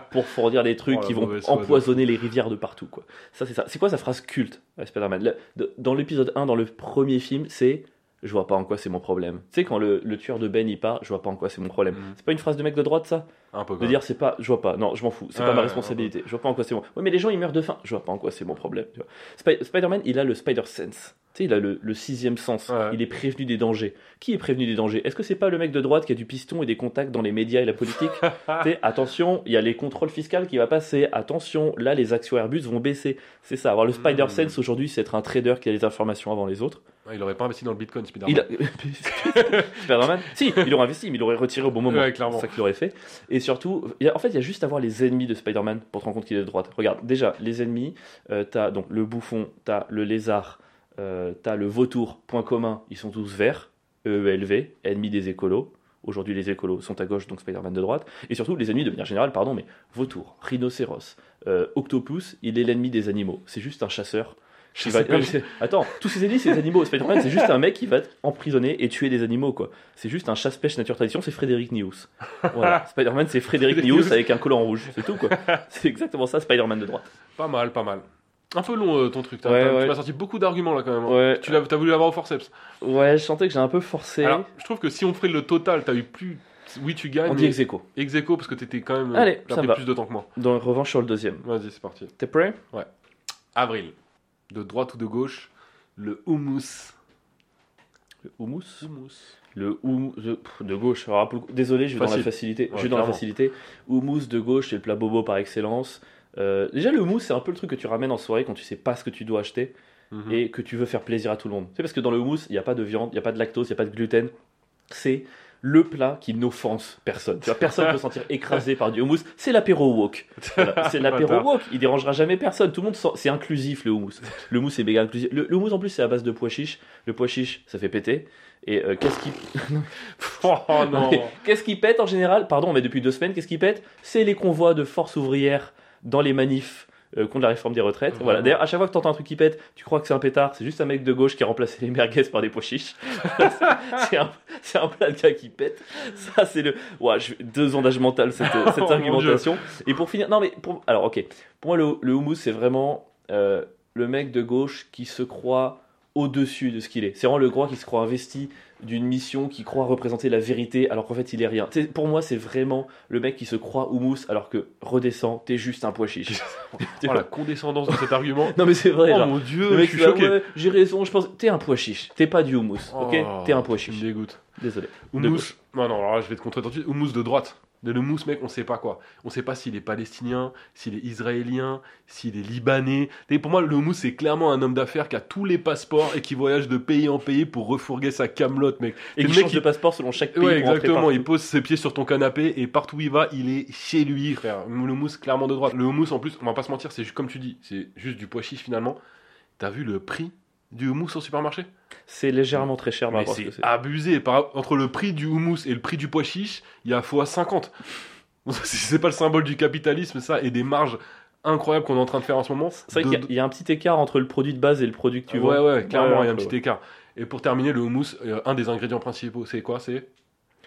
[SPEAKER 1] pour fournir des trucs
[SPEAKER 2] Oh, la
[SPEAKER 1] qui vont
[SPEAKER 2] mauvaise foi de
[SPEAKER 1] empoisonner les rivières de partout. Quoi. Ça, c'est ça. C'est quoi sa phrase culte à Spider-Man Le- de- Dans l'épisode 1, dans le premier film, c'est Je vois pas en quoi c'est mon problème. Tu sais, quand le, le tueur de Ben il part, je vois pas en quoi c'est mon problème.
[SPEAKER 2] Mhm.
[SPEAKER 1] C'est pas une phrase de mec de droite, ça
[SPEAKER 2] Un peu
[SPEAKER 1] De
[SPEAKER 2] comme
[SPEAKER 1] dire c'est pas, je vois pas, non, je m'en fous, c'est
[SPEAKER 2] Ouais,
[SPEAKER 1] pas ma
[SPEAKER 2] Ah, ouais,
[SPEAKER 1] responsabilité, je vois pas en quoi c'est bon. Ouais, mais les gens ils meurent de faim, je vois pas en quoi c'est mon problème. tu vois. Spi- Spider-Man, il a le Spider-Sense, tu sais, il a le, le sixième sens,
[SPEAKER 2] Ouais.
[SPEAKER 1] il est prévenu des dangers. Qui est prévenu des dangers Est-ce que c'est pas le mec de droite qui a du piston et des contacts dans les médias et la politique Tu sais, Attention, il y a les contrôles fiscaux qui va passer, attention, là les actions Airbus vont baisser. C'est ça, avoir le
[SPEAKER 2] Hmm.
[SPEAKER 1] Spider-Sense aujourd'hui, c'est être un trader qui a les informations avant les autres.
[SPEAKER 2] Ouais, Il aurait pas investi dans le bitcoin, Spider-Man.
[SPEAKER 1] Il a... Spider-Man Si, il aurait investi, mais il aurait retiré au bon moment.
[SPEAKER 2] Ouais, clairement.
[SPEAKER 1] C'est ça qu'il aurait fait. Et surtout, il y a- en fait, il y a juste à voir les ennemis de Spider-Man pour te rendre compte qu'il est de droite. Regarde, déjà, les ennemis, euh, t'as donc le bouffon, t'as le lézard, euh, t'as le vautour, point commun, ils sont tous verts, E, EELV, ennemis des écolos. Aujourd'hui, les écolos sont à gauche, donc Spider-Man de droite. Et surtout, les ennemis de manière générale, pardon, mais vautour, rhinocéros, euh, octopus, il est l'ennemi des animaux. C'est juste un chasseur. qui
[SPEAKER 2] Je
[SPEAKER 1] va-
[SPEAKER 2] sais
[SPEAKER 1] Non,
[SPEAKER 2] pas,
[SPEAKER 1] mais c'est- Attends, tous ces ennemis, c'est des animaux. Spider-Man, c'est juste un mec qui va emprisonner et tuer des animaux, quoi. C'est juste un chasse-pêche nature-tradition, c'est Frédéric Nius. Voilà. Spider-Man, c'est Frédéric
[SPEAKER 2] Frédéric
[SPEAKER 1] Nius
[SPEAKER 2] Nius.
[SPEAKER 1] avec un collant rouge, c'est tout, quoi. C'est exactement ça, Spider-Man de droite.
[SPEAKER 2] Pas mal, pas mal. Un peu long euh, ton truc. t'as-
[SPEAKER 1] Ouais,
[SPEAKER 2] t'as-
[SPEAKER 1] ouais.
[SPEAKER 2] Tu m'as sorti beaucoup d'arguments là quand même. hein.
[SPEAKER 1] Ouais,
[SPEAKER 2] Tu l'as as voulu l'avoir au forceps.
[SPEAKER 1] ouais, je sentais que j'ai un peu forcé.
[SPEAKER 2] Alors, je trouve que si on ferait le total, t'as eu plus. Oui, tu gagnes.
[SPEAKER 1] On dit
[SPEAKER 2] mais
[SPEAKER 1] ex aequo.
[SPEAKER 2] ex aequo, parce que t'étais quand même.
[SPEAKER 1] Allez,
[SPEAKER 2] t'as
[SPEAKER 1] ça me
[SPEAKER 2] pris
[SPEAKER 1] va.
[SPEAKER 2] plus de temps que moi.
[SPEAKER 1] Dans revanche sur le deuxième.
[SPEAKER 2] Vas-y, c'est parti.
[SPEAKER 1] T'es prêt
[SPEAKER 2] Avril. De droite ou de gauche, le houmous.
[SPEAKER 1] Le houmous
[SPEAKER 2] Houmous.
[SPEAKER 1] Le houmous de, pff, de gauche. Alors, pour le coup- désolé, je vais dans la
[SPEAKER 2] Facile.
[SPEAKER 1] facilité. je
[SPEAKER 2] Ouais,
[SPEAKER 1] vais dans la
[SPEAKER 2] clairement.
[SPEAKER 1] facilité. Houmous de gauche, c'est le plat bobo par excellence. Euh, déjà, le houmous, c'est un peu le truc que tu ramènes en soirée quand tu sais pas ce que tu dois acheter.
[SPEAKER 2] Mhm.
[SPEAKER 1] et que tu veux faire plaisir à tout le monde. C'est parce que dans le houmous, il n'y a pas de viande, il n'y a pas de lactose, il n'y a pas de gluten. C'est le plat qui n'offense personne. Tu vois, personne ne peut se sentir écrasé par du houmous. C'est l'apéro wok. Voilà, c'est l'apéro
[SPEAKER 2] Bâtard.
[SPEAKER 1] wok. Il dérangera jamais personne. Tout le monde sent- C'est inclusif le houmous. Le houmous est méga inclusif. Le, le houmous en plus c'est à base de pois chiches. Le pois chiche ça fait péter. Et euh, qu'est-ce qui
[SPEAKER 2] Oh non.
[SPEAKER 1] Mais qu'est-ce qui pète en général Pardon, mais depuis deux semaines, qu'est-ce qui pète C'est les convois de force ouvrière dans les manifs euh, contre la réforme des retraites. Voilà.
[SPEAKER 2] Vraiment.
[SPEAKER 1] D'ailleurs, à chaque fois que t'entends un truc qui pète, tu crois que c'est un pétard, c'est juste un mec de gauche qui a remplacé les merguez par des pois chiches. c'est un, c'est un plat de gars qui pète. Ça, c'est le. Ouah, je- deux ondages mentales cette, cette
[SPEAKER 2] Oh, mon
[SPEAKER 1] argumentation. Et pour finir, non mais pour, alors ok. Pour moi, le, le houmous, c'est vraiment euh, le mec de gauche qui se croit au-dessus de ce qu'il est. C'est vraiment le croix qui se croit investi d'une mission qui croit représenter la vérité alors qu'en fait il est rien. Tu sais, pour moi, c'est vraiment le mec qui se croit houmous alors que redescends, t'es juste un pois chiche. Tu
[SPEAKER 2] Oh
[SPEAKER 1] vois
[SPEAKER 2] la condescendance de cet argument.
[SPEAKER 1] Non mais c'est vrai,
[SPEAKER 2] Oh
[SPEAKER 1] genre.
[SPEAKER 2] mon
[SPEAKER 1] Le
[SPEAKER 2] dieu,
[SPEAKER 1] mec,
[SPEAKER 2] je suis
[SPEAKER 1] il va,
[SPEAKER 2] choqué.
[SPEAKER 1] ouais, j'ai raison, je pense. T'es un pois chiche, t'es pas du houmous, ok
[SPEAKER 2] Oh,
[SPEAKER 1] T'es un pois
[SPEAKER 2] Tu me
[SPEAKER 1] chiche.
[SPEAKER 2] dégoûtes.
[SPEAKER 1] Désolé.
[SPEAKER 2] Houmous. Non, non, alors là, je vais te contrer tout de suite. Houmous de droite. Mais le mousse, mec, on sait pas quoi. On sait pas s'il est palestinien, s'il est israélien, s'il est libanais. Et pour moi, le mousse, c'est clairement un homme d'affaires qui a tous les passeports et qui voyage de pays en pays pour refourguer sa camelote, mec.
[SPEAKER 1] Et
[SPEAKER 2] le
[SPEAKER 1] qui
[SPEAKER 2] mec,
[SPEAKER 1] change
[SPEAKER 2] il-
[SPEAKER 1] de passeport selon chaque pays.
[SPEAKER 2] Ouais,
[SPEAKER 1] pour entrer
[SPEAKER 2] exactement.
[SPEAKER 1] partout.
[SPEAKER 2] Il pose ses pieds sur ton canapé et partout où il va, il est chez lui, frère. Le mousse, clairement de droite. Le mousse, en plus, on va pas se mentir, c'est juste comme tu dis, c'est juste du pois chiche finalement. T'as vu le prix du mousse au supermarché
[SPEAKER 1] C'est légèrement très cher, par
[SPEAKER 2] mais
[SPEAKER 1] rapport à ce que
[SPEAKER 2] c'est
[SPEAKER 1] c'est.
[SPEAKER 2] abusé. Par- entre le prix du houmous et le prix du pois chiche, il y a fois 50. Si c'est pas le symbole du capitalisme, ça, et des marges incroyables qu'on est en train de faire en ce moment.
[SPEAKER 1] C'est vrai
[SPEAKER 2] de-
[SPEAKER 1] qu'il y a- il y, a un petit écart entre le produit de base et le produit que tu
[SPEAKER 2] ouais,
[SPEAKER 1] vois.
[SPEAKER 2] ouais, clairement, il y a un
[SPEAKER 1] ouais,
[SPEAKER 2] petit écart. Et pour terminer, le houmous, euh, un des ingrédients principaux, c'est quoi C'est.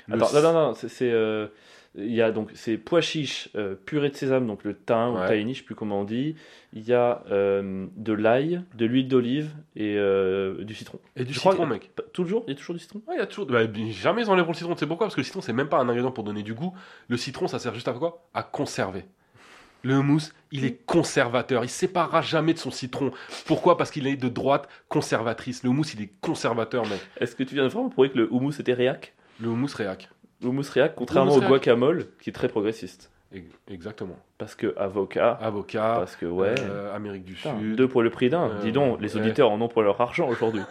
[SPEAKER 2] le
[SPEAKER 1] Attends,
[SPEAKER 2] s-
[SPEAKER 1] non, non, non, c'est- c'est. euh, Il y a donc c'est pois chiche, euh, purée de sésame, donc le thym ou
[SPEAKER 2] Ouais.
[SPEAKER 1] tahini, je sais plus comment on dit. Il y a euh, de l'ail, de l'huile d'olive et euh, du citron.
[SPEAKER 2] Et du
[SPEAKER 1] je
[SPEAKER 2] citron,
[SPEAKER 1] crois que-
[SPEAKER 2] mec.
[SPEAKER 1] Pas- Toujours Il y a toujours du citron
[SPEAKER 2] Ouais, il y a toujours. bah, bien- jamais ils enlèveront le citron. Tu sais pourquoi Parce que le citron, c'est même pas un ingrédient pour donner du goût. Le citron, ça sert juste à quoi À conserver. Le houmous, il est conservateur. Il se séparera jamais de son citron. Pourquoi Parce qu'il est de droite conservatrice. Le houmous, il est conservateur, mec.
[SPEAKER 1] Est-ce que tu viens de vraiment prouver que le houmous était réac
[SPEAKER 2] Le houmous réac.
[SPEAKER 1] Le houmous réac, contrairement
[SPEAKER 2] Houmous
[SPEAKER 1] au
[SPEAKER 2] réac.
[SPEAKER 1] guacamole, qui est très progressiste.
[SPEAKER 2] E- Exactement.
[SPEAKER 1] Parce que avocat,
[SPEAKER 2] Avocat,
[SPEAKER 1] parce que Bah, ouais.
[SPEAKER 2] Ah. euh, Amérique du
[SPEAKER 1] Putain,
[SPEAKER 2] Sud.
[SPEAKER 1] deux pour le prix d'un.
[SPEAKER 2] Euh,
[SPEAKER 1] Dis donc, les
[SPEAKER 2] ouais.
[SPEAKER 1] auditeurs en ont pour leur argent aujourd'hui.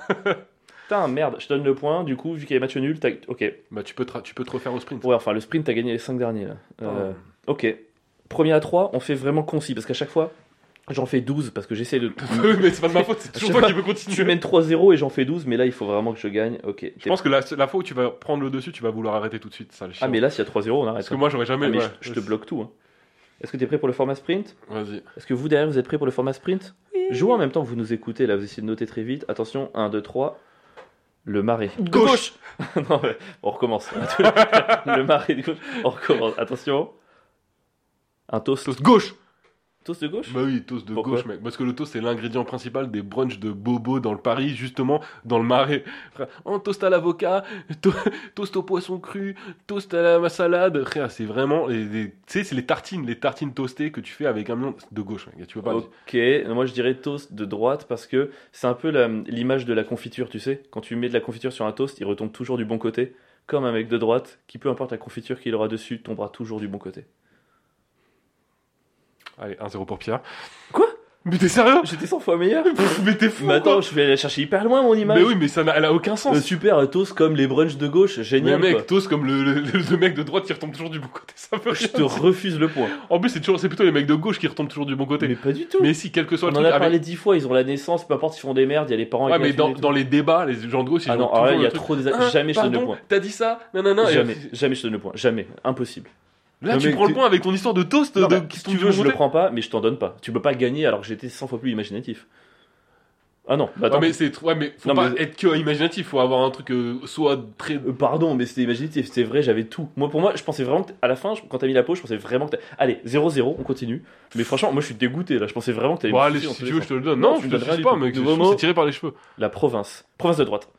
[SPEAKER 1] Putain, merde, je donne le point. Du coup, vu qu'il y a match nul, t'as- ok.
[SPEAKER 2] Bah, tu, peux te, tu peux te refaire au sprint.
[SPEAKER 1] Ouais, enfin, le sprint, t'as gagné les 5 derniers. Là. Euh,
[SPEAKER 2] Pardon.
[SPEAKER 1] Ok. Premier à 3, on fait vraiment concis parce qu'à chaque fois, j'en fais 12 parce que j'essaie de.
[SPEAKER 2] mais c'est pas de ma faute, c'est
[SPEAKER 1] Je
[SPEAKER 2] toujours
[SPEAKER 1] sais
[SPEAKER 2] toi qui
[SPEAKER 1] pas.
[SPEAKER 2] veux
[SPEAKER 1] tu
[SPEAKER 2] continuer.
[SPEAKER 1] mènes 3-0 et j'en fais 12, mais là, il faut vraiment que je gagne. Ok.
[SPEAKER 2] Je pense que la, la fois où tu vas prendre le dessus, tu vas vouloir arrêter tout de suite. Ça, le
[SPEAKER 1] Ah,
[SPEAKER 2] chien.
[SPEAKER 1] mais là, s'il y a 3-0, on arrête.
[SPEAKER 2] Parce que moi, j'aurais
[SPEAKER 1] Ah,
[SPEAKER 2] jamais.
[SPEAKER 1] mais
[SPEAKER 2] ouais.
[SPEAKER 1] je, je te bloque tout. hein. Est-ce que t'es prêt pour le format sprint
[SPEAKER 2] Vas-y.
[SPEAKER 1] Est-ce que vous, derrière, vous êtes prêt pour le format sprint Jouez en même temps que vous nous écoutez, là, vous essayez de noter très vite. Attention, 1, 2, 3. Le marais.
[SPEAKER 2] Gauche.
[SPEAKER 1] non, mais on recommence. le marais de gauche. On recommence. Attention. Un toast.
[SPEAKER 2] Gauche
[SPEAKER 1] Toast de gauche
[SPEAKER 2] Bah oui, toast de
[SPEAKER 1] Pourquoi
[SPEAKER 2] gauche, mec. Parce que le toast, c'est l'ingrédient principal des brunchs de Bobo dans le Paris, justement, dans le marais. Frère, oh, toast à l'avocat, to- toast au poisson cru, toast à la salade. Frère, c'est vraiment. les- les- Tu sais, c'est les tartines, les tartines toastées que tu fais avec un million de gauche, mec. Tu vois pas.
[SPEAKER 1] Ok, moi je dirais toast de droite parce que c'est un peu la- l'image de la confiture, tu sais. Quand tu mets de la confiture sur un toast, il retombe toujours du bon côté. Comme un mec de droite qui, peu importe la confiture qu'il aura dessus, tombera toujours du bon côté.
[SPEAKER 2] Allez, 1-0 pour Pierre.
[SPEAKER 1] Quoi
[SPEAKER 2] Mais t'es sérieux
[SPEAKER 1] J'étais 100 fois meilleur
[SPEAKER 2] Mais t'es fou
[SPEAKER 1] Mais
[SPEAKER 2] quoi.
[SPEAKER 1] attends, je vais aller chercher hyper loin mon image
[SPEAKER 2] Mais oui, mais ça n'a- elle a aucun sens.
[SPEAKER 1] Euh, Super, euh, toast comme les brunchs de gauche,
[SPEAKER 2] Mais
[SPEAKER 1] génial
[SPEAKER 2] mec,
[SPEAKER 1] quoi.
[SPEAKER 2] toast comme le, le- le mec de droite qui retombe toujours du bon côté, ça veut
[SPEAKER 1] Je
[SPEAKER 2] rien
[SPEAKER 1] te
[SPEAKER 2] dire.
[SPEAKER 1] refuse le point.
[SPEAKER 2] En plus, c'est toujours, c'est plutôt les mecs de gauche qui retombent toujours du bon côté.
[SPEAKER 1] Mais
[SPEAKER 2] Mais,
[SPEAKER 1] pas du tout
[SPEAKER 2] si, quel que soit
[SPEAKER 1] On
[SPEAKER 2] le
[SPEAKER 1] en
[SPEAKER 2] truc,
[SPEAKER 1] a
[SPEAKER 2] avec-
[SPEAKER 1] parlé dix fois, ils ont la naissance, peu importe, ils font des merdes, il y a les parents
[SPEAKER 2] Ouais,
[SPEAKER 1] qui
[SPEAKER 2] mais
[SPEAKER 1] la
[SPEAKER 2] dans,
[SPEAKER 1] filent et tout.
[SPEAKER 2] dans les débats, les gens de gauche, ils
[SPEAKER 1] Ah
[SPEAKER 2] ont
[SPEAKER 1] non,
[SPEAKER 2] toujours
[SPEAKER 1] ah ouais, il
[SPEAKER 2] le
[SPEAKER 1] y a
[SPEAKER 2] truc.
[SPEAKER 1] trop de...
[SPEAKER 2] Ah,
[SPEAKER 1] jamais je donne le
[SPEAKER 2] pardon,
[SPEAKER 1] point.
[SPEAKER 2] T'as dit ça Nanana. et-
[SPEAKER 1] Jamais, jamais je donne le point. Jamais. Impossible.
[SPEAKER 2] Là,
[SPEAKER 1] Non,
[SPEAKER 2] tu
[SPEAKER 1] mais
[SPEAKER 2] prends le
[SPEAKER 1] t'es-
[SPEAKER 2] point avec ton histoire de toast
[SPEAKER 1] Non,
[SPEAKER 2] de,
[SPEAKER 1] bah,
[SPEAKER 2] qui
[SPEAKER 1] si
[SPEAKER 2] tombe
[SPEAKER 1] tu
[SPEAKER 2] du
[SPEAKER 1] veux,
[SPEAKER 2] bon
[SPEAKER 1] je le
[SPEAKER 2] côté.
[SPEAKER 1] prends pas, mais je t'en donne pas. Tu peux pas gagner alors que j'étais 100 fois plus imaginatif. Ah non, bah
[SPEAKER 2] Ouais,
[SPEAKER 1] attends.
[SPEAKER 2] mais c'est ouais, mais faut
[SPEAKER 1] Non,
[SPEAKER 2] pas
[SPEAKER 1] mais-
[SPEAKER 2] être que imaginatif, faut avoir un truc euh, soit très
[SPEAKER 1] Euh, Pardon, mais c'était imaginatif, c'est vrai, j'avais tout. Moi, pour moi, je pensais vraiment que t'- à la fin, je- quand t'as mis la peau, je pensais vraiment que t'as- Allez, 0-0, on continue. Mais franchement, moi, je suis dégoûté là. Je pensais vraiment que t'allais
[SPEAKER 2] Bon,
[SPEAKER 1] me
[SPEAKER 2] allez,
[SPEAKER 1] sucer
[SPEAKER 2] si
[SPEAKER 1] dans tous
[SPEAKER 2] tu
[SPEAKER 1] les
[SPEAKER 2] veux, je
[SPEAKER 1] sens.
[SPEAKER 2] te le donne.
[SPEAKER 1] Non,
[SPEAKER 2] Non,
[SPEAKER 1] tu
[SPEAKER 2] je
[SPEAKER 1] me
[SPEAKER 2] te
[SPEAKER 1] donneras
[SPEAKER 2] suce
[SPEAKER 1] du
[SPEAKER 2] pas,
[SPEAKER 1] tout.
[SPEAKER 2] mec.
[SPEAKER 1] De
[SPEAKER 2] je-
[SPEAKER 1] vos mots.
[SPEAKER 2] C'est tiré par les cheveux.
[SPEAKER 1] La province. Province de droite.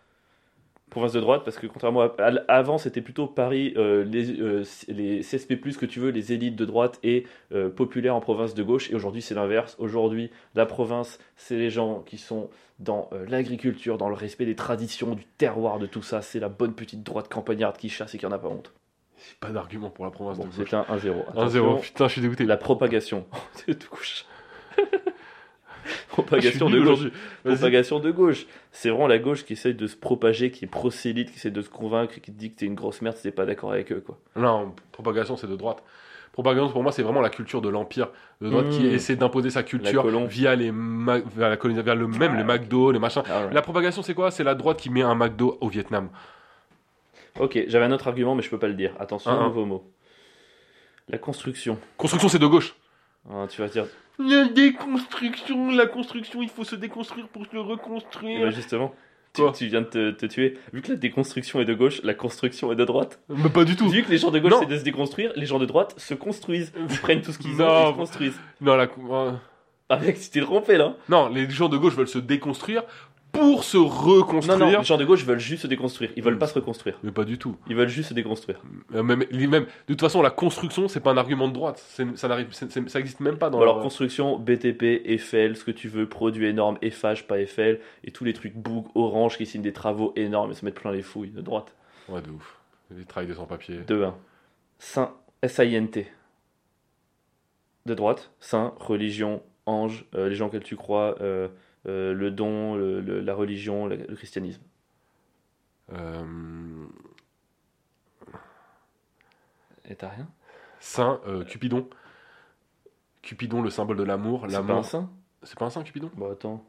[SPEAKER 1] Province de droite, parce que contrairement à. à- Avant, c'était plutôt Paris, euh, les, euh, les CSP, que tu veux, les élites de droite et euh, populaires en province de gauche. Et aujourd'hui, c'est l'inverse. Aujourd'hui, la province, c'est les gens qui sont dans euh, l'agriculture, dans le respect des traditions, du terroir, de tout ça. C'est la bonne petite droite campagnarde qui chasse et qui en a pas honte.
[SPEAKER 2] J'ai Pas d'argument pour la province de
[SPEAKER 1] Bon,
[SPEAKER 2] gauche.
[SPEAKER 1] c'est un 1-0.
[SPEAKER 2] 1-0,
[SPEAKER 1] Attention,
[SPEAKER 2] putain, je suis dégoûté.
[SPEAKER 1] La propagation. de gauche.
[SPEAKER 2] Ah, je suis
[SPEAKER 1] propagation
[SPEAKER 2] nul
[SPEAKER 1] de gauche
[SPEAKER 2] aujourd'hui. Vas-y.
[SPEAKER 1] propagation de gauche. C'est vraiment la gauche qui essaye de se propager, qui est prosélyte, qui essaye de se convaincre, qui te dit que t'es une grosse merde si t'es pas d'accord avec eux. Quoi.
[SPEAKER 2] Non, propagation, c'est de droite. Propagation, pour moi, c'est vraiment la culture de l'Empire de droite
[SPEAKER 1] Mmh.
[SPEAKER 2] qui essaie d'imposer sa culture
[SPEAKER 1] colombe.
[SPEAKER 2] via, les ma- via la colonisation, via le même, les McDo, les machins.
[SPEAKER 1] Ah,
[SPEAKER 2] La propagation, c'est quoi C'est la droite qui met un McDo au Vietnam.
[SPEAKER 1] Ok, j'avais un autre argument, mais je peux pas le dire. Attention,
[SPEAKER 2] Ah, ah.
[SPEAKER 1] nouveau mot. La construction.
[SPEAKER 2] Construction, c'est de gauche.
[SPEAKER 1] Ah, tu vas dire.
[SPEAKER 2] La déconstruction, la construction, il faut se déconstruire pour se le
[SPEAKER 1] Eh
[SPEAKER 2] reconstruire.
[SPEAKER 1] ben, justement, tu,
[SPEAKER 2] Quoi
[SPEAKER 1] tu viens de te, te tuer. Vu que la déconstruction est de gauche, la construction est de droite.
[SPEAKER 2] Mais pas du tout.
[SPEAKER 1] Vu que les gens de gauche
[SPEAKER 2] Non.
[SPEAKER 1] c'est de se déconstruire, les gens de droite se construisent. Ils prennent tout ce qu'ils ont
[SPEAKER 2] Non.
[SPEAKER 1] et ils se construisent.
[SPEAKER 2] Non, la cou- euh,
[SPEAKER 1] Ah mec, tu t'es trompé là.
[SPEAKER 2] non, les gens de gauche veulent se déconstruire pour se
[SPEAKER 1] Non,
[SPEAKER 2] reconstruire.
[SPEAKER 1] non, les gens de gauche veulent juste se déconstruire. Ils veulent
[SPEAKER 2] Mm.
[SPEAKER 1] pas se reconstruire.
[SPEAKER 2] Mais pas du tout.
[SPEAKER 1] Ils veulent juste se déconstruire.
[SPEAKER 2] Euh, Même, les- même- de toute façon, la construction, c'est pas un argument de droite. C'est- Ça n'arrive, c'est- c'est- ça existe même pas dans.
[SPEAKER 1] Bon, alors
[SPEAKER 2] leur-
[SPEAKER 1] construction, BTP, Eiffel, ce que tu veux, produit énorme, Eiffage, pas Eiffel, et tous les trucs boug, orange qui signent des travaux énormes et se mettent plein les fouilles de droite.
[SPEAKER 2] Ouais, de ouf. Les travails de sans-papiers.
[SPEAKER 1] 2-1. Saint, S-I-N-T. De droite, saint, religion, ange, euh, les gens auxquels tu crois, euh, euh, le don, le- le- la religion, la- le christianisme.
[SPEAKER 2] Euh,
[SPEAKER 1] Et t'as rien
[SPEAKER 2] saint euh, Cupidon. Cupidon, le symbole de l'amour.
[SPEAKER 1] C'est pas un
[SPEAKER 2] L'amour.
[SPEAKER 1] saint
[SPEAKER 2] C'est pas un saint Cupidon
[SPEAKER 1] Bon, attends.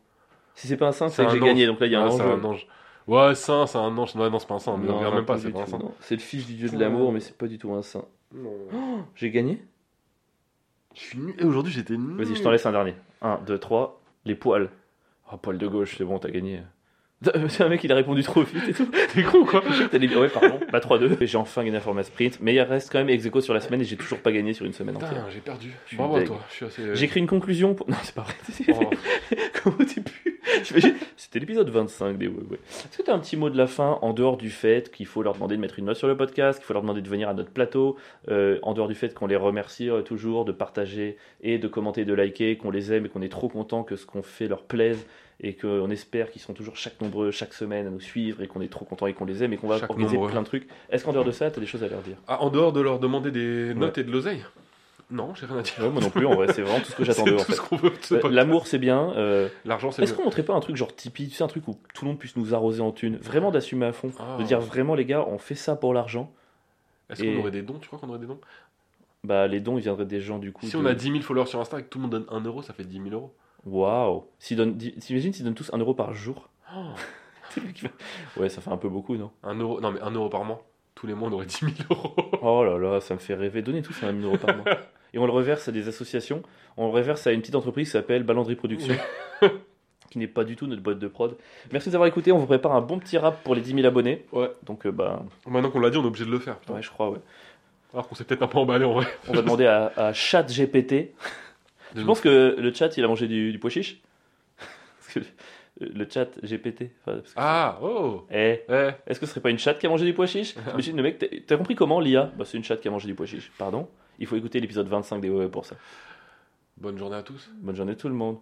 [SPEAKER 1] Si c'est pas un saint, c'est
[SPEAKER 2] C'est
[SPEAKER 1] que
[SPEAKER 2] un
[SPEAKER 1] j'ai
[SPEAKER 2] ange.
[SPEAKER 1] gagné, donc là il y a
[SPEAKER 2] Ah,
[SPEAKER 1] un
[SPEAKER 2] c'est
[SPEAKER 1] ange.
[SPEAKER 2] un ange. Ouais, saint, c'est un ange. Non, non, c'est pas un saint. Mais on regarde même pas, c'est
[SPEAKER 1] du
[SPEAKER 2] pas un
[SPEAKER 1] tout,
[SPEAKER 2] saint.
[SPEAKER 1] non. C'est le fils du dieu de l'amour, mais c'est pas du tout un saint.
[SPEAKER 2] Non.
[SPEAKER 1] J'ai gagné
[SPEAKER 2] Oh, Je suis nul. Et aujourd'hui, j'étais nul.
[SPEAKER 1] Vas-y, je t'en laisse un dernier. 1, 2, 3, les poils. Oh, poil de gauche, c'est bon, t'as gagné. C'est un mec, il a répondu trop vite et tout.
[SPEAKER 2] T'es con, quoi
[SPEAKER 1] T'as dit, ouais, pardon, bah 3-2. Et J'ai enfin gagné un format sprint, mais il reste quand même ex aequo sur la semaine et j'ai toujours pas gagné sur une semaine entière.
[SPEAKER 2] Putain, j'ai perdu.
[SPEAKER 1] suis
[SPEAKER 2] Bravo à
[SPEAKER 1] deg.
[SPEAKER 2] toi. Je suis assez.
[SPEAKER 1] J'écris une conclusion pour. Non, c'est pas vrai.
[SPEAKER 2] Oh.
[SPEAKER 1] Comme au début. J'imagine- C'était l'épisode 25 des Ouais, ouais. Est-ce que t'as un petit mot de la fin en dehors du fait qu'il faut leur demander de mettre une note sur le podcast, qu'il faut leur demander de venir à notre plateau, euh, en dehors du fait qu'on les remercie euh, toujours de partager et de commenter, de liker, qu'on les aime et qu'on est trop content que ce qu'on fait leur plaise et qu'on espère qu'ils sont toujours chaque nombreux chaque semaine à nous suivre et qu'on est trop content et qu'on les aime et qu'on va
[SPEAKER 2] Chaque
[SPEAKER 1] organiser
[SPEAKER 2] nombreux.
[SPEAKER 1] plein de trucs. Est-ce qu'en dehors de ça, t'as des choses à leur dire
[SPEAKER 2] Ah, en dehors de leur demander des notes et de l'oseille Non, j'ai rien à dire.
[SPEAKER 1] Ouais, Moi non plus, en vrai, c'est vraiment tout ce que j'attendais
[SPEAKER 2] C'est
[SPEAKER 1] en fait. Bah,
[SPEAKER 2] tout ce qu'on veut. c'est pas-
[SPEAKER 1] L'amour, c'est bien. euh,
[SPEAKER 2] L'argent, c'est
[SPEAKER 1] Est-ce
[SPEAKER 2] mieux.
[SPEAKER 1] qu'on montrait pas un truc genre Tipeee, tu sais, un truc où tout le monde puisse nous arroser en thunes Vraiment d'assumer à fond.
[SPEAKER 2] Ah.
[SPEAKER 1] De dire vraiment, les gars, on fait ça pour l'argent.
[SPEAKER 2] Est-ce qu'on
[SPEAKER 1] Et-
[SPEAKER 2] aurait des dons Tu crois qu'on aurait des dons
[SPEAKER 1] Bah, les dons, ils viendraient des gens du coup.
[SPEAKER 2] Si
[SPEAKER 1] de-
[SPEAKER 2] on a 10 000 followers sur Insta et que tout le monde donne 1 euro, ça fait 10 000 euros.
[SPEAKER 1] Waouh S'ils donnent- di- T'imagines s'ils donnent tous un euro par jour C'est le mec qui fait- Ouais, ça fait un peu beaucoup, non
[SPEAKER 2] 1 Oh, euro, non mais 1 euro par mois. Tous les mois, on aurait 10 000 euros.
[SPEAKER 1] Oh là là, ça me fait rêver. Donnez tous un euro par mois. Et on le reverse à des associations. On le reverse à une petite entreprise qui s'appelle Ballandry Productions. qui n'est pas du tout notre boîte de prod. Merci de nous avoir écoutés. On vous prépare un bon petit rap pour les 10 000 abonnés.
[SPEAKER 2] Ouais.
[SPEAKER 1] Donc, euh, bah,
[SPEAKER 2] Maintenant qu'on l'a dit, on est obligé de le faire. putain.
[SPEAKER 1] ouais, je crois, ouais.
[SPEAKER 2] Alors qu'on s'est peut-être un peu emballé en vrai.
[SPEAKER 1] On va demander à, à ChatGPT Je pense que le chat, il a mangé du, du pois chiche Parce que le chat GPT. enfin, parce que-
[SPEAKER 2] Ah, oh
[SPEAKER 1] Eh,
[SPEAKER 2] Eh,
[SPEAKER 1] est-ce que ce serait pas une chatte qui a mangé du pois chiche T'imagines le mec, t'as- t'as compris comment l'IA Bah, c'est une chatte qui a mangé du pois chiche. Pardon Il faut écouter l'épisode 25 des OE pour ça.
[SPEAKER 2] bonne journée à tous.
[SPEAKER 1] Bonne journée tout le monde.